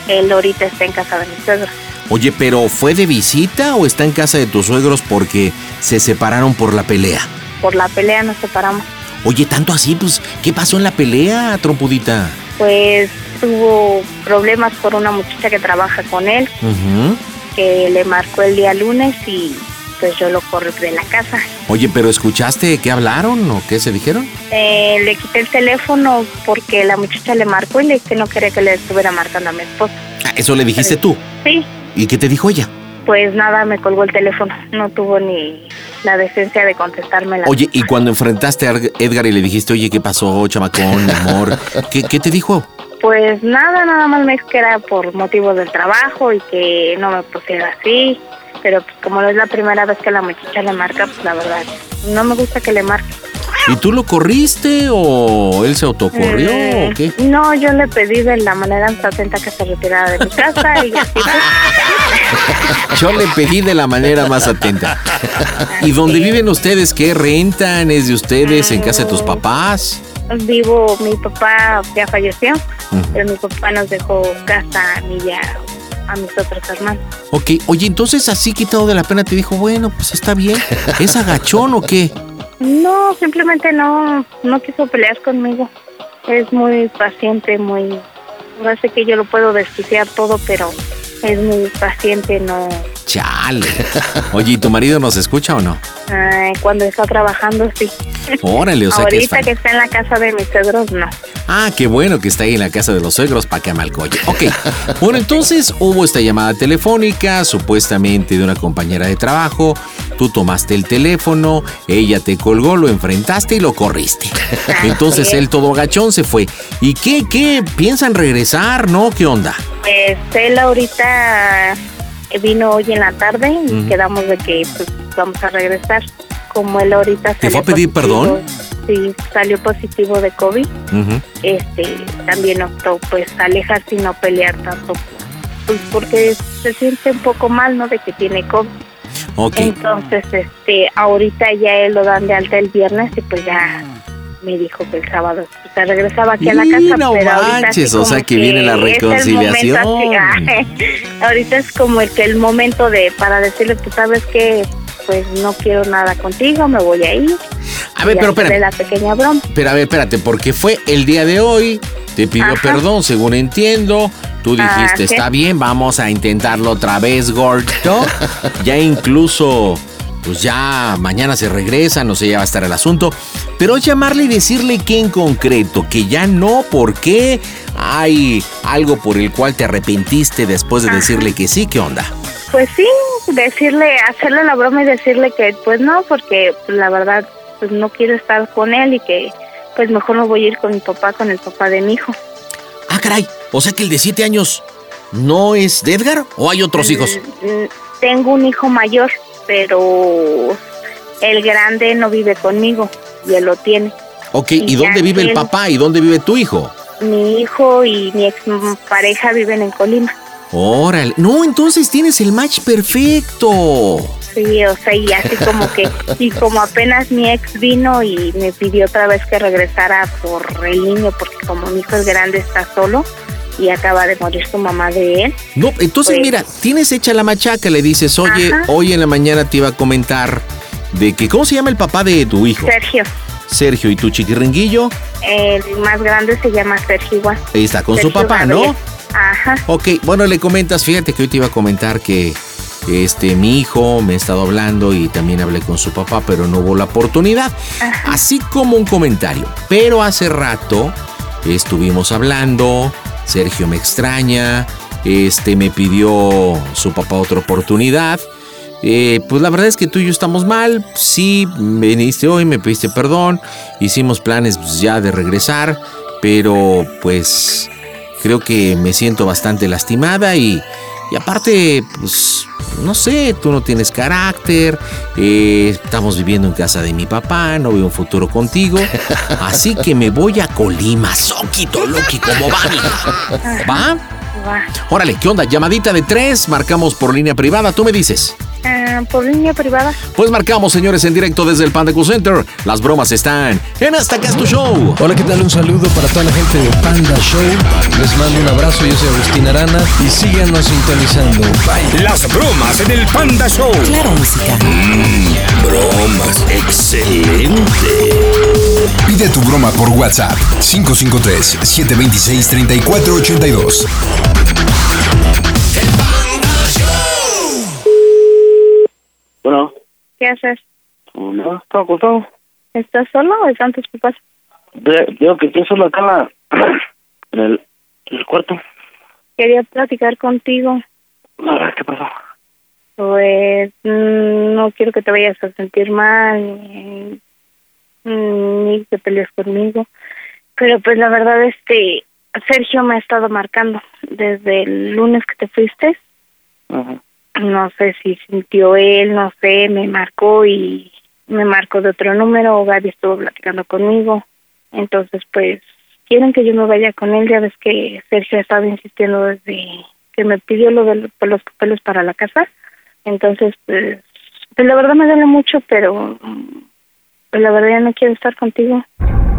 [SPEAKER 25] él ahorita está en casa de mis suegros.
[SPEAKER 2] Oye, pero ¿fue de visita o está en casa de tus suegros porque se separaron por la pelea?
[SPEAKER 25] Por la pelea nos separamos.
[SPEAKER 2] Oye, tanto así, pues, ¿qué pasó en la pelea, trompudita?
[SPEAKER 25] Pues tuvo problemas por una muchacha que trabaja con él,
[SPEAKER 2] Ujú.
[SPEAKER 25] que le marcó el día lunes y pues yo lo corrí de la casa.
[SPEAKER 2] Oye, pero ¿escuchaste qué hablaron o qué se dijeron?
[SPEAKER 25] Eh, le quité el teléfono porque la muchacha le marcó y le dije que no quería que le estuviera marcando a mi esposo.
[SPEAKER 2] Ah, eso le dijiste tú.
[SPEAKER 25] Sí,
[SPEAKER 2] ¿Y qué te dijo ella?
[SPEAKER 25] pues nada, me colgó el teléfono. No tuvo ni la decencia de contestarme la...
[SPEAKER 2] Oye, ¿y cuando enfrentaste a Edgar y le dijiste, oye, ¿qué pasó, chamacón, mi amor? ¿Qué, qué te dijo?
[SPEAKER 25] Pues nada, nada más me dijo que era por motivos del trabajo y que no me pusiera así. Pero pues como no es la primera vez que la muchacha le marca, pues la verdad, no me gusta que le marque.
[SPEAKER 2] ¿Y tú lo corriste o él se autocorrió
[SPEAKER 25] Eh,
[SPEAKER 2] o qué?
[SPEAKER 25] No, yo le pedí de la manera más atenta que se retirara de mi casa y así.
[SPEAKER 2] Yo le pedí de la manera más atenta. ¿Y dónde viven ustedes? ¿Qué rentan? ¿Es de ustedes? ¿En casa de tus papás?
[SPEAKER 25] Vivo, mi papá ya falleció, pero mi papá nos dejó casa a mí y a, a mis otros hermanos.
[SPEAKER 2] Ok, oye, entonces así quitado de la pena te dijo, bueno, pues está bien. ¿Es agachón o qué?
[SPEAKER 25] No, simplemente no, no quiso pelear conmigo. Es muy paciente, muy... No sé que yo lo puedo desquiciar todo, pero es muy paciente, no...
[SPEAKER 2] Chale. Oye, ¿y tu marido nos escucha o no?
[SPEAKER 25] Ay, cuando está trabajando, sí.
[SPEAKER 2] Órale, o sea que es
[SPEAKER 25] Ahorita
[SPEAKER 2] fan.
[SPEAKER 25] que, está en la casa de mis suegros, no.
[SPEAKER 2] Ah, qué bueno que está ahí en la casa de los suegros para que ama el coche. Ok. Bueno, entonces hubo esta llamada telefónica, supuestamente de una compañera de trabajo. Tú tomaste el teléfono, ella te colgó, lo enfrentaste y lo corriste. Entonces él todo agachón se fue. ¿Y qué, qué? ¿Piensan regresar? ¿No? ¿Qué onda?
[SPEAKER 25] Pues él ahorita vino hoy en la tarde y
[SPEAKER 2] Ujú.
[SPEAKER 25] quedamos de que pues, vamos a regresar. Como él ahorita
[SPEAKER 2] ¿Te fue a
[SPEAKER 25] salió
[SPEAKER 2] pedir
[SPEAKER 25] positivo-
[SPEAKER 2] perdón?
[SPEAKER 25] Sí, salió positivo de COVID. Este, también optó pues alejarse y no pelear tanto. Pues porque se siente un poco mal, ¿no? De que tiene COVID.
[SPEAKER 2] Ok.
[SPEAKER 25] Entonces, este, ahorita ya él lo dan de alta el viernes y pues ya me dijo que el sábado o sea, regresaba aquí a la
[SPEAKER 2] Y
[SPEAKER 25] casa.
[SPEAKER 2] no
[SPEAKER 25] pero ahorita
[SPEAKER 2] manches,
[SPEAKER 25] así
[SPEAKER 2] o
[SPEAKER 25] como
[SPEAKER 2] sea que viene la
[SPEAKER 25] es el
[SPEAKER 2] reconciliación.
[SPEAKER 25] momento así, ah, ahorita es como el que el momento Pues, de para decirle, tú sabes que pues no quiero nada contigo, me voy a ir.
[SPEAKER 2] A ver,
[SPEAKER 25] y
[SPEAKER 2] pero
[SPEAKER 25] así fue
[SPEAKER 2] espérame.
[SPEAKER 25] la pequeña broma.
[SPEAKER 2] Pero a ver, espérate, porque fue el día de hoy, te pidió
[SPEAKER 25] Ajá.
[SPEAKER 2] perdón, según entiendo. Tú
[SPEAKER 25] Ah,
[SPEAKER 2] dijiste,
[SPEAKER 25] sí.
[SPEAKER 2] está bien, vamos a intentarlo otra vez, gordo. ya incluso, pues ya mañana se regresa, no sé, ya va a estar el asunto. Pero es llamarle y decirle que en concreto, que ya no, ¿por qué? Hay algo por el cual te arrepentiste después de decirle que sí, ¿qué onda?
[SPEAKER 25] Pues sí, decirle, hacerle la broma y decirle que pues no, porque pues, la verdad pues no quiero estar con él y que pues mejor no voy a ir con mi papá, con el papá de mi hijo.
[SPEAKER 2] Ah, caray, o sea que el de siete años no es de Edgar o hay otros hijos.
[SPEAKER 25] Mm, Tengo un hijo mayor, pero el grande no vive conmigo y él lo tiene.
[SPEAKER 2] Ok, ¿y
[SPEAKER 25] Y
[SPEAKER 2] dónde
[SPEAKER 25] ya
[SPEAKER 2] vive el
[SPEAKER 25] él-
[SPEAKER 2] papá y dónde vive tu hijo?
[SPEAKER 25] Mi hijo y mi ex pareja viven en Colima.
[SPEAKER 2] Órale. No, entonces tienes el match perfecto.
[SPEAKER 25] Sí, o sea, y así como que, y como apenas mi ex vino y me pidió otra vez que regresara por el niño, porque como mi hijo es grande, está solo y acaba de morir su mamá de él.
[SPEAKER 2] No, entonces
[SPEAKER 25] Pues-
[SPEAKER 2] mira, tienes hecha la machaca, le dices, oye,
[SPEAKER 25] Ajá.
[SPEAKER 2] hoy en la mañana te iba a comentar de que, ¿cómo se llama el papá de tu hijo?
[SPEAKER 25] Sergio,
[SPEAKER 2] Sergio y tu chiquiringuillo
[SPEAKER 25] el más grande se llama Sergio igual.
[SPEAKER 2] está con su
[SPEAKER 25] Sergio
[SPEAKER 2] papá,
[SPEAKER 25] Gabriel.
[SPEAKER 2] ¿no?
[SPEAKER 25] Ajá.
[SPEAKER 2] Ok, bueno, le comentas, fíjate que hoy te iba a comentar que este mi hijo me ha estado hablando y también hablé con su papá, pero no hubo la oportunidad. Así como un comentario. Pero hace rato estuvimos hablando, Sergio me extraña, este me pidió su papá otra oportunidad. Eh, pues la verdad es que tú y yo estamos mal. Sí, viniste hoy, me pediste perdón. Hicimos planes pues, ya de regresar. Pero pues creo que me siento bastante lastimada y, y aparte, pues, no sé, tú no tienes carácter, eh, estamos viviendo en casa de mi papá, no veo un futuro contigo, así que me voy a Colima, Soquito, Loki, como va, mija? ¿Va?
[SPEAKER 25] Va.
[SPEAKER 2] Órale, ¿qué onda? Llamadita de tres, marcamos por línea privada, tú me dices.
[SPEAKER 25] Ah, por línea privada.
[SPEAKER 2] Pues marcamos, señores, en directo desde el Panda Cool Center. Las bromas están en Hasta Acá es tu show.
[SPEAKER 9] Hola, ¿qué tal? Un saludo para toda la gente de Panda Show. Les mando un abrazo, yo soy Agustín Arana y síganos sintonizando. Bye.
[SPEAKER 26] Las bromas en el Panda Show. Claro, música.
[SPEAKER 9] Mm,
[SPEAKER 7] Bromas, excelente. Pide tu broma por WhatsApp 553-726-3482.
[SPEAKER 15] Bueno,
[SPEAKER 25] ¿Qué haces?
[SPEAKER 15] no, está acostado.
[SPEAKER 25] ¿Estás solo o están tus papás?
[SPEAKER 15] Ve- Veo que estoy solo acá en, la- en el, en el cuarto.
[SPEAKER 25] Quería platicar contigo.
[SPEAKER 15] Ah, ¿Qué pasó?
[SPEAKER 25] Pues mm, no quiero que te vayas a sentir mal ni, mm, ni que pelees conmigo. Pero pues la verdad este Sergio me ha estado marcando desde el lunes que te fuiste. No sé si sintió él, no sé, me marcó y me marcó de otro número. Gaby estuvo platicando conmigo. Entonces pues quieren que yo me vaya con él. Ya ves que Sergio ha estado insistiendo desde que me pidió lo de los papeles para la casa. Entonces, pues, pues, la verdad me duele mucho, pero mm, pues, la verdad ya no quiero estar contigo.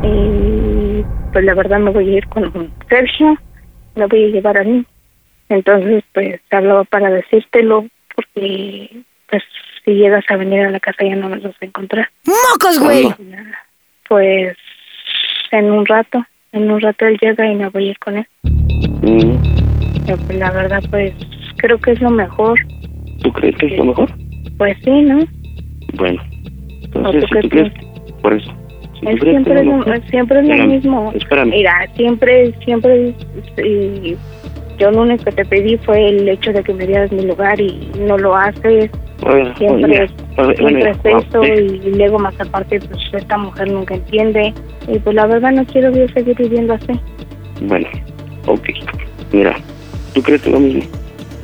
[SPEAKER 25] Y pues la verdad me voy a ir con Sergio, lo voy a llevar a mí. Entonces, pues hablaba para decírtelo, porque pues si llegas a venir a la casa ya no me los vas a encontrar.
[SPEAKER 27] ¡Mocos, güey!
[SPEAKER 25] Pues en un rato, en un rato él llega y me voy a ir con él.
[SPEAKER 15] Mm.
[SPEAKER 25] Pero, pues, la verdad, pues creo que es lo mejor.
[SPEAKER 15] ¿Tú crees que es lo mejor?
[SPEAKER 25] Pues sí, ¿no?
[SPEAKER 15] Bueno,
[SPEAKER 25] ¿O tú
[SPEAKER 15] entonces si
[SPEAKER 25] qué
[SPEAKER 15] Pues, tú crees, por eso. Si
[SPEAKER 25] Es
[SPEAKER 15] tú crees que
[SPEAKER 25] siempre,
[SPEAKER 15] es lo
[SPEAKER 25] lo,
[SPEAKER 15] mejor,
[SPEAKER 25] es siempre es lo
[SPEAKER 15] espérame,
[SPEAKER 25] mismo.
[SPEAKER 15] Espérame.
[SPEAKER 25] Oh, Mira, siempre, siempre, y yo lo único que te pedí fue el hecho de que me dieras mi lugar y no lo haces.
[SPEAKER 15] Oye, oye, pues,
[SPEAKER 25] Siempre,
[SPEAKER 15] mira, oye,
[SPEAKER 25] siempre
[SPEAKER 15] oye,
[SPEAKER 25] es
[SPEAKER 15] no,
[SPEAKER 25] eso
[SPEAKER 15] deja-
[SPEAKER 25] y luego más aparte, pues esta mujer nunca entiende. Y pues la verdad no quiero yo seguir viviendo así.
[SPEAKER 15] Bueno, ok. Mira, ¿tú crees que es lo mismo?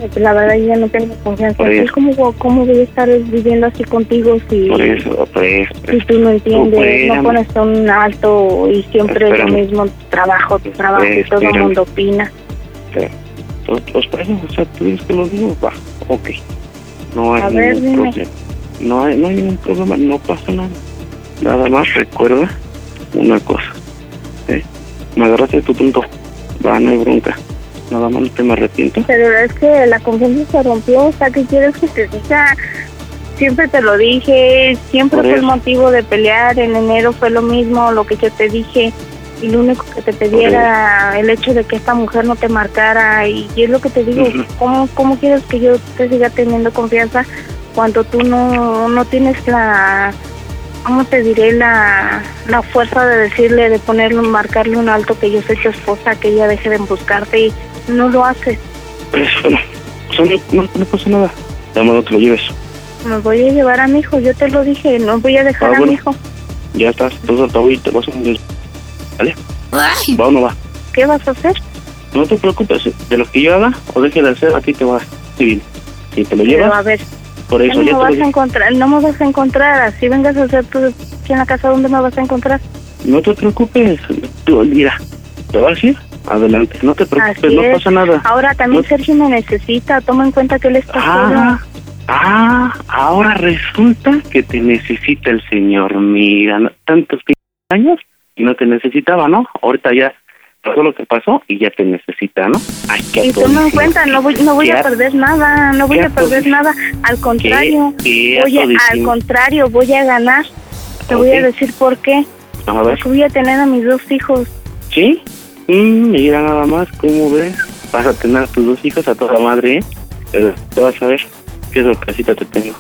[SPEAKER 25] Y, pues, la verdad yo ya no tengo confianza.
[SPEAKER 15] Oye.
[SPEAKER 25] en ti. ¿Cómo, ¿Cómo voy a estar viviendo así contigo si,
[SPEAKER 15] Por eso, por eso. por
[SPEAKER 25] si
[SPEAKER 15] eso.
[SPEAKER 25] tú no entiendes,
[SPEAKER 15] espérame.
[SPEAKER 25] no pones un alto y siempre es lo
[SPEAKER 15] Espérame.
[SPEAKER 25] mismo trabajo, tu trabajo y todo el
[SPEAKER 15] Espérame.
[SPEAKER 25] mundo opina?
[SPEAKER 15] Espera. Os, os parece, o sea, tú dices que lo mismo, va, ok. No hay
[SPEAKER 25] A ver,
[SPEAKER 15] ningún
[SPEAKER 25] dime.
[SPEAKER 15] problema. No hay, no hay ningún problema, no pasa nada. Nada más recuerda una cosa. ¿eh? Me agarraste tu punto. Va, no hay bronca. Nada más no te me arrepiento.
[SPEAKER 25] Pero es que la confianza se rompió, o sea, ¿qué quieres que te diga? siempre te lo dije, siempre
[SPEAKER 15] Por
[SPEAKER 25] fue el
[SPEAKER 15] eso.
[SPEAKER 25] motivo de pelear, en enero fue lo mismo, lo que yo te dije, y lo único que te pedí
[SPEAKER 15] Por
[SPEAKER 25] era el hecho de que esta mujer no te marcara, y, y es lo que te digo,
[SPEAKER 15] Ujú.
[SPEAKER 25] ¿cómo, ¿cómo quieres que yo te siga teniendo confianza cuando tú no, no tienes la, ¿cómo te diré? La, la fuerza de decirle, de ponerle, marcarle un alto que yo soy tu esposa, que ella deje de buscarte, y no lo haces.
[SPEAKER 15] Pues bueno, pues, no, no pasa nada. Nada más no te lo lleves.
[SPEAKER 25] Me voy a llevar a mi hijo, yo te lo dije, no voy a dejar
[SPEAKER 15] Ah,
[SPEAKER 25] a
[SPEAKER 15] bueno.
[SPEAKER 25] mi hijo.
[SPEAKER 15] Ya estás, todo atado y te vas a morir. ¿Vale? ¿Va o no va?
[SPEAKER 25] ¿Qué vas a hacer?
[SPEAKER 15] No te preocupes, de lo que yo haga o deje de hacer, a ti te va civil. Si te lo
[SPEAKER 25] Pero a
[SPEAKER 15] llevas,
[SPEAKER 25] ver,
[SPEAKER 15] por
[SPEAKER 25] ya
[SPEAKER 15] eso
[SPEAKER 25] no me
[SPEAKER 15] ya te
[SPEAKER 25] vas
[SPEAKER 15] lo
[SPEAKER 25] a encontrar, no me vas a encontrar, así vengas a hacer tú aquí en la casa, ¿dónde me vas a encontrar?
[SPEAKER 15] No te preocupes, tú, mira, te vas a ir, adelante, no te preocupes,
[SPEAKER 25] así
[SPEAKER 15] pues, no
[SPEAKER 25] es.
[SPEAKER 15] pasa nada.
[SPEAKER 25] Ahora también Sergio me necesita, toma en cuenta que él está
[SPEAKER 15] Ah, ah, ahora resulta que te necesita el señor, mira, no- tantos p- años y no te necesitaba, ¿no? Ahorita ya pasó lo que pasó y ya te necesita, ¿no? Ay, qué
[SPEAKER 25] solo. Y toma en
[SPEAKER 15] tonto.
[SPEAKER 25] cuenta, no voy, no voy
[SPEAKER 15] Qué
[SPEAKER 25] a
[SPEAKER 15] ar-
[SPEAKER 25] perder nada, no voy
[SPEAKER 15] qué
[SPEAKER 25] a perder
[SPEAKER 15] arco-
[SPEAKER 25] nada, al contrario,
[SPEAKER 15] qué
[SPEAKER 25] voy a- al
[SPEAKER 15] arcodicino.
[SPEAKER 25] contrario, voy a ganar. Te voy a
[SPEAKER 15] Ok.
[SPEAKER 25] decir por qué,
[SPEAKER 15] A ver,
[SPEAKER 25] porque voy a tener a mis dos hijos.
[SPEAKER 15] ¿sí? Mm, mira nada más, ¿cómo ves? Vas a tener a tus dos hijos a toda madre, ¿eh? Pero te vas a ver qué sorpresita te tengo.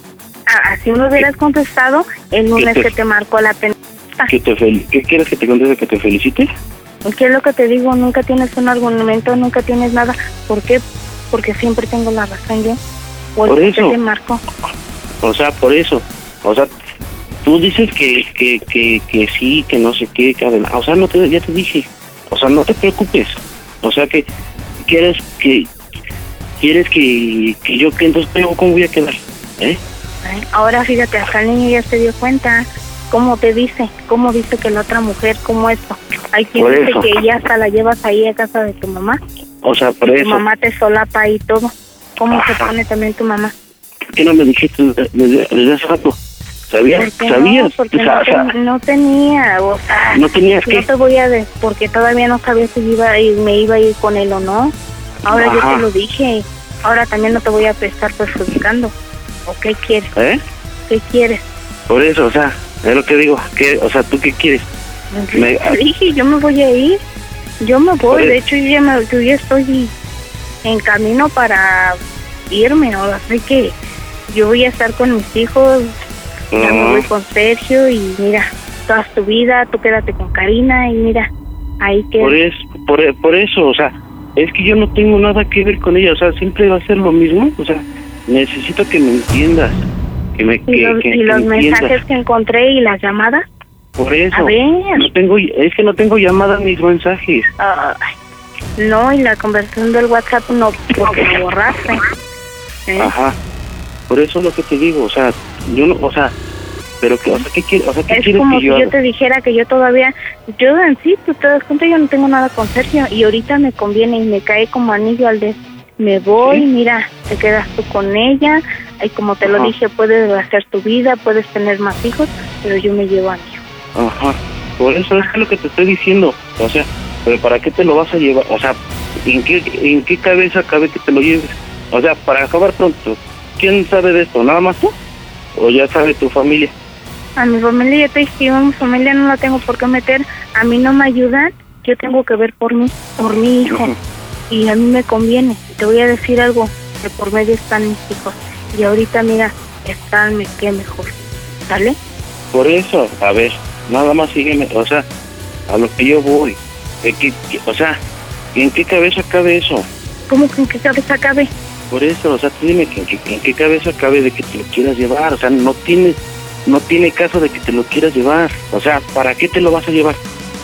[SPEAKER 25] Ah, Así me hubieras contestado el lunes
[SPEAKER 15] te-
[SPEAKER 25] que te marcó la pena.
[SPEAKER 15] Que te fel- ¿Qué quieres que te conteste que te felicite?
[SPEAKER 25] ¿Qué es lo que te digo? Nunca tienes un argumento, nunca tienes nada. ¿Por qué? Porque siempre tengo la razón yo. ¿O
[SPEAKER 15] Por
[SPEAKER 25] el por qué
[SPEAKER 15] eso.
[SPEAKER 25] te marcó?
[SPEAKER 15] O sea, por eso. O sea, tú dices que, que, que, que sí, que no sé qué, que adela- O sea, no te, ya te dije. O sea, no te preocupes. O sea, que quieres que quieres que, que yo que entonces tengo cómo voy a quedar, ¿eh?
[SPEAKER 25] Ay, Ahora fíjate, hasta el niño ya se dio cuenta. ¿Cómo te dice? ¿Cómo dice que la otra mujer? ¿Cómo esto? Hay quien
[SPEAKER 15] Por
[SPEAKER 25] dice
[SPEAKER 15] eso.
[SPEAKER 25] que ya hasta la llevas ahí a casa de tu mamá.
[SPEAKER 15] O sea, por
[SPEAKER 25] y tu
[SPEAKER 15] eso.
[SPEAKER 25] mamá te solapa y todo. ¿Cómo se pone también tu mamá?
[SPEAKER 15] ¿Por qué no me dijiste desde, desde- desde hace rato? ¿Sabías?
[SPEAKER 25] Porque No,
[SPEAKER 15] ¿Sabías?
[SPEAKER 25] porque
[SPEAKER 15] O sea,
[SPEAKER 25] no,
[SPEAKER 15] o sea,
[SPEAKER 25] ten- no tenía, o sea,
[SPEAKER 15] ¿No tenías qué?
[SPEAKER 25] No te voy a decir, porque todavía no sabía si iba a ir- me iba a ir con él o no. Ahora yo
[SPEAKER 15] Ajá.
[SPEAKER 25] te lo dije. Ahora también no te voy a estar perjudicando. ¿O qué quieres?
[SPEAKER 15] ¿eh?
[SPEAKER 25] ¿Qué quieres?
[SPEAKER 15] Por eso, o sea, es lo que digo. que O sea, ¿tú qué quieres? Me-
[SPEAKER 25] Te dije, yo me voy a ir. Yo me voy.
[SPEAKER 15] Oye.
[SPEAKER 25] De hecho, yo ya, me- yo ya estoy en camino para irme. ¿no? Así que yo voy a estar con mis hijos. Ya me voy
[SPEAKER 15] Mm.
[SPEAKER 25] con Sergio y mira, toda tu vida, tú quédate con Karina y mira, ahí que
[SPEAKER 15] Por, es, por, por eso, o sea, es que yo no tengo nada que ver con ella, o sea, siempre va a ser lo mismo, o sea, necesito que me entiendas, que me que,
[SPEAKER 25] Y los,
[SPEAKER 15] que- que
[SPEAKER 25] y los
[SPEAKER 15] me
[SPEAKER 25] mensajes
[SPEAKER 15] entiendas.
[SPEAKER 25] que encontré y las llamadas.
[SPEAKER 15] Por eso,
[SPEAKER 25] A ver.
[SPEAKER 15] no tengo, es que no tengo llamada mis mensajes.
[SPEAKER 25] ay, no, y la conversación del WhatsApp no, porque me borraste. ¿eh?
[SPEAKER 15] Ajá. Por eso es lo que te digo, o sea, yo no, o sea, pero que, o sea, ¿qué quieres, o sea, ¿qué
[SPEAKER 25] Es
[SPEAKER 15] quieres
[SPEAKER 25] como
[SPEAKER 15] que
[SPEAKER 25] si
[SPEAKER 15] yo
[SPEAKER 25] yo
[SPEAKER 15] haga?
[SPEAKER 25] te dijera que yo todavía, yo en sí, tú te das cuenta, yo no tengo nada con Sergio y ahorita me conviene y me cae como anillo al de, me voy, mira, te quedas tú con ella, y como te lo
[SPEAKER 15] Ajá.
[SPEAKER 25] dije, puedes hacer tu vida, puedes tener más hijos, pero yo me llevo a mi hijo.
[SPEAKER 15] Ajá. Por eso es que lo que te estoy diciendo, o sea, pero ¿para qué te lo vas a llevar? O sea, ¿en qué, en qué cabeza cabe que te lo lleves? O sea, para acabar pronto, ¿quién sabe de esto? ¿Nada más tú? ¿O ya sabe tu familia?
[SPEAKER 25] A mi familia yo te dije, yo a mi familia no la tengo por qué meter, a mí no me ayudan, yo tengo que ver por mí, por mi hijo,
[SPEAKER 15] Ujú.
[SPEAKER 25] y a mí me conviene. Te voy a decir algo, que por medio están mis hijos, y ahorita mira, están, me qué mejor, ¿sale?
[SPEAKER 15] Por eso, a ver, nada más sígueme, o sea, a lo que yo voy. ¿De qué- qué- o sea, ¿en qué cabeza cabe eso?
[SPEAKER 25] ¿Cómo que en qué cabeza cabe?
[SPEAKER 15] Por eso, o sea, tú dime que, que- en qué cabeza cabe de que te lo quieras llevar, o sea, no tiene, no tiene caso de que te lo quieras llevar, o sea, ¿para qué te lo vas a llevar?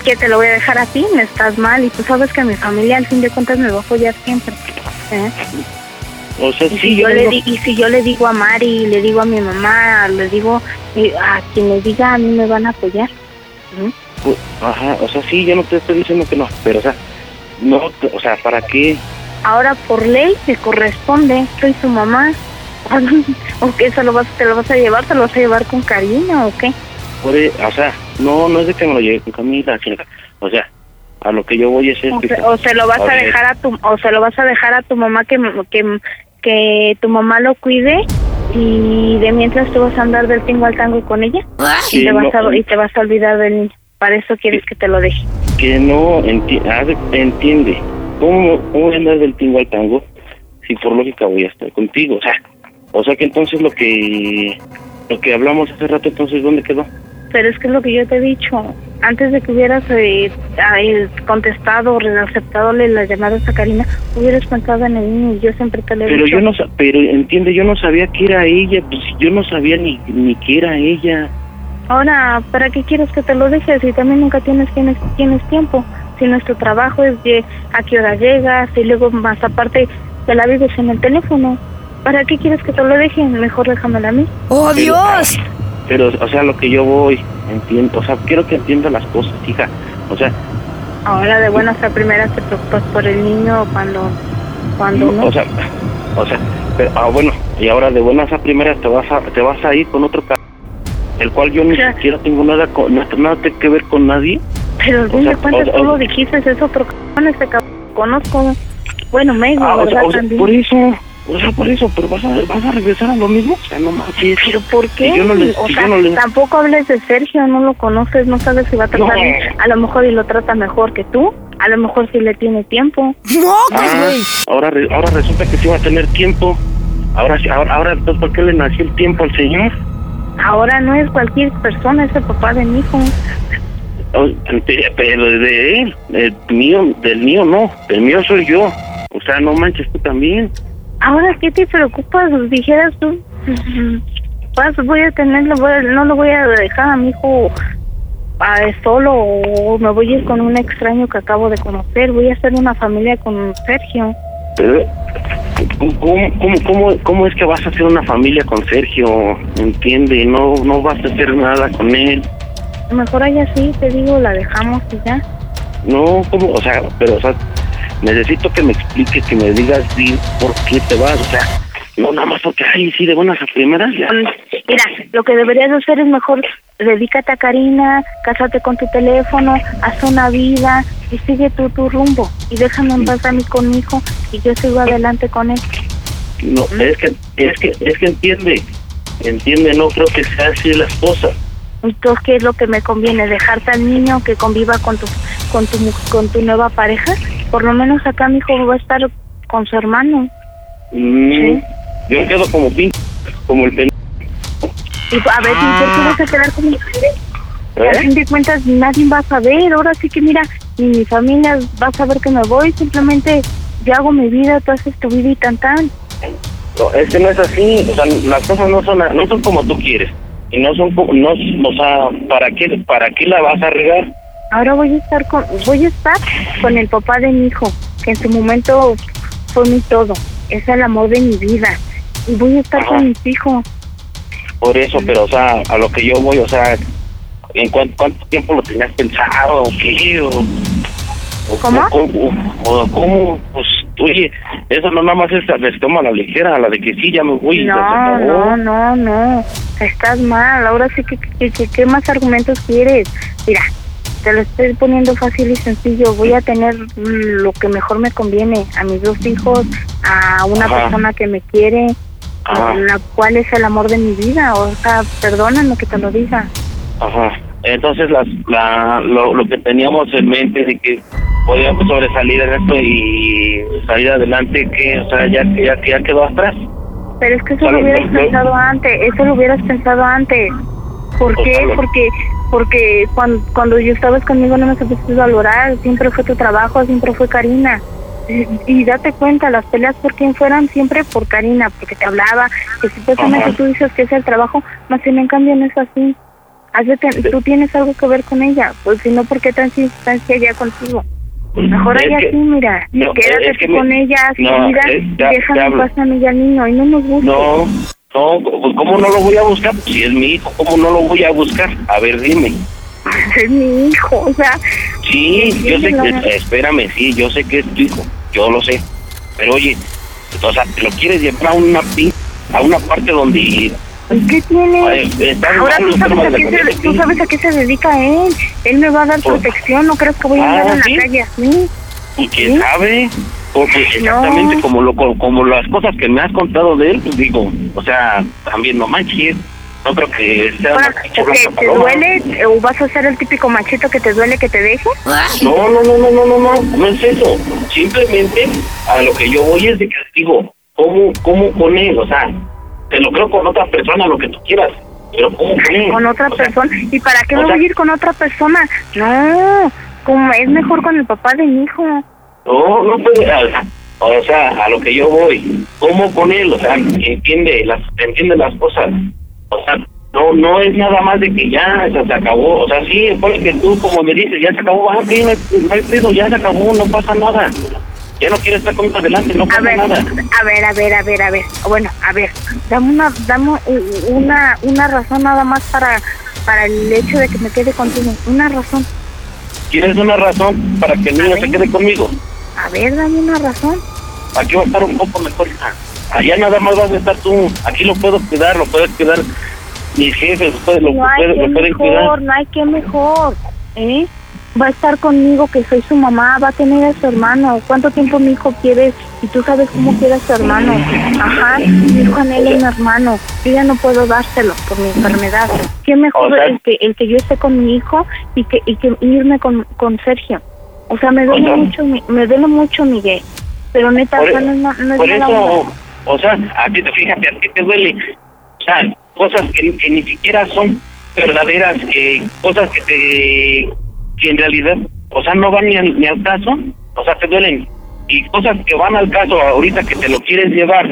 [SPEAKER 25] Que te lo voy a dejar a ti, me estás mal, y tú sabes que mi familia al fin de cuentas me va a apoyar siempre. ¿eh?
[SPEAKER 15] O sea,
[SPEAKER 25] Y
[SPEAKER 15] Pues sí,
[SPEAKER 25] si yo le
[SPEAKER 15] vengo-
[SPEAKER 25] di- y si yo le digo a Mari, le digo a mi mamá, le digo eh, a quien le diga, a mí me van a apoyar. ¿Mm?
[SPEAKER 15] Pues, Ajá, o sea, sí, yo no te estoy diciendo que no, pero, o sea, no, te- o sea, ¿para qué?
[SPEAKER 25] Ahora por ley te corresponde, soy su mamá. ¿O qué? ¿Se lo vas, ¿Te lo vas a llevar? ¿Te lo vas a llevar con cariño o qué?
[SPEAKER 15] Por e- o sea, no, no es de que me lo lleve con Camila, sino- o sea, a lo que yo voy es
[SPEAKER 25] O
[SPEAKER 15] esto.
[SPEAKER 25] se, o se lo vas a
[SPEAKER 15] ver,
[SPEAKER 25] dejar a tu, o se lo vas a dejar a tu mamá que, que, que tu mamá lo cuide y de mientras tú vas a andar del tingo al tango con ella y,
[SPEAKER 15] Sí,
[SPEAKER 25] te vas
[SPEAKER 15] no.
[SPEAKER 25] a, y te vas a olvidar del niño. Para eso quieres que te lo deje.
[SPEAKER 15] que no enti- hace- entiende. ¿Cómo, ¿Cómo voy a andar del tingo al tango si por lógica voy a estar contigo? O sea, o sea que entonces lo que lo que hablamos hace rato, entonces, ¿dónde quedó?
[SPEAKER 25] Pero es que es lo que yo te he dicho. Antes de que hubieras eh, ay, contestado o aceptado las llamadas a Karina, hubieras pensado en el niño. Yo siempre te lo he
[SPEAKER 15] Pero
[SPEAKER 25] dicho.
[SPEAKER 15] yo no sa- pero entiende, yo no sabía que era ella, pues yo no sabía ni, ni que era ella.
[SPEAKER 25] Ahora, ¿para qué quieres que te lo dejes? Y también nunca tienes, tienes, tienes tiempo. Si nuestro trabajo es de a qué hora llegas y luego más aparte te la vives en el teléfono. ¿Para qué quieres que te lo dejen? Mejor déjamelo a mí.
[SPEAKER 23] ¡Oh,
[SPEAKER 15] Pero- Dios! Pero, o sea, lo que yo voy, entiendo, o sea, quiero que entienda las cosas, hija. O sea,
[SPEAKER 25] Ahora de buenas a primeras te preocupas por el niño cuando... cuando no.
[SPEAKER 15] o sea, o sea, pero, ah, bueno, y ahora de buenas a primeras te vas a, te vas a ir con otro ca- el cual yo ni
[SPEAKER 25] Ya.
[SPEAKER 15] siquiera tengo nada con, nada, nada que ver con nadie.
[SPEAKER 25] Pero al fin
[SPEAKER 15] sea,
[SPEAKER 25] de cuentas
[SPEAKER 15] o-
[SPEAKER 25] tú
[SPEAKER 15] o-
[SPEAKER 25] lo dijiste, es otro cabrón, este cabrón conozco. Bueno, me digo,
[SPEAKER 15] Ah, o sea,
[SPEAKER 25] ¿verdad?
[SPEAKER 15] o sea,
[SPEAKER 25] también.
[SPEAKER 15] por eso, o sea, por eso, pero vas a, vas a regresar a lo mismo, o sea, no manches.
[SPEAKER 25] ¿Pero por qué?
[SPEAKER 15] Si yo no le,
[SPEAKER 25] o
[SPEAKER 15] si
[SPEAKER 25] sea,
[SPEAKER 15] yo no le-
[SPEAKER 25] tampoco hables de Sergio, no lo conoces, no sabes si va a tratar
[SPEAKER 15] No.
[SPEAKER 25] bien. A lo mejor y lo trata mejor que tú, a lo mejor si le tiene tiempo. ¡No,
[SPEAKER 15] Ah, ahora, re- ahora resulta que sí va a tener tiempo. Ahora, sí- ahora, ahora, entonces, ¿por qué le nació el tiempo al señor?
[SPEAKER 25] Ahora no es cualquier persona, es el papá de mi hijo.
[SPEAKER 15] Oh, pe- Pero de él, el mío, del mío no, del mío soy yo. O sea, no manches tú también.
[SPEAKER 25] Ahora, ¿qué te preocupas? Dijeras tú, vas, voy a tenerlo, voy a- no lo voy a dejar a mi hijo ah, solo o me voy a ir con un extraño que acabo de conocer, voy a hacer una familia con Sergio.
[SPEAKER 15] Pero, ¿cómo, cómo, cómo, cómo es que vas a hacer una familia con Sergio? ¿Entiende? No, no vas a hacer nada con él.
[SPEAKER 25] Mejor ahí así, te digo, la dejamos y ya.
[SPEAKER 15] No, ¿cómo? O sea, pero, o sea, necesito que me expliques, que me digas bien por qué te vas. O sea, no nada más porque, ay, sí, de buenas a primeras ya.
[SPEAKER 25] Mira, lo que deberías hacer es mejor dedícate a Karina, cásate con tu teléfono, haz una vida y sigue tú tu rumbo. Y déjame en paz a mí con mi hijo y yo sigo adelante con él.
[SPEAKER 15] No, es que, es que, es que entiende. Entiende, no creo que sea así las cosas.
[SPEAKER 25] Entonces, ¿qué es lo que me conviene? ¿Dejarte al niño que conviva con tu, con tu, mu- con tu nueva pareja? Por lo menos acá mi hijo va a estar con su hermano.
[SPEAKER 15] Mm, Yo quedo como pin, como el pen.
[SPEAKER 25] Y a ver, ¿y por qué vas a quedar como Y al
[SPEAKER 15] Ah. ¿Eh?
[SPEAKER 25] fin de cuentas nadie va a saber, ahora sí que mira, ni mi familia va a saber que me voy, simplemente yo hago mi vida, tú haces tu vida y tan tan.
[SPEAKER 15] No, es que no es así, o sea, las cosas no son, no son como tú quieres. Y no son como, no, o sea, ¿para qué, para qué la vas a regar?
[SPEAKER 25] Ahora voy a estar con, voy a estar con el papá de mi hijo, que en su momento fue mi todo, es el amor de mi vida, y voy a estar
[SPEAKER 15] Ajá.
[SPEAKER 25] con mis hijos.
[SPEAKER 15] Por eso, pero, o sea, a lo que yo voy, o sea, ¿en cuán- cuánto tiempo lo tenías pensado? ¿O qué? O, o-
[SPEAKER 25] ¿Cómo?
[SPEAKER 15] O, o- o cómo, pues, oye, eso no nada más es, les toma la ligera, a la de que sí, ya me voy. y ya se
[SPEAKER 25] No,
[SPEAKER 15] acabó.
[SPEAKER 25] no, no, no. Estás mal. Ahora sí que, que- que- ¿qué más argumentos quieres? Mira, te lo estoy poniendo fácil y sencillo. Voy a tener mm, lo que mejor me conviene. A mis dos hijos, a una
[SPEAKER 15] Ajá.
[SPEAKER 25] persona que me quiere,
[SPEAKER 15] Ajá.
[SPEAKER 25] la cual es el amor de mi vida. O sea, perdóname que te lo diga.
[SPEAKER 15] Ajá. Entonces, las, la, lo, lo que teníamos en mente de que podíamos sobresalir en esto y salir adelante, que, o sea, ya, ya, ya quedó atrás.
[SPEAKER 25] Pero es que eso
[SPEAKER 15] Claro,
[SPEAKER 25] lo hubieras
[SPEAKER 15] no, no.
[SPEAKER 25] pensado antes, eso lo hubieras pensado antes. ¿Por
[SPEAKER 15] Pues,
[SPEAKER 25] qué?
[SPEAKER 15] claro.
[SPEAKER 25] Porque porque cuando, cuando yo estabas conmigo no me supiste valorar, siempre fue tu trabajo, siempre fue Karina. Y, y date cuenta, las peleas por quien fueran siempre por Karina, porque te hablaba, que supuestamente
[SPEAKER 15] Ajá.
[SPEAKER 25] tú dices que es el trabajo, más sin en cambio no es así. Has de ten- tú tienes algo que ver con ella, pues si no, ¿por qué tan distancia ya contigo? Pues Mejor
[SPEAKER 15] Es
[SPEAKER 25] ahí
[SPEAKER 15] que-
[SPEAKER 25] así, mira,
[SPEAKER 15] no,
[SPEAKER 25] quédate
[SPEAKER 15] es que
[SPEAKER 25] tú
[SPEAKER 15] me-
[SPEAKER 25] con ella, haz tu
[SPEAKER 15] no,
[SPEAKER 25] vida,
[SPEAKER 15] es-
[SPEAKER 25] y
[SPEAKER 15] ya-
[SPEAKER 25] déjame
[SPEAKER 15] ya
[SPEAKER 25] en
[SPEAKER 15] hablo.
[SPEAKER 25] paz a mí y al niño, y no nos gusta.
[SPEAKER 15] No, no, pues, ¿cómo no lo voy a buscar? Pues, Si es mi hijo, ¿cómo no lo voy a buscar? A ver, dime.
[SPEAKER 25] es mi hijo, o sea,
[SPEAKER 15] Sí,
[SPEAKER 25] Sí,
[SPEAKER 15] yo sé
[SPEAKER 25] entiéndelo.
[SPEAKER 15] que, espérame, sí, yo sé que es tu hijo, yo lo sé. Pero oye, o sea, lo quieres llevar a una pin, a una parte donde...
[SPEAKER 25] ¿y ¿qué tiene?
[SPEAKER 15] Ay, estás
[SPEAKER 25] Ahora
[SPEAKER 15] mal,
[SPEAKER 25] tú sabes,
[SPEAKER 15] estás
[SPEAKER 25] a qué
[SPEAKER 15] mal,
[SPEAKER 25] se, tú sabes a qué se dedica él. Él me va a dar
[SPEAKER 15] Por-
[SPEAKER 25] protección, no crees que voy a
[SPEAKER 15] Ah,
[SPEAKER 25] andar en
[SPEAKER 15] ¿sí?
[SPEAKER 25] la calle así.
[SPEAKER 15] ¿Y quién sabe? Porque exactamente como lo como las cosas que me has contado de él, pues digo, o sea, también no manches, no creo que sea
[SPEAKER 25] Bueno,
[SPEAKER 15] más
[SPEAKER 25] ¿te,
[SPEAKER 15] chichurro que
[SPEAKER 25] te
[SPEAKER 15] paloma.
[SPEAKER 25] duele eh, o vas a ser el típico machito que te duele que te deje?
[SPEAKER 15] No, no, no, no, no, no, no, no es eso. Simplemente a lo que yo voy es de que digo, ¿cómo, cómo con él? O sea, te lo creo con otra persona, lo que tú quieras, pero ¿cómo con él?
[SPEAKER 25] Con otra persona. ¿Y para qué
[SPEAKER 15] o
[SPEAKER 25] me
[SPEAKER 15] sea-
[SPEAKER 25] voy a ir con otra persona? No, como es mejor con el papá de mi hijo.
[SPEAKER 15] No, no puede. a- O sea, a lo que yo voy, ¿cómo con él? O sea, entiende las, entiende las cosas. O sea, no, no es nada más de que ya o sea, se acabó. O sea, sí, pone que tú, como me dices, ya se acabó, ah, ok, no hay, no hay pedo, ya se acabó, no pasa nada. Ya no quiero estar conmigo adelante, no
[SPEAKER 25] A
[SPEAKER 15] pasa
[SPEAKER 25] ver,
[SPEAKER 15] nada.
[SPEAKER 25] a ver, a ver, a ver, a ver. Bueno, a ver, dame una, dame u- una, una razón nada más para, para el hecho de que me quede contigo. Una razón.
[SPEAKER 15] ¿Quieres una razón para que el niño se quede conmigo?
[SPEAKER 25] A ver, dame una razón.
[SPEAKER 15] Aquí va a estar un poco mejor. hija. Allá nada más vas a estar tú. Aquí lo puedo cuidar, lo puedes cuidar mis jefes, lo pueden, lo
[SPEAKER 25] no hay
[SPEAKER 15] pueden-
[SPEAKER 25] que
[SPEAKER 15] lo pueden cuidar.
[SPEAKER 25] mejor, no hay que mejor. ¿eh? Va a estar conmigo, que soy su mamá, va a tener a su hermano. ¿Cuánto tiempo mi hijo quieres? Y tú sabes cómo quiere a su hermano. Ajá, mi hijo anhela un hermano. Yo ya no puedo dárselo por mi enfermedad. ¿Qué mejor
[SPEAKER 7] O sea-
[SPEAKER 25] el, que, el que yo esté con mi hijo y que, y que irme con, con Sergio? O sea, me duele
[SPEAKER 15] sea-
[SPEAKER 25] mucho, mi- me duele mucho Miguel. Pero neta,
[SPEAKER 15] Por,
[SPEAKER 25] o sea, no es, ma- no es
[SPEAKER 15] por
[SPEAKER 25] mala onda.
[SPEAKER 15] eso, o sea, a ti te fíjate, a ti te duele. O sea, cosas que, que ni siquiera son verdaderas, que cosas que te que en realidad, o sea, no van ni al, ni al caso, o sea, te duelen. Y cosas que van al caso ahorita que te lo quieres llevar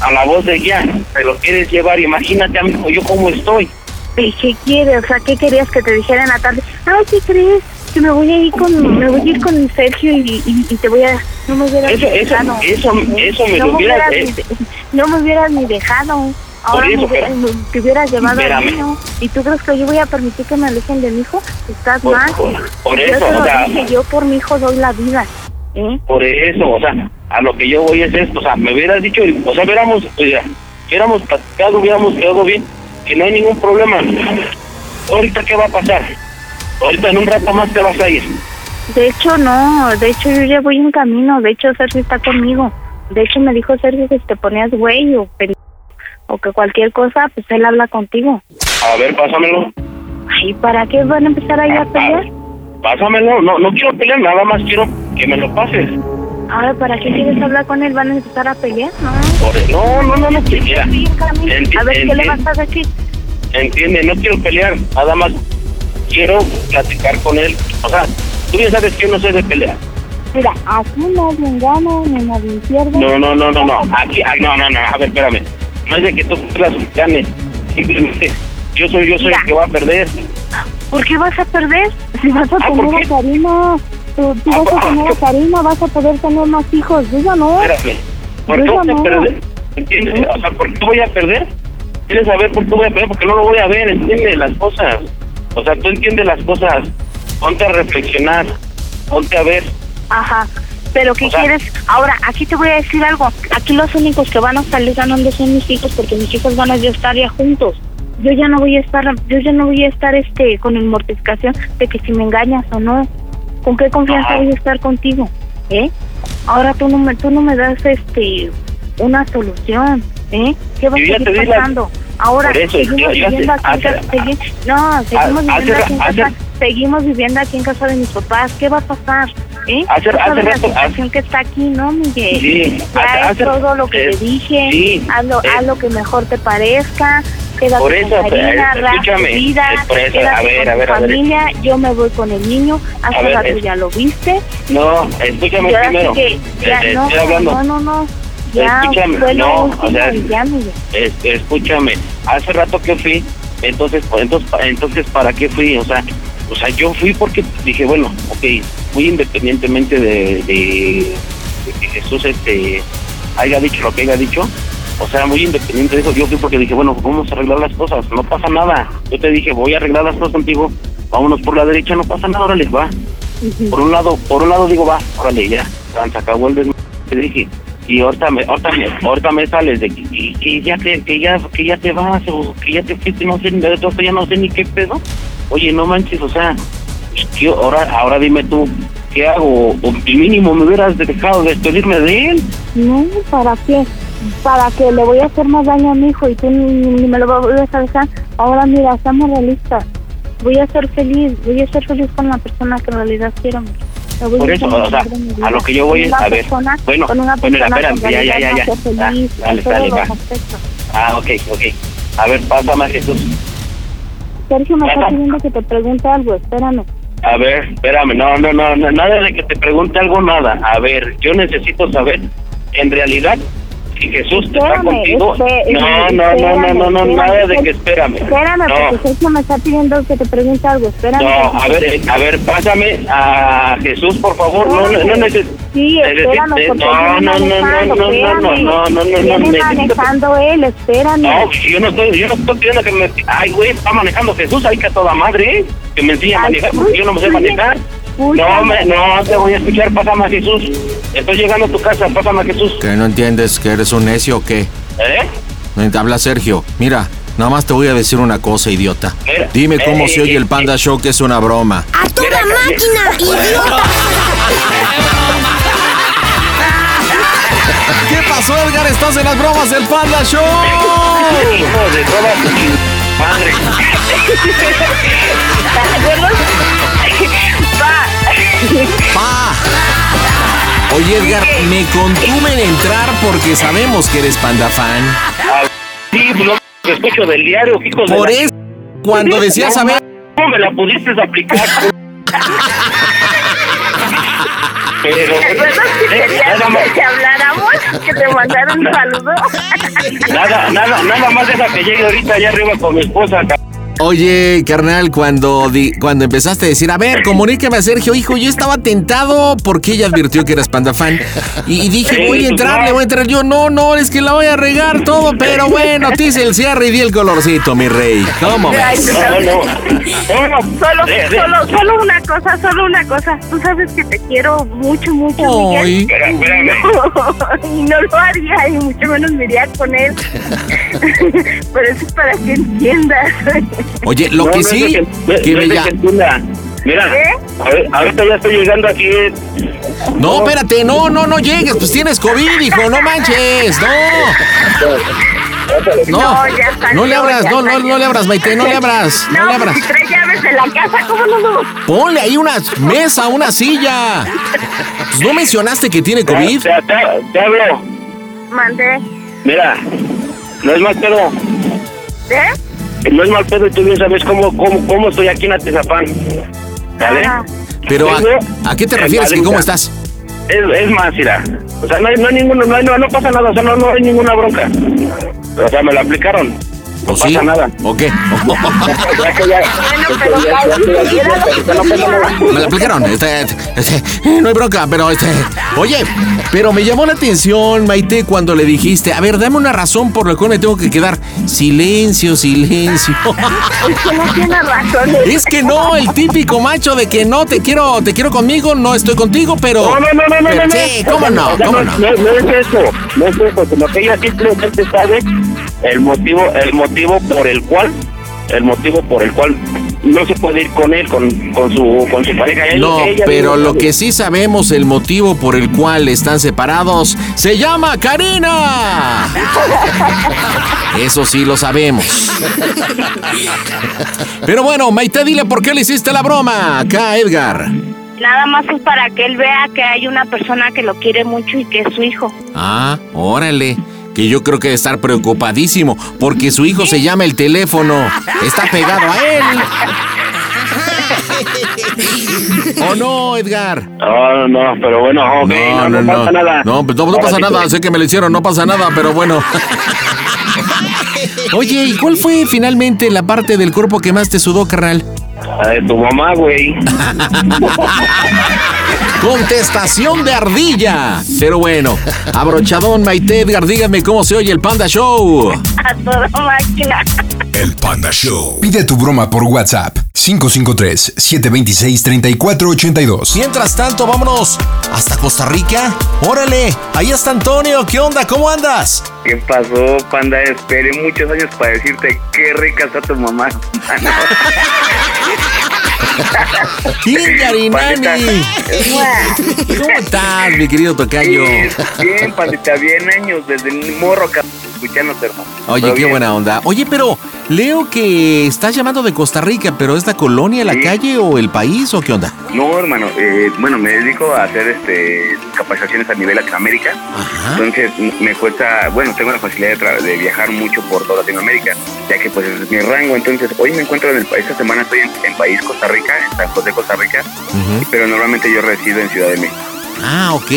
[SPEAKER 15] a la voz de ya, te lo quieres llevar, imagínate, amigo, yo cómo estoy.
[SPEAKER 25] ¿Y ¿Qué quiere? O sea, ¿qué querías que te dijera en la tarde? Ay, ¿qué crees? Que me voy a ir con, me voy a ir con Sergio y, y- y te voy a, no me hubieras
[SPEAKER 15] Eso, eso,
[SPEAKER 25] dejado.
[SPEAKER 15] eso, eso me
[SPEAKER 25] no,
[SPEAKER 15] lo
[SPEAKER 25] me
[SPEAKER 15] hubieras...
[SPEAKER 25] hubieras ni,
[SPEAKER 15] eh,
[SPEAKER 25] de- no me hubieras ni dejado. Ahora
[SPEAKER 15] eso,
[SPEAKER 25] me hubieras-
[SPEAKER 15] pero-
[SPEAKER 25] me- te hubieras llevado al
[SPEAKER 15] espérame.
[SPEAKER 25] niño. ¿Y tú crees que yo voy a permitir que me alejen de mi hijo? Estás
[SPEAKER 15] Por-
[SPEAKER 25] mal.
[SPEAKER 15] por- por
[SPEAKER 25] yo
[SPEAKER 15] eso,
[SPEAKER 25] te
[SPEAKER 15] o
[SPEAKER 25] lo
[SPEAKER 15] sea-
[SPEAKER 25] dije, yo por mi hijo doy la vida. ¿eh?
[SPEAKER 15] por eso, o sea, a lo que yo voy es esto, o sea, me hubieras dicho, o sea, hubiéramos, oiga, hubiéramos platicado, hubiéramos quedado bien, que no hay ningún problema. Ahorita, ¿qué va a pasar? Ahorita, en un rato más te vas a ir.
[SPEAKER 25] De hecho, no, de hecho yo ya voy en camino, de hecho Sergio está conmigo. De hecho me dijo Sergio que si te ponías güey o pen- o que cualquier cosa, pues él habla contigo.
[SPEAKER 15] A ver, pásamelo.
[SPEAKER 25] Ay, ¿para qué van a empezar ahí a pelear?
[SPEAKER 15] Pásamelo, no, no quiero pelear, nada más quiero que me lo pases.
[SPEAKER 25] Ahora, ¿para qué quieres hablar con él? ¿Van a empezar a pelear? No.
[SPEAKER 15] Por- no, no, no, no, que- mira,
[SPEAKER 25] Voy en camino.
[SPEAKER 15] enti-
[SPEAKER 25] A ver, ¿qué le
[SPEAKER 15] enti-
[SPEAKER 25] vas a decir?
[SPEAKER 15] entiende, no quiero pelear, nada más quiero platicar con él. O sea, tú ya sabes que yo no sé de pelear.
[SPEAKER 25] Mira, así no es bien gano, ni nadie pierde.
[SPEAKER 15] No, no, no, no, no. Aquí, ay, no, no, no. A ver, espérame. No es de que tú las ganes. Simplemente, yo soy, yo soy el que va a perder. Ah,
[SPEAKER 25] ¿Por qué vas a perder? Si vas a tener a Karina, tú, tú vas a tener a Karina, vas a poder tener más hijos. Yo ya no.
[SPEAKER 15] Espérame. ¿Por qué
[SPEAKER 25] Yo
[SPEAKER 15] voy
[SPEAKER 25] no.
[SPEAKER 15] a perder? ¿Entiendes? O sea, ¿por qué voy a perder? ¿Quieres saber por qué voy a perder? Porque no lo voy a ver. Entiende las cosas. O sea, tú entiendes las cosas. Ponte a reflexionar. Ponte a ver.
[SPEAKER 25] Ajá. Pero ¿qué quieres? Ahora, aquí te voy a decir algo. Aquí los únicos que van a salir ganando son mis hijos porque mis hijos van a ya estar ya juntos. Yo ya no voy a estar, yo ya no voy a estar este con la mortificación de que si me engañas o no. ¿Con qué confianza voy a estar contigo? ¿Eh? Ahora tú no me tú no me das este una solución, ¿eh? ¿Qué va a
[SPEAKER 15] Yo ya te
[SPEAKER 25] seguir
[SPEAKER 15] di la-
[SPEAKER 25] pasando? Ahora
[SPEAKER 15] Por eso,
[SPEAKER 25] seguimos
[SPEAKER 15] yo- yo
[SPEAKER 25] viviendo
[SPEAKER 15] hace-
[SPEAKER 25] aquí en
[SPEAKER 15] hace-
[SPEAKER 25] casa- segui- no, seguimos
[SPEAKER 15] hace
[SPEAKER 25] viviendo
[SPEAKER 15] ra-
[SPEAKER 25] aquí en
[SPEAKER 15] hace-
[SPEAKER 25] casa- seguimos viviendo aquí en casa de mis papás. ¿Qué va a pasar? ¿Eh?
[SPEAKER 15] Hace-
[SPEAKER 25] Tú
[SPEAKER 15] hace
[SPEAKER 25] sabes
[SPEAKER 15] rato-
[SPEAKER 25] la situación que está aquí, ¿no,
[SPEAKER 3] Eh,
[SPEAKER 25] Miguel?
[SPEAKER 15] Sí,
[SPEAKER 25] Ya
[SPEAKER 15] hace-
[SPEAKER 25] es
[SPEAKER 15] hace-
[SPEAKER 25] todo lo que
[SPEAKER 15] eh,
[SPEAKER 25] te dije.
[SPEAKER 15] sí,
[SPEAKER 25] haz, lo,
[SPEAKER 15] eh.
[SPEAKER 25] haz lo que mejor te parezca. Quédate
[SPEAKER 15] Por eso,
[SPEAKER 25] con Karina,
[SPEAKER 15] eh,
[SPEAKER 25] haz tu
[SPEAKER 15] escúchame,
[SPEAKER 25] vida,
[SPEAKER 15] eh, por eso,
[SPEAKER 25] quédate
[SPEAKER 15] a ver,
[SPEAKER 25] con
[SPEAKER 15] a ver,
[SPEAKER 25] tu
[SPEAKER 15] a ver.
[SPEAKER 25] familia. Yo me voy con el niño. Hace
[SPEAKER 15] A ver,
[SPEAKER 25] rato
[SPEAKER 15] es-
[SPEAKER 25] ya lo viste.
[SPEAKER 15] No, escúchame
[SPEAKER 25] Yo ahora sí
[SPEAKER 15] primero.
[SPEAKER 25] que ya,
[SPEAKER 15] Eh, eh,
[SPEAKER 25] no,
[SPEAKER 15] estoy hablando.
[SPEAKER 25] no, no, no. Ya,
[SPEAKER 15] Escúchame,
[SPEAKER 25] fue lo
[SPEAKER 15] no, o
[SPEAKER 25] último
[SPEAKER 15] sea,
[SPEAKER 25] y ya, Miguel.
[SPEAKER 15] Es- escúchame, hace rato que fui, entonces, pues, entonces, entonces, ¿para qué fui? O sea, o sea, yo fui porque dije, bueno, ok, fui independientemente de, de- de que Jesús este, haya dicho lo que haya dicho. O sea, muy independiente de eso, yo fui porque dije, bueno, vamos a arreglar las cosas, no pasa nada. Yo te dije, voy a arreglar las cosas contigo, vámonos por la derecha, no pasa nada, órale, va. Por un lado, por un lado digo, va, órale, ya, tan, se acabó el desmadre, te dije. Y ahorita me, ahorita me, ahorita me sales de que, y que ya te, que ya, que ya te vas, o que ya te fuiste, no sé, de todo, ya no sé ni qué pedo. Oye, no manches, o sea, yo- ahora, ahora dime tú, qué hago? O mínimo me hubieras dejado despedirme de él.
[SPEAKER 25] No, ¿para qué? ¿Para que le voy a hacer más daño a mi hijo y tú ni, ni me lo vas a dejar? Ahora mira, estamos realistas. Voy a ser feliz, voy a ser feliz con la persona que en realidad quiero. mi- lo voy a
[SPEAKER 15] Por eso,
[SPEAKER 25] hacer
[SPEAKER 15] o sea,
[SPEAKER 25] feliz en mi
[SPEAKER 15] a lo
[SPEAKER 25] vida.
[SPEAKER 15] que yo voy es,
[SPEAKER 25] Con una
[SPEAKER 15] a ver,
[SPEAKER 25] persona-
[SPEAKER 15] bueno,
[SPEAKER 25] con una
[SPEAKER 15] bueno,
[SPEAKER 25] persona
[SPEAKER 15] espérame,
[SPEAKER 25] que en
[SPEAKER 15] ya, ya, ya,
[SPEAKER 25] realidad
[SPEAKER 15] ya.
[SPEAKER 25] me hace
[SPEAKER 15] Ah,
[SPEAKER 25] feliz en
[SPEAKER 15] dale,
[SPEAKER 25] todos
[SPEAKER 15] dale,
[SPEAKER 25] los
[SPEAKER 15] va.
[SPEAKER 25] aspectos.
[SPEAKER 15] Ah, ok, ok. A ver, pasa más Jesús.
[SPEAKER 25] Sergio me está pidiendo que te pregunte algo, espérame.
[SPEAKER 15] A ver, espérame, no, no, no, no, nada de que te pregunte algo, nada. A ver, yo necesito saber, en realidad, si Jesús te está
[SPEAKER 25] Espérame,
[SPEAKER 15] contigo.
[SPEAKER 25] espe-
[SPEAKER 15] No, no, no, no,
[SPEAKER 25] espérame,
[SPEAKER 15] no, no,
[SPEAKER 25] espérame,
[SPEAKER 15] nada de
[SPEAKER 25] Sergio.
[SPEAKER 15] que espérame.
[SPEAKER 25] Espérame,
[SPEAKER 15] No,
[SPEAKER 25] porque Sergio me está pidiendo que te pregunte algo, espérame.
[SPEAKER 15] no, a ver, eh, a ver, pásame a Jesús, por favor. No, no, no neces-
[SPEAKER 25] Sí, espérame,
[SPEAKER 15] necesito-
[SPEAKER 25] porque
[SPEAKER 15] No, no,
[SPEAKER 25] viene
[SPEAKER 15] no, no, no,
[SPEAKER 25] manejando,
[SPEAKER 15] no, no,
[SPEAKER 25] espérame.
[SPEAKER 15] no, no, no, no,
[SPEAKER 25] Viene
[SPEAKER 15] necesito-
[SPEAKER 25] manejando él, espérame.
[SPEAKER 15] No, yo no estoy, yo no estoy pidiendo que me... Ay, güey, está manejando Jesús, ahí que a toda madre, ¿eh? que me enseñe a manejar, porque yo no me sé manejar. No, me, no te voy a escuchar, pásame a Jesús. Estoy llegando a tu casa, pásame a Jesús.
[SPEAKER 2] ¿Que no entiendes que eres un necio o qué?
[SPEAKER 15] ¿Eh?
[SPEAKER 2] Eh, Habla Sergio. Mira, nada más te voy a decir una cosa, idiota.
[SPEAKER 15] Mira,
[SPEAKER 2] Dime
[SPEAKER 15] eh,
[SPEAKER 2] cómo
[SPEAKER 15] eh,
[SPEAKER 2] se oye
[SPEAKER 15] eh,
[SPEAKER 2] el Panda Show, que es una broma.
[SPEAKER 28] ¡A toda máquina, idiota!
[SPEAKER 7] ¿Qué pasó, Edgar? Estás en las bromas del Panda Show.
[SPEAKER 15] Hijo de toda tu madre.
[SPEAKER 18] ¿Te acuerdas? Pa.
[SPEAKER 7] Oye, Edgar, me contumen entrar porque sabemos que eres panda fan.
[SPEAKER 15] Sí, no te escucho del diario, hijo de
[SPEAKER 7] Por
[SPEAKER 15] la-
[SPEAKER 7] eso, cuando decías a ver.
[SPEAKER 15] ¿Cómo me la pudiste aplicar? Pero...
[SPEAKER 18] ¿Te acuerdas que
[SPEAKER 15] eh,
[SPEAKER 18] querías
[SPEAKER 15] nada, más,
[SPEAKER 18] que te habláramos? Que te mandara un saludo.
[SPEAKER 15] nada, nada, nada más deja que llegue ahorita allá arriba con mi esposa, ca-
[SPEAKER 2] Oye, carnal, cuando, di- cuando empezaste a decir, a ver, comuníqueme a Sergio, hijo, yo estaba tentado porque ella advirtió que eras panda fan. Y, y dije,
[SPEAKER 7] Sí,
[SPEAKER 2] voy a
[SPEAKER 7] pues,
[SPEAKER 2] entrar, le voy a entrar yo. No, no, es que la voy a regar todo, pero bueno, te hice el cierre y di el colorcito, mi rey. ¿Cómo
[SPEAKER 18] Ay,
[SPEAKER 2] ves?
[SPEAKER 18] tú sabes- Solo,
[SPEAKER 15] eh, de- de-
[SPEAKER 18] solo, solo una cosa, solo una cosa. Tú sabes que te quiero mucho, mucho,
[SPEAKER 2] Ay.
[SPEAKER 18] Miguel.
[SPEAKER 15] Espera, espérame.
[SPEAKER 18] No, y no lo haría, y mucho menos me iría con él. Pero eso es para que entiendas.
[SPEAKER 2] Oye, lo
[SPEAKER 15] No,
[SPEAKER 2] que
[SPEAKER 15] no es
[SPEAKER 2] sí,
[SPEAKER 15] de no es
[SPEAKER 2] que
[SPEAKER 15] de
[SPEAKER 2] bella-
[SPEAKER 15] que entienda. Mira, a ver, ahorita ya estoy llegando aquí. eh.
[SPEAKER 2] No, espérate, no, no, no llegues, pues tienes COVID, hijo, no manches, no. No,
[SPEAKER 18] No, ya salió,
[SPEAKER 2] no le abras,
[SPEAKER 18] ya
[SPEAKER 2] no, no, no le abras, Maite, no le abras, no le
[SPEAKER 18] pues,
[SPEAKER 2] abras.
[SPEAKER 18] Si trae llaves de la casa, ¿cómo no?
[SPEAKER 2] Ponle ahí una mesa, una silla. Pues, ¿No mencionaste que tiene COVID?
[SPEAKER 15] Te, te- te hablo.
[SPEAKER 18] Mandé.
[SPEAKER 15] Mira, no es mal pedo.
[SPEAKER 18] ¿Eh?
[SPEAKER 15] No es mal pedo y tú bien sabes cómo, cómo, cómo estoy aquí en Atizapán. ¿Vale?
[SPEAKER 18] Ajá.
[SPEAKER 2] Pero ¿a,
[SPEAKER 15] Tengo-
[SPEAKER 2] a qué te
[SPEAKER 15] Eh,
[SPEAKER 2] refieres? ¿Que
[SPEAKER 15] madruga.
[SPEAKER 2] ¿Cómo estás?
[SPEAKER 15] Es, es más, mira. O sea, no hay, no hay ninguno, no, hay- no, no pasa nada, o sea, no, no hay ninguna bronca. O sea, me la aplicaron. No
[SPEAKER 2] ¿O sí?
[SPEAKER 15] pasa nada.
[SPEAKER 2] ¿O qué?
[SPEAKER 15] Ya que ya-
[SPEAKER 18] pero
[SPEAKER 15] ya- ya- ya- ya- ya- ya- ya- ya- ya- ya-
[SPEAKER 2] Me la aplicaron. Este, este, eh, no hay bronca, pero este. Oye, pero me llamó la atención, Maite, cuando le dijiste, a ver, dame una razón por la cual me tengo que quedar. Silencio, silencio.
[SPEAKER 18] Es que no tiene razón. eh.
[SPEAKER 2] Es que no, el típico macho de que no te quiero, te quiero conmigo, no estoy contigo, pero.
[SPEAKER 15] No, no, no, no, no,
[SPEAKER 2] pero
[SPEAKER 15] no, no.
[SPEAKER 2] Sí, cómo
[SPEAKER 15] O
[SPEAKER 2] no,
[SPEAKER 15] sea,
[SPEAKER 2] cómo no.
[SPEAKER 15] No, no es eso, no es eso, sino que ella simplemente sabe el motivo, el motivo por el cual, el motivo por el cual no se puede ir con él, con, con su, con su pareja. Ella-
[SPEAKER 2] No,
[SPEAKER 15] ella
[SPEAKER 2] pero
[SPEAKER 15] misma
[SPEAKER 2] lo
[SPEAKER 15] sabe.
[SPEAKER 2] que sí sabemos, el motivo por el cual están separados, se llama Karina. Eso sí lo sabemos. Pero bueno, Maite, dile por qué le hiciste la broma acá, a Edgar.
[SPEAKER 25] Nada más es para que él vea que hay una persona que lo quiere mucho y que es su hijo.
[SPEAKER 2] Ah, órale. Que yo creo que debe estar preocupadísimo porque su hijo se llama el teléfono. Está pegado a él. ¿O no, Edgar?
[SPEAKER 15] No, Ah, no, no, pero bueno, ok, no, no, pasa nada.
[SPEAKER 2] No, pues no, no
[SPEAKER 15] Ahora
[SPEAKER 2] pasa
[SPEAKER 15] sí
[SPEAKER 2] nada,
[SPEAKER 15] que-
[SPEAKER 2] sé que me lo hicieron, no pasa nada, pero bueno. Oye, ¿y cuál fue finalmente la parte del cuerpo que más te sudó, carnal?
[SPEAKER 15] La de tu mamá, güey.
[SPEAKER 2] Contestación de ardilla. Pero bueno, abrochadón, Maite Edgar, dígame cómo se oye el Panda Show.
[SPEAKER 18] A toda máquina.
[SPEAKER 9] El Panda Show. Pide tu broma por WhatsApp 553 726 3482.
[SPEAKER 7] Mientras tanto, vámonos hasta Costa Rica. Órale, ahí está Antonio, ¿qué onda? ¿Cómo andas?
[SPEAKER 14] ¿Qué pasó, panda? Esperé muchos años para decirte qué rica está tu mamá.
[SPEAKER 2] ¡Tingarinani! ¿Cómo estás, mi querido tocayo?
[SPEAKER 14] Bien, bien, pandita, bien años desde el morro, cabrón, escuchándote, hermano.
[SPEAKER 2] Oye,
[SPEAKER 14] Pero
[SPEAKER 2] qué
[SPEAKER 14] bien.
[SPEAKER 2] buena onda. Oye, pero leo que estás llamando de Costa Rica, pero ¿es la colonia, la calle o el país o qué onda?
[SPEAKER 14] No, hermano, eh, bueno, me dedico a hacer este capacitaciones a nivel Latinoamérica. Entonces, m- me cuesta, bueno, tengo la facilidad de, tra- de viajar mucho por toda Latinoamérica, ya que pues ese es mi rango. Entonces, hoy me encuentro en el país, esta semana estoy en, en país Costa Rica, en San José, Costa Rica, pero normalmente yo resido en Ciudad de México.
[SPEAKER 2] Ah, ok.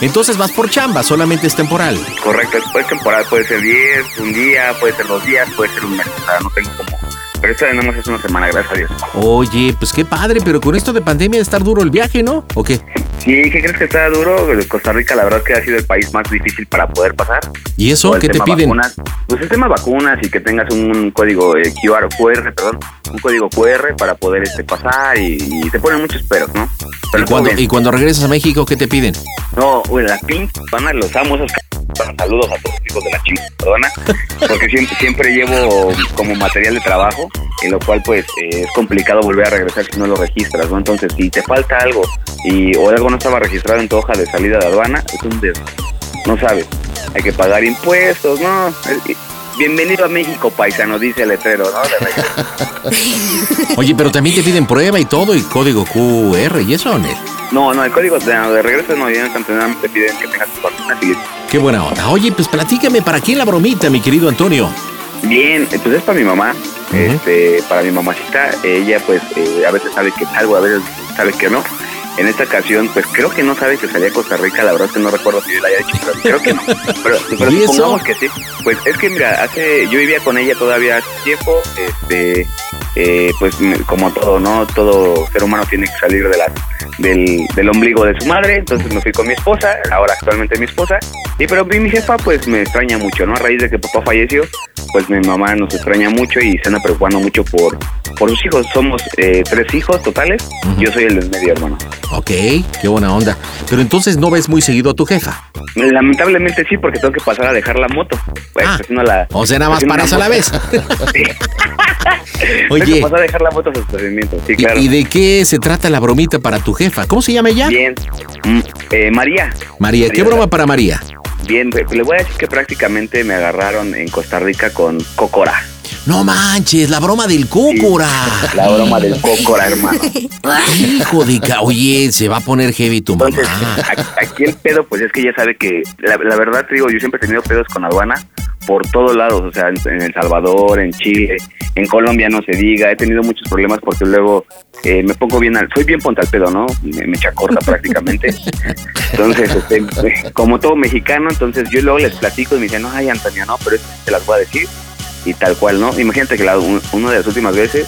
[SPEAKER 2] Entonces vas por chamba, solamente es temporal.
[SPEAKER 14] Correcto, después temporal puede ser 10, un día, puede ser dos días, puede ser un mes, o sea, no tengo como... Pero esta nada más es una semana, gracias a Dios.
[SPEAKER 2] Oye, pues qué padre, pero con esto de pandemia de estar duro el viaje, ¿no? ¿O qué?
[SPEAKER 14] Sí, ¿qué crees que está duro? Pues, Costa Rica, la verdad es que ha sido el país más difícil para poder pasar.
[SPEAKER 2] ¿Y eso?
[SPEAKER 14] Todo el
[SPEAKER 2] ¿Qué te
[SPEAKER 14] tema
[SPEAKER 2] piden?
[SPEAKER 14] vacunas. Pues el tema vacunas y que tengas un código eh, QR, QR, perdón, un código QR para poder este, pasar y, y te ponen muchos peros, ¿no? Pero
[SPEAKER 2] ¿Y cuando,
[SPEAKER 14] todo
[SPEAKER 2] y
[SPEAKER 14] bien.
[SPEAKER 2] cuando regresas a México, ¿qué te piden?
[SPEAKER 14] No, güey, la pinche pana, los amo esos c- panas. Saludos a todos los hijos de la chingadona, porque siempre, siempre llevo como material de trabajo, en lo cual pues eh, es complicado volver a regresar si no lo registras, ¿no? Entonces, si te falta algo y o algo no estaba registrado en tu hoja de salida de aduana, es un des... No sabes, hay que pagar impuestos, ¿no? Eh, Bienvenido a México, paisano, dice el letrero, ¿no? De regreso.
[SPEAKER 2] Oye, pero también te piden prueba y todo, y código QR y eso, Nel.
[SPEAKER 14] No, no, el código de, de regreso no, ya no están teniendo, te piden que tengas tu vacuna y
[SPEAKER 2] Qué buena onda. Oye, pues platícame, ¿para quién la bromita, mi querido Antonio?
[SPEAKER 14] Bien, pues es para mi mamá, este, para mi mamacita. Ella pues eh, a veces sabe que salgo, a veces sabe que no. En esta ocasión, pues creo que no sabe que salí a Costa Rica, la verdad es que no recuerdo si yo la haya dicho, pero creo que no. Pero, pero
[SPEAKER 2] ¿Y eso?
[SPEAKER 14] supongamos que sí. Pues es que mira, hace, yo vivía con ella todavía hace tiempo, este, eh, pues m- como todo, ¿no? Todo ser humano tiene que salir de la, del, del ombligo de su madre, entonces me fui con mi esposa, ahora actualmente mi esposa, y pero mi mi jefa pues me extraña mucho, ¿no? A raíz de que papá falleció, pues mi mamá nos extraña mucho y se anda preocupando mucho por, por sus hijos. Somos eh, tres hijos totales, yo soy el del medio hermano.
[SPEAKER 2] Ok, qué buena onda. Pero entonces no ves muy seguido a tu jefa.
[SPEAKER 14] Lamentablemente sí, porque tengo que pasar a dejar la moto. Pues, haciendo la,
[SPEAKER 2] Ah, O sea, nada más
[SPEAKER 14] haciendo
[SPEAKER 2] paras
[SPEAKER 14] una
[SPEAKER 2] a la
[SPEAKER 14] moto.
[SPEAKER 2] vez.
[SPEAKER 14] Sí.
[SPEAKER 2] Oye.
[SPEAKER 14] Tengo que pasar a dejar la moto a sus procedimientos, sí,
[SPEAKER 2] ¿Y-
[SPEAKER 14] claro.
[SPEAKER 2] ¿Y de qué se trata la bromita para tu jefa? ¿Cómo se llama ella?
[SPEAKER 14] Bien. Mm, eh, María.
[SPEAKER 2] María, ¿qué
[SPEAKER 14] María,
[SPEAKER 2] broma
[SPEAKER 14] la-
[SPEAKER 2] para María?
[SPEAKER 14] Bien, pues, le voy a decir que prácticamente me agarraron en Costa Rica con Cocora.
[SPEAKER 2] No manches, la broma del cócora.
[SPEAKER 14] La broma del Cocora, hermano.
[SPEAKER 2] Hijo de ca... Oye, se va a poner heavy tu mamá.
[SPEAKER 14] A- Aquí el pedo, pues es que ya sabe que, la, la verdad, te digo, yo siempre he tenido pedos con aduana por todos lados, o sea, en, en El Salvador, en Chile, en Colombia, no se diga, he tenido muchos problemas porque luego eh, me pongo bien al, soy bien ponta al pedo, ¿no? Me, me chacorta prácticamente. Entonces, este, como todo mexicano, entonces yo luego les platico y me dicen, no, ay, Antonio, no, pero esto te las voy a decir y tal cual, ¿no? Imagínate que la, un- una de las últimas veces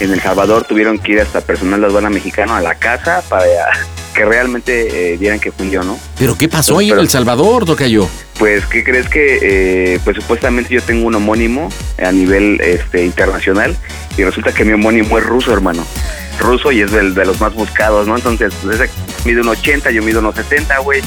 [SPEAKER 14] en El Salvador tuvieron que ir hasta personal de aduana mexicano a la casa para que realmente eh, vieran que fui yo, ¿no?
[SPEAKER 2] ¿Pero qué pasó ahí en
[SPEAKER 14] Pero-
[SPEAKER 2] El Salvador, tocayo?
[SPEAKER 14] Pues, ¿qué crees que? eh, pues supuestamente yo tengo un homónimo a nivel este, internacional y resulta que mi homónimo es ruso, hermano. Ruso y es del- de los más buscados, ¿no? Entonces, pues, ese mide un 80, yo mido unos 70, güey.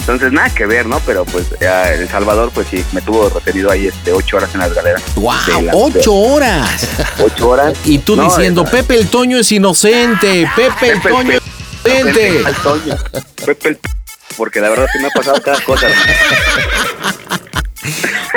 [SPEAKER 14] Entonces, nada que ver, ¿no? Pero pues ya en El Salvador, pues sí, me tuvo retenido ahí este, ocho horas en las galeras. De la-
[SPEAKER 2] ¡Ocho horas!
[SPEAKER 14] ¿Ocho horas?
[SPEAKER 2] Y tú
[SPEAKER 14] No,
[SPEAKER 2] diciendo,
[SPEAKER 14] es-
[SPEAKER 2] Pepe el Toño es inocente, Pepe el Toño es inocente.
[SPEAKER 14] Pepe el Toño. Pepe el Toño. Porque la verdad sí me ha pasado cada cosa.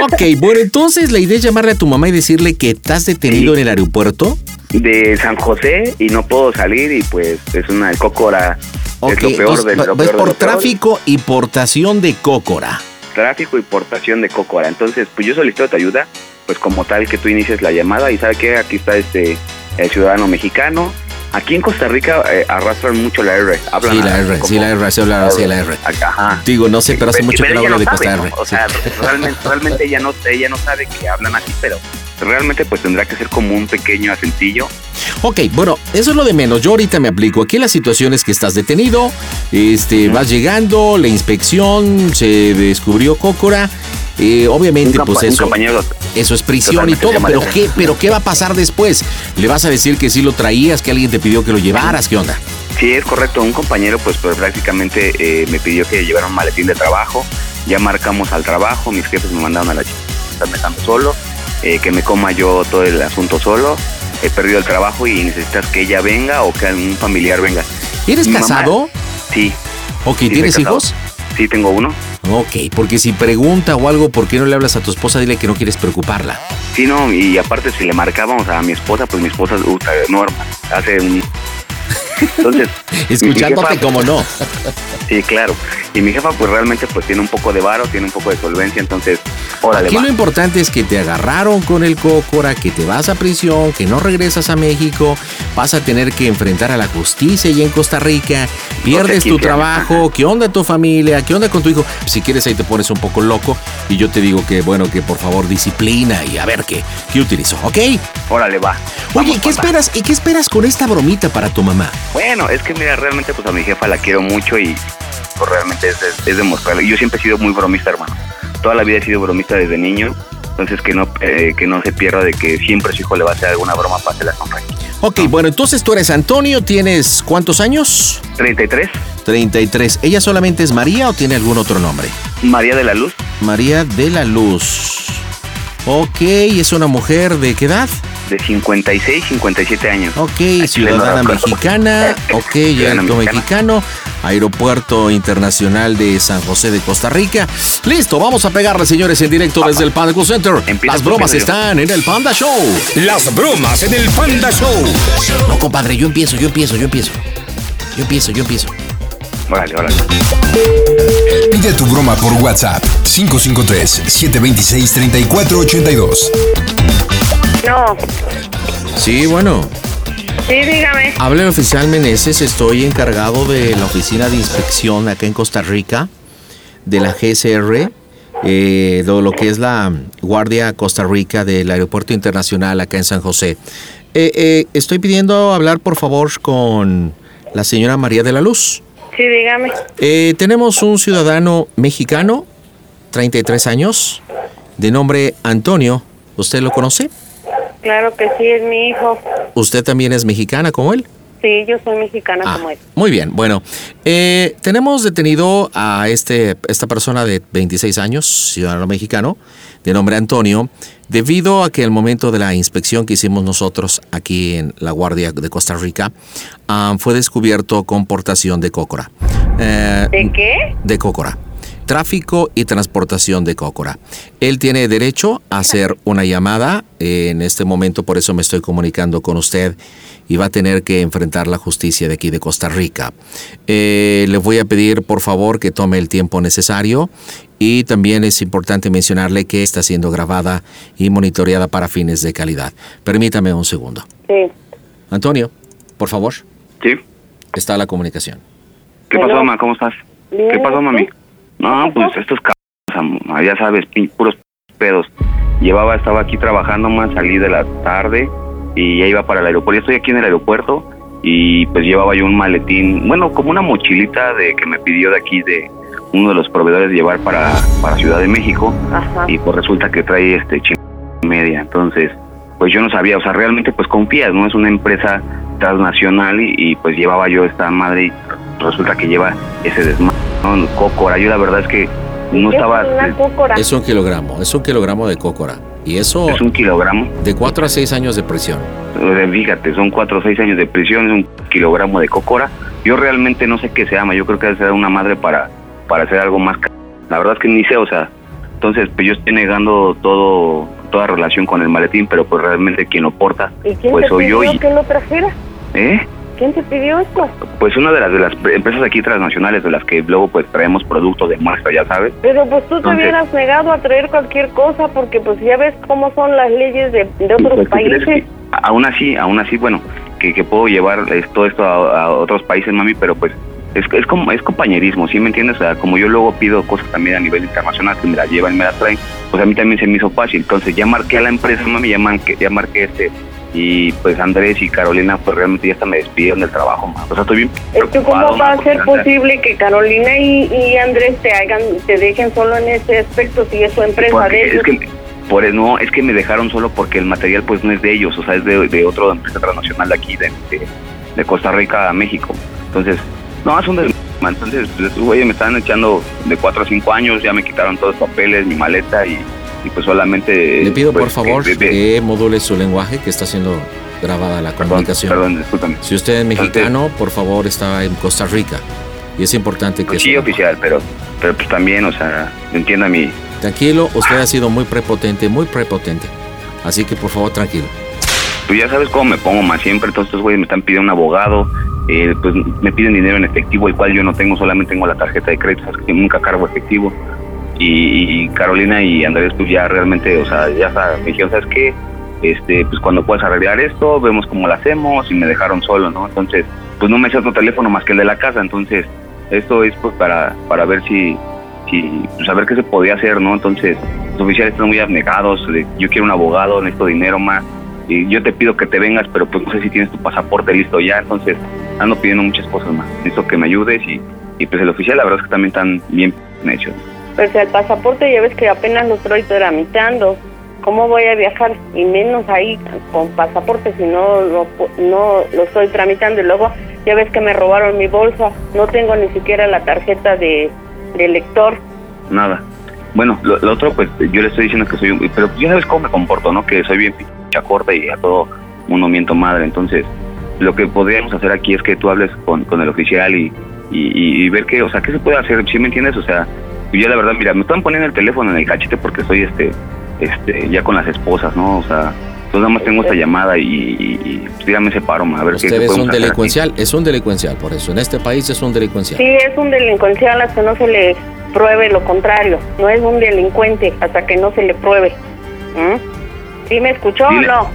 [SPEAKER 2] Ok, bueno, entonces la idea es llamarle a tu mamá y decirle que estás detenido en el aeropuerto.
[SPEAKER 14] De San José y no puedo salir y pues es una cócora. es
[SPEAKER 2] Ok,
[SPEAKER 14] lo peor
[SPEAKER 2] entonces,
[SPEAKER 14] de lo
[SPEAKER 2] ves
[SPEAKER 14] peor de
[SPEAKER 2] por
[SPEAKER 14] lo peor.
[SPEAKER 2] tráfico y portación de cócora.
[SPEAKER 14] Tráfico y portación de cócora. Entonces, pues yo solicito tu ayuda, pues como tal que tú inicies la llamada y sabe que aquí está este el ciudadano mexicano. Aquí en Costa Rica eh, arrastran mucho la R. Hablan
[SPEAKER 2] Sí, la
[SPEAKER 14] a-
[SPEAKER 2] R,
[SPEAKER 14] como-
[SPEAKER 2] sí, la R, se habla así de la R.
[SPEAKER 14] Ajá.
[SPEAKER 2] Digo, no sé, pero hace
[SPEAKER 14] Pero-
[SPEAKER 2] mucho que
[SPEAKER 14] pero
[SPEAKER 2] no
[SPEAKER 14] ella
[SPEAKER 2] hablo de
[SPEAKER 14] sabe,
[SPEAKER 2] Costa
[SPEAKER 14] ¿no?
[SPEAKER 2] R.
[SPEAKER 14] O sea, realmente, realmente ella, no, ella no sabe que hablan así, pero realmente pues tendrá que ser como un pequeño acentillo.
[SPEAKER 2] Ok, bueno, eso es lo de menos. Yo ahorita me aplico. Aquí la situación es que estás detenido, este, vas llegando, la inspección, se descubrió Cócora. eh, obviamente,
[SPEAKER 14] Un
[SPEAKER 2] pues
[SPEAKER 14] campa- un
[SPEAKER 2] eso,
[SPEAKER 14] compañero
[SPEAKER 2] eso es prisión y
[SPEAKER 14] totalmente
[SPEAKER 2] todo, pero
[SPEAKER 14] llamativo.
[SPEAKER 2] ¿qué, pero ¿qué va a pasar después? ¿Le vas a decir que sí lo traías, que alguien te pidió que lo llevaras? ¿Qué onda?
[SPEAKER 14] Sí, es correcto. Un compañero, pues, pues, prácticamente eh, me pidió que llevara un maletín de trabajo. Ya marcamos al trabajo. Mis jefes me mandaron a la chica, me están solo. eh, que me coma yo todo el asunto solo. he perdido el trabajo y necesitas que ella venga o que algún familiar venga.
[SPEAKER 2] ¿Eres
[SPEAKER 14] Mi mamá-
[SPEAKER 2] casado?
[SPEAKER 14] Sí.
[SPEAKER 2] Ok,
[SPEAKER 14] Sí, soy
[SPEAKER 2] ¿tienes
[SPEAKER 14] casado.
[SPEAKER 2] hijos?
[SPEAKER 14] Sí, tengo uno.
[SPEAKER 2] Ok, porque si pregunta o algo, ¿por qué no le hablas a tu esposa? Dile que no quieres preocuparla.
[SPEAKER 14] Sí, no, y aparte si le marcábamos a mi esposa, pues mi esposa usa norma, hace un... Entonces...
[SPEAKER 2] Escuchándote
[SPEAKER 14] como
[SPEAKER 2] no.
[SPEAKER 14] Sí, claro. Y mi jefa pues realmente pues tiene un poco de varo, tiene un poco de solvencia, entonces, órale,
[SPEAKER 2] Aquí
[SPEAKER 14] va.
[SPEAKER 2] lo importante es que te agarraron con el cócora, que te vas a prisión, que no regresas a México, vas a tener que enfrentar a la justicia y en Costa Rica, pierdes
[SPEAKER 24] 12,
[SPEAKER 2] tu
[SPEAKER 24] 15 años,
[SPEAKER 2] trabajo, ¿qué onda tu familia? ¿Qué onda con tu hijo? Si quieres ahí te pones un poco loco y yo te digo que bueno, que por favor disciplina y a ver qué, qué utilizo, ¿ok?
[SPEAKER 14] Órale, va.
[SPEAKER 2] Oye, ¿y ¿qué esperas? ¿Y qué esperas con esta bromita para tu mamá?
[SPEAKER 14] Bueno, es que mira, realmente pues a mi jefa la quiero mucho y pues, realmente es, es, es demostrarle. Yo siempre he sido muy bromista, hermano. Toda la vida he sido bromista desde niño. Entonces que no eh, que no se pierda de que siempre su hijo le va a hacer alguna broma para hacer la compañía.
[SPEAKER 2] Ok,
[SPEAKER 14] Ah.
[SPEAKER 2] bueno, entonces tú eres Antonio, ¿tienes cuántos años?
[SPEAKER 14] 33.
[SPEAKER 2] 33. ¿Ella solamente es María o tiene algún otro nombre?
[SPEAKER 14] María de la Luz.
[SPEAKER 2] María de la Luz. Ok, ¿es una mujer de qué edad?
[SPEAKER 14] De 56, 57 años.
[SPEAKER 2] Ok, ciudadana mexicana. Ok, ya
[SPEAKER 14] Ciudadana
[SPEAKER 2] mexicano. Aeropuerto Internacional de San José de Costa Rica. Listo, vamos a pegarle, señores, en directo desde el Panda Cool Center. Las
[SPEAKER 24] tú,
[SPEAKER 2] bromas
[SPEAKER 24] empiezo yo.
[SPEAKER 2] están en el Panda Show.
[SPEAKER 7] Las bromas en el Panda Show.
[SPEAKER 11] No, compadre, yo empiezo, yo empiezo, yo empiezo. Yo empiezo, yo empiezo.
[SPEAKER 14] Órale, órale.
[SPEAKER 9] Pide tu broma por WhatsApp 553-726-3482.
[SPEAKER 18] No,
[SPEAKER 2] Sí, bueno.
[SPEAKER 18] sí, dígame.
[SPEAKER 2] Hable oficial Meneses, estoy encargado de la oficina de inspección acá en Costa Rica, de la GSR, eh, de lo que es la Guardia Costa Rica del Aeropuerto Internacional acá en San José. Eh, eh, estoy pidiendo hablar por favor con la señora María de la Luz.
[SPEAKER 18] Sí, dígame.
[SPEAKER 2] Eh, tenemos un ciudadano mexicano, 33 años, de nombre Antonio. ¿Usted lo conoce?
[SPEAKER 18] Claro que sí, es mi hijo.
[SPEAKER 2] ¿Usted también es mexicana como él?
[SPEAKER 18] Sí, yo soy mexicana
[SPEAKER 2] Ah,
[SPEAKER 18] como él.
[SPEAKER 2] Muy bien, bueno, eh, tenemos detenido a este, esta persona de 26 años, ciudadano mexicano, de nombre Antonio, debido a que el momento de la inspección que hicimos nosotros aquí en la Guardia de Costa Rica, ah, fue descubierto con portación de cócora. Eh,
[SPEAKER 18] ¿De qué?
[SPEAKER 2] de Cócora. Tráfico y transportación de Cócora. Él tiene derecho a hacer una llamada eh, en este momento, por eso me estoy comunicando con usted y va a tener que enfrentar la justicia de aquí de Costa Rica. Eh, le voy a pedir por favor que tome el tiempo necesario y también es importante mencionarle que está siendo grabada y monitoreada para fines de calidad. Permítame un segundo.
[SPEAKER 18] Sí.
[SPEAKER 2] Antonio, por favor.
[SPEAKER 14] Sí.
[SPEAKER 2] Está la comunicación.
[SPEAKER 14] ¿Qué pasó, mamá? ¿Cómo estás? ¿Qué pasó, mami? No, pues estos cabrones, am- ya sabes, pin- puros pedos. Llevaba, estaba aquí trabajando, más salí de la tarde y ya iba para el aeropuerto. Yo estoy aquí en el aeropuerto y pues llevaba yo un maletín, bueno, como una mochilita de que me pidió de aquí de uno de los proveedores llevar para, para Ciudad de México
[SPEAKER 18] Ajá.
[SPEAKER 14] y pues resulta que trae este ching y media. Entonces, pues yo no sabía, o sea, realmente pues confías, ¿no? Es una empresa transnacional y, y, pues llevaba yo esta madre y resulta que lleva ese desmadre, ¿no? Cócora, yo la verdad es que no
[SPEAKER 2] qué
[SPEAKER 14] estaba...
[SPEAKER 2] es una Es un kilogramo, es un kilogramo de cócora. Y eso...
[SPEAKER 14] Es un kilogramo.
[SPEAKER 2] De 4 a 6 años de prisión.
[SPEAKER 14] eh, Fíjate, son cuatro o seis años de prisión, es un kilogramo de cócora. Yo realmente no sé qué se ama, yo creo que debe ser una madre para, para hacer algo más... ca- La verdad es que ni sé, o sea, entonces pues yo estoy negando todo toda relación con el maletín, pero pues realmente quien lo porta,
[SPEAKER 18] ¿Y quién
[SPEAKER 14] pues
[SPEAKER 18] te
[SPEAKER 14] soy yo
[SPEAKER 18] pidió
[SPEAKER 14] y...
[SPEAKER 18] que lo trajera?
[SPEAKER 14] ¿Eh?
[SPEAKER 18] ¿Quién te pidió esto?
[SPEAKER 14] Pues una de las de las pre- empresas aquí transnacionales de las que luego pues traemos productos de muestra, ya sabes.
[SPEAKER 18] Pero pues tú te
[SPEAKER 14] ¿Dónde?
[SPEAKER 18] hubieras negado a traer cualquier cosa porque pues ya ves cómo son las leyes de, de otros
[SPEAKER 14] Pues, ¿tú crees
[SPEAKER 18] países.
[SPEAKER 14] que- a- aún así, aún así, bueno, que, que puedo llevar eh, todo esto a, a otros países, mami, pero pues es, es como es compañerismo, ¿sí me entiendes? O sea, como yo luego pido cosas también a nivel internacional que me las llevan y me las traen, pues a mí también se me hizo fácil. Entonces ya marqué a la empresa, mami, ya marqué, ya marqué este y pues Andrés y Carolina pues realmente ya hasta me despidieron del trabajo, ma. o sea, estoy bien
[SPEAKER 18] ¿Tú
[SPEAKER 14] preocupado.
[SPEAKER 18] cómo va
[SPEAKER 14] ma,
[SPEAKER 18] a
[SPEAKER 14] porque
[SPEAKER 18] ser
[SPEAKER 14] la neta-
[SPEAKER 18] posible que Carolina y, y Andrés te hagan, te dejen solo en ese aspecto si es su empresa
[SPEAKER 14] Porque
[SPEAKER 18] de
[SPEAKER 14] es
[SPEAKER 18] ellos?
[SPEAKER 14] que por eso- no es que me dejaron solo porque el material pues no es de ellos o sea es de, de otra empresa transnacional de aquí de, de- de Costa Rica a México entonces no es un desmadre ma. entonces pues, güey me estaban echando de 4 a 5 años ya me quitaron todos los papeles mi maleta y, y, pues solamente
[SPEAKER 2] Le pido por
[SPEAKER 14] pues,
[SPEAKER 2] favor eh,
[SPEAKER 14] que- de- de-
[SPEAKER 2] que module su lenguaje que está siendo grabada la comunicación.
[SPEAKER 14] Perdón, discúlpame.
[SPEAKER 2] Si usted es mexicano, por favor, está en Costa Rica. Y es importante que...
[SPEAKER 14] Pues sí, oficial, pero, pero pues también, o sea, entienda mi...
[SPEAKER 2] Tranquilo, usted ha sido muy prepotente, muy prepotente. Así que por favor, tranquilo.
[SPEAKER 14] Tú pues ya sabes cómo me pongo más siempre, todos estos güeyes me están pidiendo un abogado, eh, pues me piden dinero en efectivo, el cual yo no tengo, solamente tengo la tarjeta de crédito, así que nunca cargo efectivo. Y, y Carolina y Andrés, pues ya realmente, o sea, ya sa- me dijeron, ¿sabes qué? Este, pues cuando puedas arreglar esto, vemos cómo lo hacemos y me dejaron solo, ¿no? Entonces, pues no me sé otro teléfono más que el de la casa, entonces esto es pues para, para ver si, si saber pues, qué se podía hacer, ¿no? Entonces, los oficiales están muy abnegados, de, yo quiero un abogado, necesito dinero más, y yo te pido que te vengas, pero pues no sé si tienes tu pasaporte listo ya, entonces ando pidiendo muchas cosas más, necesito que me ayudes y, y pues el oficial la verdad es que también están bien hechos.
[SPEAKER 18] Pues el pasaporte ya ves que apenas lo estoy tramitando. ¿Cómo voy a viajar? Y menos ahí con pasaporte si no lo, pu- no lo estoy tramitando. Y luego ya ves que me robaron mi bolsa. No tengo ni siquiera la tarjeta de, de lector.
[SPEAKER 14] Nada. Bueno, lo, lo otro, pues yo le estoy diciendo que soy un. Pero ya sabes cómo me comporto, ¿no? Que soy bien pincha corta y a todo mundo miento madre. Entonces, lo que podríamos hacer aquí es que tú hables con, con el oficial y, y- y- y ver qué, o sea, qué se puede hacer. ¿Sí me entiendes? O sea, yo la verdad, mira, me están poniendo el teléfono en el cachete porque soy este, este, ya con las esposas, ¿no? O sea, entonces nada más tengo esta llamada y, y, y, pues, dígame ese paro, ma, a ver qué-
[SPEAKER 2] Usted
[SPEAKER 14] qué
[SPEAKER 2] es un
[SPEAKER 14] podemos hacer aquí.
[SPEAKER 2] delincuencial, es un delincuencial, por eso. En este país es un delincuencial.
[SPEAKER 18] Sí, es un delincuencial hasta no se le pruebe lo contrario. No es un delincuente hasta que no se le pruebe. ¿Mm? ¿Sí me escuchó
[SPEAKER 14] Dile-
[SPEAKER 18] o no?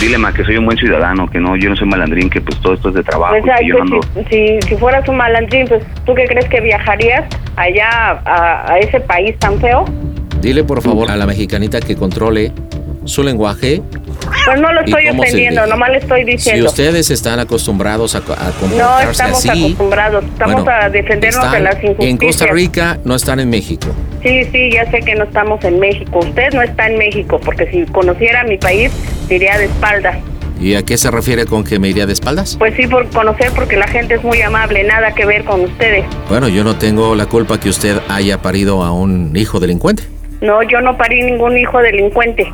[SPEAKER 14] Dile, ma, que soy un buen ciudadano, que no, yo no soy malandrín, que pues todo esto es de trabajo
[SPEAKER 18] Pues,
[SPEAKER 14] y que
[SPEAKER 18] ay,
[SPEAKER 14] yo no
[SPEAKER 18] pues,
[SPEAKER 14] ando.
[SPEAKER 18] si, si, si fueras un malandrín, pues ¿tú qué crees que viajarías allá a, a ese país tan feo?
[SPEAKER 2] Dile por favor a la mexicanita que controle su lenguaje.
[SPEAKER 18] Pues no lo
[SPEAKER 2] ¿Y
[SPEAKER 18] estoy
[SPEAKER 2] cómo se
[SPEAKER 18] ofendiendo,
[SPEAKER 2] dirige?
[SPEAKER 18] nomás le estoy
[SPEAKER 2] Si
[SPEAKER 18] diciendo.
[SPEAKER 2] ustedes están acostumbrados a, co- a
[SPEAKER 18] no
[SPEAKER 2] comportarse
[SPEAKER 18] estamos
[SPEAKER 2] así,
[SPEAKER 18] acostumbrados, estamos
[SPEAKER 2] Bueno,
[SPEAKER 18] a defendernos de
[SPEAKER 2] están
[SPEAKER 18] las injusticias.
[SPEAKER 2] en Costa Rica, no están en México.
[SPEAKER 18] Sí, sí, ya sé que no estamos en México. Usted no está en México, porque si conociera mi país, diría de espaldas.
[SPEAKER 2] ¿Y a qué se refiere con que me iría de espaldas?
[SPEAKER 18] Pues sí, por conocer, porque la gente es muy amable, nada que ver con ustedes.
[SPEAKER 2] Bueno, yo no tengo la culpa que usted haya parido a un hijo delincuente.
[SPEAKER 18] No, yo no parí ningún hijo delincuente.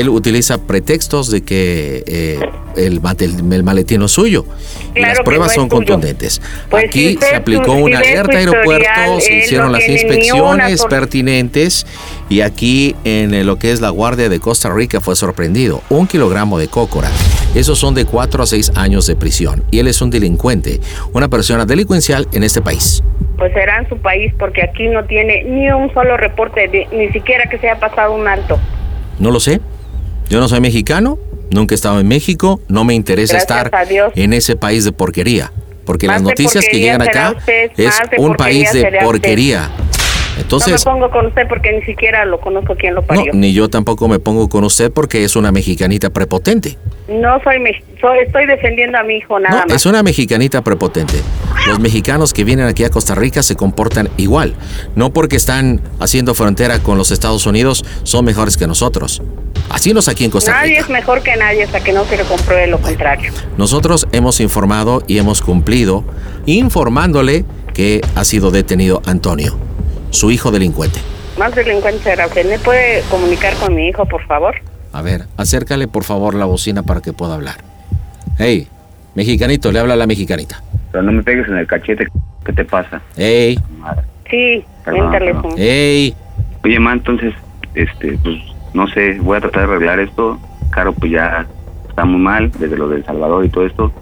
[SPEAKER 2] Él utiliza pretextos de que eh, el, mate- el maletín no es suyo. Y
[SPEAKER 18] Claro
[SPEAKER 2] las
[SPEAKER 18] que
[SPEAKER 2] pruebas
[SPEAKER 18] no es
[SPEAKER 2] son
[SPEAKER 18] tuyo.
[SPEAKER 2] contundentes.
[SPEAKER 18] Pues si
[SPEAKER 2] Aquí
[SPEAKER 18] usted
[SPEAKER 2] se aplicó
[SPEAKER 18] su- si
[SPEAKER 2] una
[SPEAKER 18] ve su
[SPEAKER 2] alerta a
[SPEAKER 18] historial,
[SPEAKER 2] aeropuertos,
[SPEAKER 18] él
[SPEAKER 2] se hicieron
[SPEAKER 18] no
[SPEAKER 2] las
[SPEAKER 18] tiene ni una
[SPEAKER 2] inspecciones
[SPEAKER 18] sola-
[SPEAKER 2] pertinentes y aquí en eh, lo que es la Guardia de Costa Rica fue sorprendido. Un kilogramo de cócora. Esos son de 4 a 6 años de prisión. Y él es un delincuente, una persona delincuencial en este país.
[SPEAKER 18] Pues será en su país, porque aquí no tiene ni un solo reporte, de- ni siquiera que se haya pasado un alto.
[SPEAKER 2] No lo sé. Yo no soy mexicano, nunca he estado en México, no me interesa
[SPEAKER 18] Gracias
[SPEAKER 2] estar
[SPEAKER 18] a Dios.
[SPEAKER 2] en ese país de porquería. Porque
[SPEAKER 18] Más
[SPEAKER 2] las
[SPEAKER 18] de
[SPEAKER 2] noticias que
[SPEAKER 18] porquería
[SPEAKER 2] llegan
[SPEAKER 18] será
[SPEAKER 2] acá
[SPEAKER 18] usted,
[SPEAKER 2] es
[SPEAKER 18] más de
[SPEAKER 2] un
[SPEAKER 18] porquería
[SPEAKER 2] país de
[SPEAKER 18] será usted.
[SPEAKER 2] porquería. Entonces,
[SPEAKER 18] no me pongo con usted porque ni siquiera lo conozco quién lo
[SPEAKER 2] no,
[SPEAKER 18] parió.
[SPEAKER 2] ni yo tampoco me pongo con usted porque es una mexicanita prepotente.
[SPEAKER 18] No soy, mex- soy- estoy defendiendo a mi hijo nada
[SPEAKER 2] No,
[SPEAKER 18] más.
[SPEAKER 2] es una mexicanita prepotente. Los mexicanos que vienen aquí a Costa Rica se comportan igual. No porque están haciendo frontera con los Estados Unidos son mejores que nosotros. Así nos aquí en Costa Rica.
[SPEAKER 18] Nadie es mejor que nadie hasta que no se le compruebe lo contrario.
[SPEAKER 2] Nosotros hemos informado y hemos cumplido informándole que ha sido detenido Antonio, su hijo delincuente.
[SPEAKER 18] Más delincuente será usted. ¿Me puede comunicar con mi hijo, por favor?
[SPEAKER 2] A ver, acércale por favor la bocina para que pueda hablar. Hey, mexicanito, le habla a la mexicanita. Eh.
[SPEAKER 14] Pero no me pegues en el cachete, ¿qué te pasa?
[SPEAKER 2] Hey,
[SPEAKER 18] Sí,
[SPEAKER 14] Perdón,
[SPEAKER 18] méntale
[SPEAKER 14] perdón.
[SPEAKER 18] su-
[SPEAKER 2] hey.
[SPEAKER 14] Oye, ma, entonces, este, pues, no sé, voy a tratar de arreglar esto. Claro, pues ya está muy mal desde lo del Salvador y todo esto,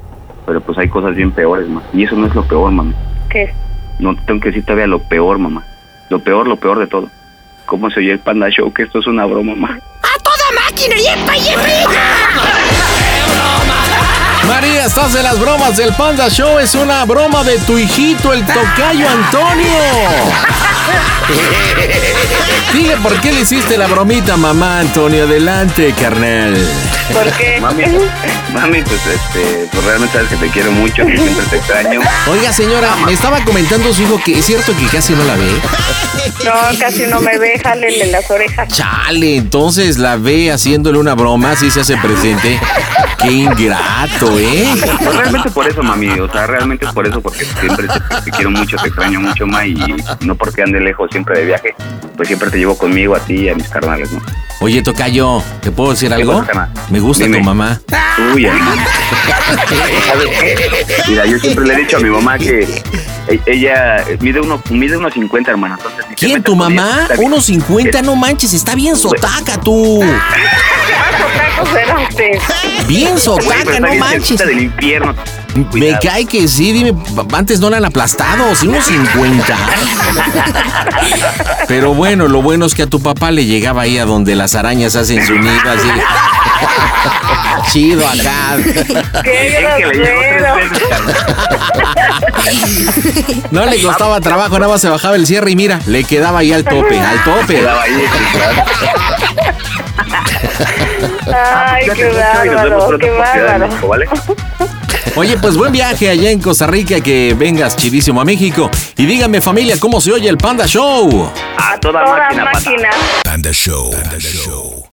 [SPEAKER 14] pero pues hay cosas bien peores, ma. Y eso no es lo peor, mamá.
[SPEAKER 18] ¿Qué?
[SPEAKER 14] No tengo que decir todavía lo peor, mamá. Lo peor, lo peor de todo. ¿Cómo se oye el Panda Show? Que esto es una broma, ma.
[SPEAKER 29] máquina! ¡Yepa, yepa,
[SPEAKER 7] María, estás en las bromas del Panda Show. Es una broma de tu hijito, el tocayo Antonio. Dile por qué le hiciste la bromita, mamá Antonio. Adelante, carnal.
[SPEAKER 18] ¿Por qué?
[SPEAKER 14] Mami, mami, pues, este, pues realmente sabes que te quiero mucho, que siempre te extraño.
[SPEAKER 2] Oiga, señora, me estaba comentando su hijo que es cierto que casi no la ve.
[SPEAKER 18] No, casi no me ve, jálele las orejas.
[SPEAKER 2] Chale, entonces la ve haciéndole una broma, así se hace presente. Qué ingrato, ¿eh?
[SPEAKER 14] Pues realmente por eso, mami. O sea, realmente por eso, porque siempre te, te quiero mucho, te extraño mucho, ma. Y no porque ande lejos siempre de viaje, pues siempre te llevo conmigo a ti y a mis carnales, ¿no?
[SPEAKER 2] Oye, Tocayo, ¿te puedo decir
[SPEAKER 14] ¿Qué
[SPEAKER 2] algo?
[SPEAKER 14] pasa, Cama?
[SPEAKER 2] Me gusta
[SPEAKER 14] Dime.
[SPEAKER 2] tu mamá.
[SPEAKER 14] Uy, amigo. ¿Sabes qué? Mira, yo siempre le he dicho a mi mamá que e- ella mide uno, mide unos 50, hermano. Entonces, si te
[SPEAKER 18] ¿Quién,
[SPEAKER 14] metes
[SPEAKER 18] tu
[SPEAKER 14] con ella,
[SPEAKER 18] mamá?
[SPEAKER 14] está bien.
[SPEAKER 18] Unos 50, no manches, está bien sotaca tú. Bien
[SPEAKER 2] Oye, pero
[SPEAKER 18] sotaca,
[SPEAKER 2] está
[SPEAKER 18] no
[SPEAKER 2] bien
[SPEAKER 18] manches.
[SPEAKER 2] cerquita del
[SPEAKER 14] infierno.
[SPEAKER 2] Me cae que sí, dime, antes no la han aplastado, sí, unos 50. Pero bueno, lo bueno es que a tu papá le llegaba ahí a donde las arañas hacen su nido, así. Chido acá. No le costaba trabajo, nada más se bajaba el cierre y mira, le quedaba ahí al tope, al tope.
[SPEAKER 14] Quedaba ahí, sí, claro.
[SPEAKER 7] Ay,
[SPEAKER 14] Cuídate
[SPEAKER 7] qué
[SPEAKER 14] mucho y nos vemos
[SPEAKER 7] bárbaro,
[SPEAKER 14] pronto
[SPEAKER 7] qué
[SPEAKER 14] por Ciudad de
[SPEAKER 7] bárbaro.
[SPEAKER 14] México, ¿vale?
[SPEAKER 2] Oye, pues buen viaje allá en Costa Rica, que vengas chidísimo a México. Y díganme familia, ¿cómo se oye el Panda Show?
[SPEAKER 14] A toda,
[SPEAKER 7] Toda
[SPEAKER 14] máquina, pata.
[SPEAKER 7] máquina.
[SPEAKER 30] Panda Show. Panda Show.